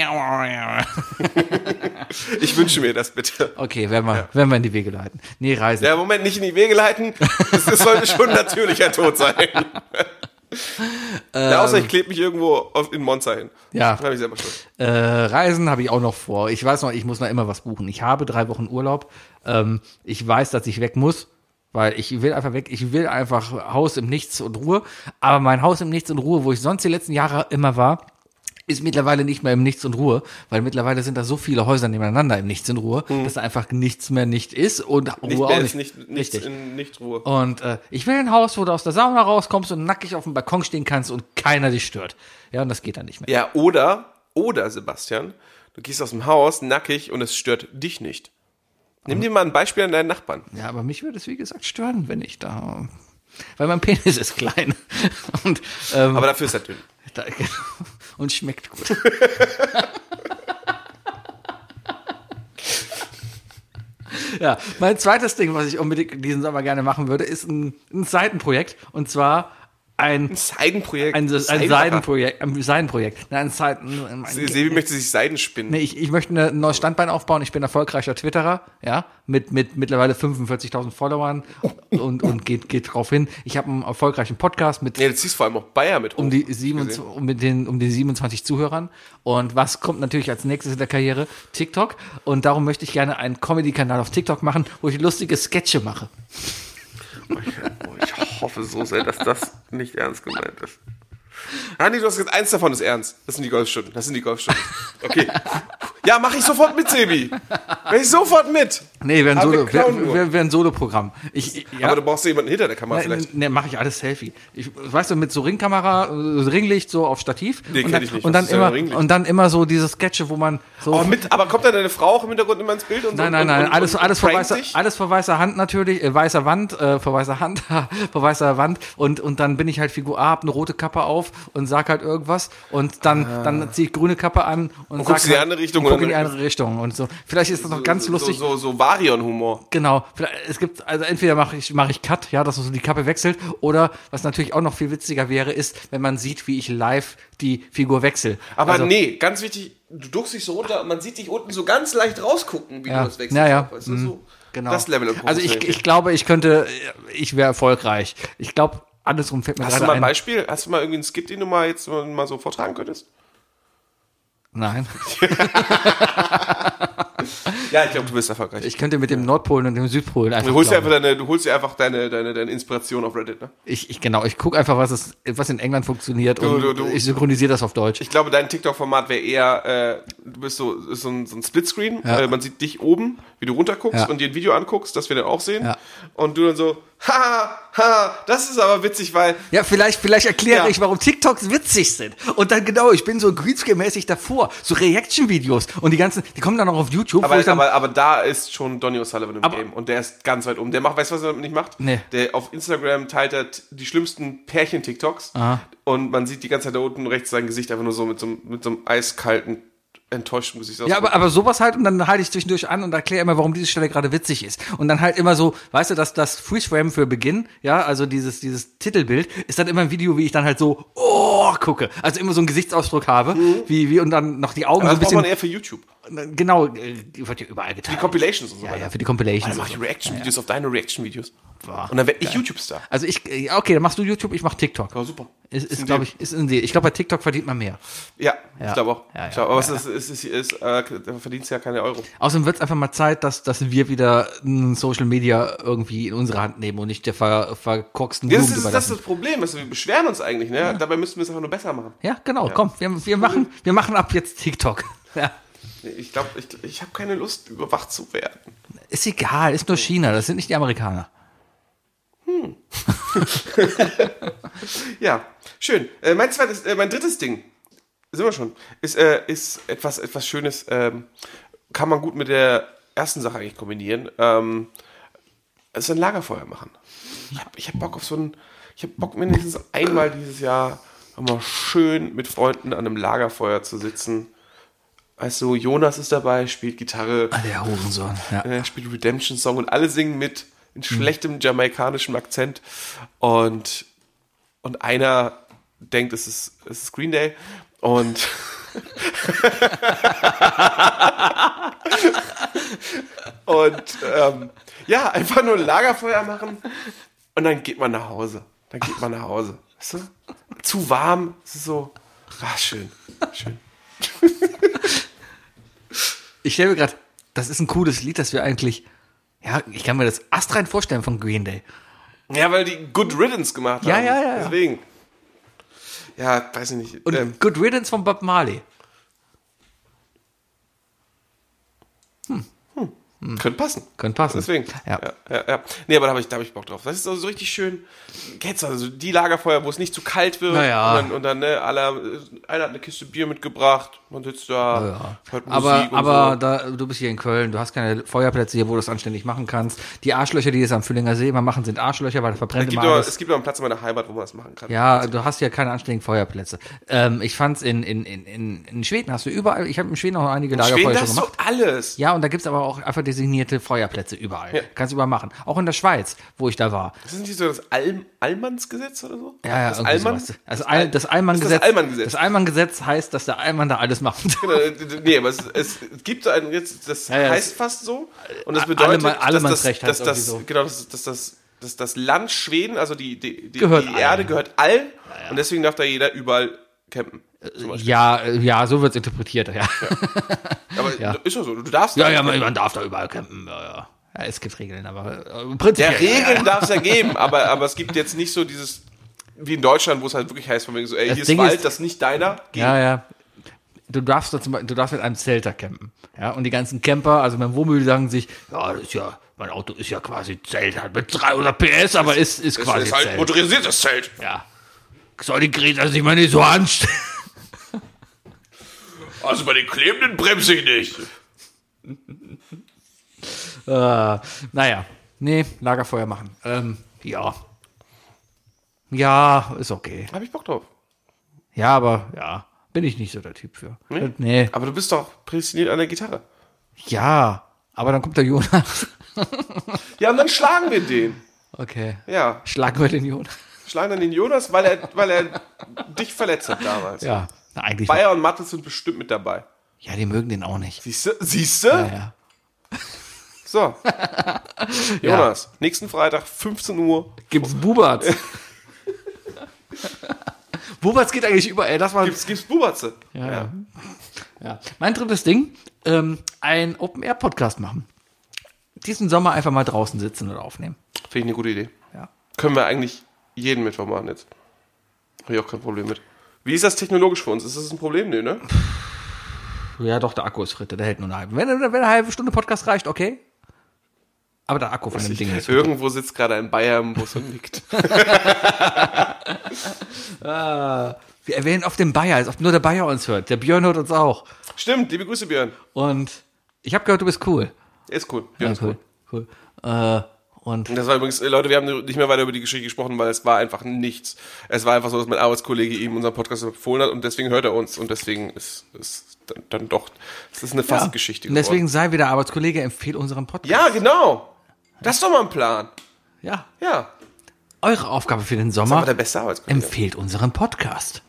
Ich wünsche mir das bitte.
Okay, werden wir, werden wir in die Wege leiten. Nee, Reise.
Ja, Moment, nicht in die Wege leiten. Es es sollte schon ein natürlicher Tod sein. Ja, außer ich klebe mich irgendwo auf, in Monza hin.
Ähm. Ja.
Dann hab ich selber Schuld.
Äh, Reisen habe ich auch noch vor. Ich weiß noch, ich muss noch immer was buchen. Ich habe drei Wochen Urlaub. Ähm, ich weiß, dass ich weg muss, weil ich will einfach weg. Ich will einfach Haus im Nichts und Ruhe. Aber mein Haus im Nichts und Ruhe, wo ich sonst die letzten Jahre immer war, ist mittlerweile nicht mehr im Nichts und Ruhe, weil mittlerweile sind da so viele Häuser nebeneinander im Nichts und Ruhe, dass da einfach nichts mehr nicht ist und Ruhe
Mhm. Nicht,
auch
mehr
nicht.
ist nicht, nichts
Richtig.
in nicht Ruhe.
Und äh, ich will ein Haus, wo du aus der Sauna rauskommst und nackig auf dem Balkon stehen kannst und keiner dich stört. Ja, und das geht dann nicht mehr.
Ja, oder, oder Sebastian, du gehst aus dem Haus nackig und es stört dich nicht. Nimm
Mhm.
dir mal ein Beispiel an deinen Nachbarn.
Ja, aber mich würde es wie gesagt stören, wenn ich da. Weil mein Penis ist klein. Und, ähm,
Aber dafür ist er dünn.
da, genau. und schmeckt gut. ja, mein zweites Ding, was ich unbedingt diesen Sommer gerne machen würde, ist ein, ein Seitenprojekt. Und zwar ein.
Seidenprojekt.
Ein, ein
Seidenwaffe.
Seidenprojekt, ein Seidenprojekt. Nein, ein Seiten, ein,
Sebi möchte sich Seiden spinnen.
Nee, ich, ich möchte eine- ein neues Standbein aufbauen. Ich bin erfolgreicher Twitterer, ja, mit, mit mittlerweile 45.000 Followern und, und geht, geht drauf hin. Ich habe einen erfolgreichen Podcast mit
Nee, du ziehst vor allem auch Bayer mit
um
hoch.
die, 27, um, mit den, um die 27 Zuhörern. Und was kommt natürlich als nächstes in der Karriere? TikTok. Und darum möchte ich gerne einen Comedy-Kanal auf TikTok machen, wo ich lustige Sketche mache.
Oh, ich hoffe so sehr, dass das nicht ernst gemeint ist. Ah, nee, du hast gesagt, eins davon ist ernst. Das sind die Golfstunden. Das sind die Golfstunden. Okay. Ja, mache ich sofort mit, Sebi. Mach ich sofort mit.
Nee, wäre ein,
Aber wir
Solo,
klauen
wär,
nur.
wär, wär ein Solo-Programm. Ich, ich- ja.
Aber du brauchst ja jemanden hinter der Kamera
Ne,
vielleicht.
ne, mache ich alles Selfie. Ich, weißt du, mit so Ringkamera, äh, Ringlicht so auf Stativ.
Nee,
und,
kenn
dann,
ich nicht.
Und
Was
dann
ist denn ein
immer
Ringlicht?
und dann immer so diese Sketche, wo man so.
Oh, mit, aber kommt da deine Frau auch im Hintergrund immer ins Bild? Und so,
nein, nein,
und,
nein,
und,
alles,
und
alles, vor
prankt
weißer,
dich?
alles vor weißer Hand natürlich, äh, weißer Wand, äh, vor weißer Hand, vor weißer Wand und, und dann bin ich halt Figur A, hab eine rote Kappe auf und sag halt irgendwas und dann, dann zieh ich grüne Kappe an und, sag
Ah. guckst in die
halt-
andere Richtung
und guck
oder-
in die andere Richtung und so. Vielleicht ist das noch ganz lustig,
So, so, so Varion-Humor.
Genau, Vielleicht- es gibt, also entweder mache ich, mache ich Cut, ja, dass so die Kappe wechselt, oder was natürlich auch noch viel witziger wäre, ist, wenn man sieht, wie ich live die Figur wechsle.
Aber
also,
nee, ganz wichtig, du duckst dich so runter und man sieht dich unten so ganz leicht rausgucken, wie
Ja.
du das wechselst.
Ja, ja.
Weißt du, so
genau.
Das Level of
Also ich, ich glaube, ich könnte, ich wäre erfolgreich. Ich glaube, andersrum fällt mir
Hast du
gerade
mal ein
ein.
Beispiel? Hast du mal irgendwie einen Skit, den du mal jetzt mal so vortragen könntest?
Nein,
Ja, ich glaube, du bist erfolgreich.
ich könnte mit dem Nordpolen und dem Südpolen einfach.
du, holst dir
glauben.
einfach deine, du holst dir einfach deine, deine, deine Inspiration auf Reddit. Ne?
ich, ich genau, ich gucke einfach, was es, was in England funktioniert und
du, du.
ich synchronisiere das auf Deutsch.
Ich glaube, dein TikTok-Format wäre eher, äh, du bist so, ist so ein, so ein Splitscreen.
Ja.
Äh, man sieht dich oben, wie du runterguckst
Ja.
und dir ein Video anguckst, das wir dann auch sehen.
Ja.
Und du dann so, Ha, ha, das ist aber witzig, weil
Ja, vielleicht, vielleicht erkläre
Ja.
ich, warum TikToks witzig sind. Und dann genau, ich bin so Greenscreen-mäßig davor, so Reaction-Videos und die ganzen, die kommen dann auch auf YouTube,
Aber,
ich dann,
aber, aber da ist schon Donny O'Sullivan im
Aber-
Game und der ist ganz weit oben. Der macht, weißt du, was er nicht macht?
Nee.
Der auf Instagram teilt er t- die schlimmsten Pärchen-TikToks und man sieht die ganze Zeit da unten rechts sein Gesicht einfach nur so mit so, einem- mit so einem eiskalten, enttäuschten Gesicht.
ja, aber, aber sowas halt und dann halte ich zwischendurch an und erkläre immer, warum diese Stelle gerade witzig ist. Und dann halt immer so, weißt du, dass das Freeze-Frame für Beginn, ja, also dieses, dieses Titelbild, ist dann immer ein Video, wie ich dann halt so, oh, gucke. Also immer so einen Gesichtsausdruck habe, wie, wie, und dann noch die Augen
Mhm. das braucht
so ein
man eher für YouTube.
bisschen, genau, äh, die wird ja überall geteilt.
Compilations und so
ja,
weiter.
ja, für die Compilations.
Dann mache ich
und so.
Reaction-Videos auf deine Reaction-Videos. Und dann werde ich YouTube-Star.
Also ich, äh, ja, okay, dann machst du YouTube, ich mach TikTok.
Ja, super.
Ist,
Ist
ist
ein
glaube
Deal.
ich, ist ein Deal. Ich glaube, bei TikTok verdient man mehr.
Ja,
Ja.
ich glaube auch.
Ja, ja,
ich glaube, aber
ja,
es ist, es ist, es ist, äh, da verdienst du ja keine Euro.
Außerdem wird es einfach mal Zeit, dass, dass wir wieder mm, Social Media irgendwie in unsere Hand nehmen und nicht der ver, verkorksten
Das
Jugend
ist, das ist
überlassen.
das Problem. Also wir beschweren uns eigentlich. Ne? Dabei müssten wir es einfach nur besser machen.
Ja, genau, komm, wir, wir, machen,
Hm.
wir machen ab jetzt TikTok. Ja.
Nee, Ich glaube, ich, ich habe keine Lust, überwacht zu werden.
Ist egal, ist nur
Hm.
China, das sind nicht die Amerikaner.
Ja, schön. Äh, mein zweites, äh, mein drittes Ding, sind wir schon, ist, äh, ist etwas, etwas Schönes, ähm, kann man gut mit der ersten Sache eigentlich kombinieren. Ähm, es ist ein Lagerfeuer machen. Ich hab, ich hab Bock auf so ein, ich hab Bock mindestens einmal dieses Jahr mal schön mit Freunden an einem Lagerfeuer zu sitzen. Weißt du, Jonas ist dabei, spielt Gitarre,
Ah, Der Hurensohn. Ja.
er spielt Redemption Song und alle singen mit in schlechtem jamaikanischen Akzent und und einer denkt, es ist es ist Green Day und und ähm, ja einfach nur ein Lagerfeuer machen und dann geht man nach Hause. Dann geht man nach Hause. Weißt du? Zu warm, es ist so ah, schön, schön.
Ich stelle mir gerade, das ist ein cooles Lied, das wir eigentlich, ja, ich kann mir das astrein vorstellen von Green Day.
Ja, weil die Good Riddance gemacht
Ja,
haben.
ja, ja, ja.
Deswegen. Ja, weiß ich nicht.
Und
ähm,
Good Riddance von Bob Marley.
Könnte passen.
Könnte passen.
Deswegen.
Ja.
Ja, ja, ja. Nee, aber da habe ich, da hab ich Bock drauf. Das ist also so richtig schön. Kennst du also die Lagerfeuer, wo es nicht zu kalt wird?
Naja.
Und dann, und dann ne, aller, einer hat eine Kiste Bier mitgebracht. Man sitzt da, hört Musik
aber
und
aber
so.
da, du bist hier in Köln, du hast keine Feuerplätze hier, wo du es anständig machen kannst. Die Arschlöcher, die das am Füllinger See immer machen, sind Arschlöcher, weil da verbrennt
Es
immer
gibt, aber,
alles.
es gibt aber einen Platz in meiner Heimat, wo man das machen kann.
Ja, du hast ja keine anständigen Feuerplätze. Ähm, ich fand's in, in, in, in, in Schweden hast du überall, ich habe in Schweden auch einige
Schweden,
Lagerfeuer
das
schon
ist so
gemacht.
alles.
Ja, und da gibt's aber auch einfach designierte Feuerplätze überall. Kannst du überall machen. Auch in der Schweiz, wo ich da war.
Das ist nicht so das Alm Allmannsgesetz oder so?
Ja, ja,
das
irgendwie
Allmann?
sowas. Also Al- das Allmann-Gesetz.
Das Allmann-Gesetz.
Das Allmann-Gesetz heißt, dass der Allmann da alles machen darf.
Genau, äh, nee, aber es, es gibt so einen, jetzt, das
ja,
heißt
das-
fast so. Und das
A-
bedeutet,
Allemann-
dass, das,
Allemannsrecht
dass,
heißt
das,
irgendwie so.
genau, dass, dass, dass, dass das Land Schweden, also die, die, die,
Gehört
die
allen.
Erde gehört allen. Und deswegen darf da jeder überall campen.
Ja, äh, ja, so wird's interpretiert, ja.
Aber ist ja so, du darfst
Ja,
da-
ja, man, man darf da überall campen. Ja, ja. ja es gibt Regeln, aber äh, prinzipiell.
Ja, Regeln darf es ja geben, aber, aber es gibt jetzt nicht so dieses, wie in Deutschland, wo es halt wirklich heißt, von wegen so, ey,
Das
hier
Ding
ist Wald,
ist-
das ist nicht deiner. Geh.
Ja, ja. Du darfst, da zum Beispiel, du darfst mit einem Zelt da campen. Ja, und die ganzen Camper, also mein Wohnmobil, sagen sich, ja, das ist ja, mein Auto ist ja quasi Zelt, hat mit 300 PS, aber ist, ist
Das
quasi
ist halt ein
Zelt.
motorisiertes Zelt.
ja. Soll die Greta sich mal nicht so anstellen?
Also bei den Klebenden bremse ich nicht.
äh, naja, nee, Lagerfeuer machen. Ähm, ja. Ja, ist okay.
Hab ich Bock drauf.
Ja, aber ja, bin ich nicht so der Typ für. Äh, nee.
Aber du bist doch prädestiniert an der Gitarre.
Ja, aber dann kommt der Jonas.
Ja, und dann schlagen wir den.
Okay.
Ja,
Schlagen wir den Jonas.
schlagen dann den Jonas, weil er, weil er dich verletzt hat damals.
Ja, na, eigentlich.
Bayer und Mattes sind bestimmt mit dabei.
Ja, die mögen den auch nicht.
Siehst du? Siehst du?
Ja,
So. Jonas, nächsten Freitag, 15 Uhr.
Gibt's Buberts? Buberts geht eigentlich überall. Das war
Gibt's, gibt's Bubatze.
ja, ja. Ja. mein drittes Ding: ähm, ein Open Air Podcast machen. Diesen Sommer einfach mal draußen sitzen und aufnehmen.
Finde ich eine gute Idee.
Ja.
Können wir eigentlich jeden Mittwoch machen jetzt. Habe ich auch kein Problem mit. Wie ist das technologisch für uns? Ist das ein Problem? Nee, ne?
Ja, doch, der Akku ist fritte, der hält nur eine halbe. Wenn, wenn eine halbe Stunde Podcast reicht, okay. Aber der Akku von dem Ding ist.
Irgendwo sitzt gerade ein Bayer im Bus und nickt.
Wir erwähnen oft den Bayer, als ob nur der Bayer uns hört. Der Björn hört uns auch.
Stimmt, liebe Grüße, Björn.
Und ich habe gehört, du bist cool.
Ist cool. Björn ist cool.
cool. Äh, und
Das war übrigens, äh, Leute, wir haben nicht mehr weiter über die Geschichte gesprochen, weil es war einfach nichts. Es war einfach so, dass mein Arbeitskollege ihm unseren Podcast empfohlen hat und deswegen hört er uns und deswegen ist es dann, dann doch, es ist eine Fastgeschichte
Und deswegen sei wieder Arbeitskollege, empfehle unseren Podcast.
Ja, genau. Das ist doch mal ein Plan.
Ja.
Ja.
Eure Aufgabe für den
Das war
Sommer,
der beste Arbeitskollege.
empfehlt unseren Podcast.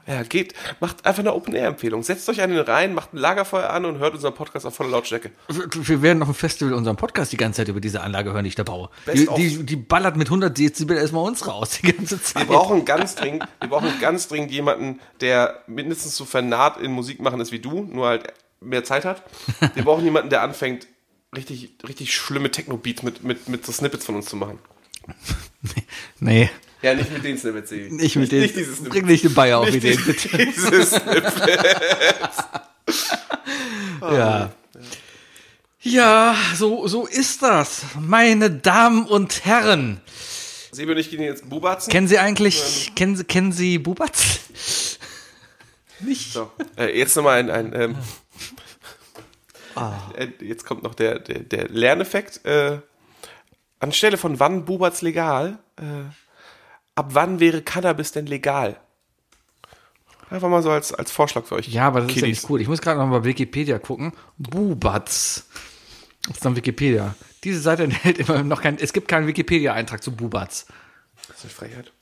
Ja, geht. Macht einfach eine Open-Air-Empfehlung. Setzt euch einen rein, macht ein Lagerfeuer an und hört unseren Podcast auf voller Lautstärke.
Wir werden auf dem Festival unseren Podcast die ganze Zeit über diese Anlage hören, die ich da baue.
Best
Die,
of.
die, die ballert mit 100 Dezibel erstmal uns raus, die ganze Zeit.
Wir brauchen ganz dringend, wir brauchen ganz dringend jemanden, der mindestens so vernarrt in Musik machen ist wie du, nur halt mehr Zeit hat. Wir brauchen jemanden, der anfängt, richtig, richtig schlimme Techno-Beats mit, mit, mit so Snippets von uns zu machen.
Nee,
Ja, nicht mit den Snippets, Sebi.
nicht mit den.
Nicht dieses Snippet.
bring nicht den Bayer auf
Nicht
Ideen, bitte.
dieses, dieses Snippet.
Ja. Ja, so, so ist das. Meine Damen und Herren.
Sebi und ich gehen jetzt Bubatzen.
Kennen Sie eigentlich, kennen Sie, kennen Sie Bubatz? Nicht?
So, äh, jetzt nochmal ein. ein ähm,
Ah.
äh, Jetzt kommt noch der, der, der Lerneffekt. Äh, anstelle von wann Buberts legal, äh, ab wann wäre Cannabis denn legal? Einfach mal so als, als Vorschlag für euch.
Ja, aber das ist ja
Kiddies.
nicht cool. Ich muss gerade noch mal bei Wikipedia gucken. Bubatz. Das ist dann Wikipedia. Diese Seite enthält immer noch kein, es gibt keinen Wikipedia-Eintrag zu Bubatz.
Das ist eine Frechheit.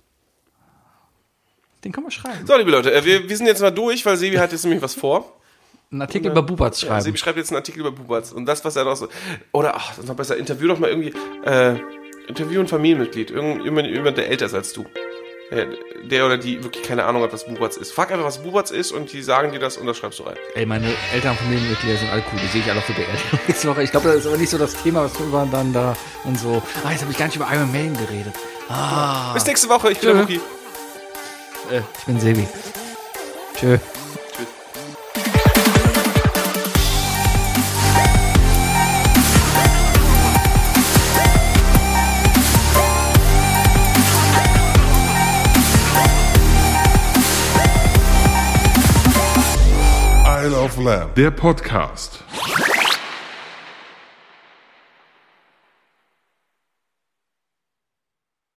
Den kann man schreiben.
So, liebe Leute, äh, wir, wir sind jetzt mal durch, weil Sebi hat jetzt nämlich was vor.
Einen Artikel über Bubatz
Ja,
schreiben.
Sebi schreibt jetzt einen Artikel über Buberts und das, was er noch so. Oder, ach, das ist noch besser. Interview doch mal irgendwie. Äh, interview ein Familienmitglied. Irgend- Jemand, jemand, der älter ist als du. Der, der oder die wirklich keine Ahnung hat, was Buberts ist. Frag einfach, was Buberts ist und die sagen dir das und das schreibst du rein.
Ey, meine Eltern und Familienmitglieder sind alle cool. Die sehe ich alle auf der Beerdigung nächste Woche. Ich glaube, das ist aber nicht so das Thema, was wir waren dann da und so. Ah, jetzt habe ich gar nicht über Iron Maiden geredet.
Bis nächste Woche. Ich bin der
Ah. Tschö.
Mucki.
Äh, ich bin Sebi. Tschö.
Der Podcast.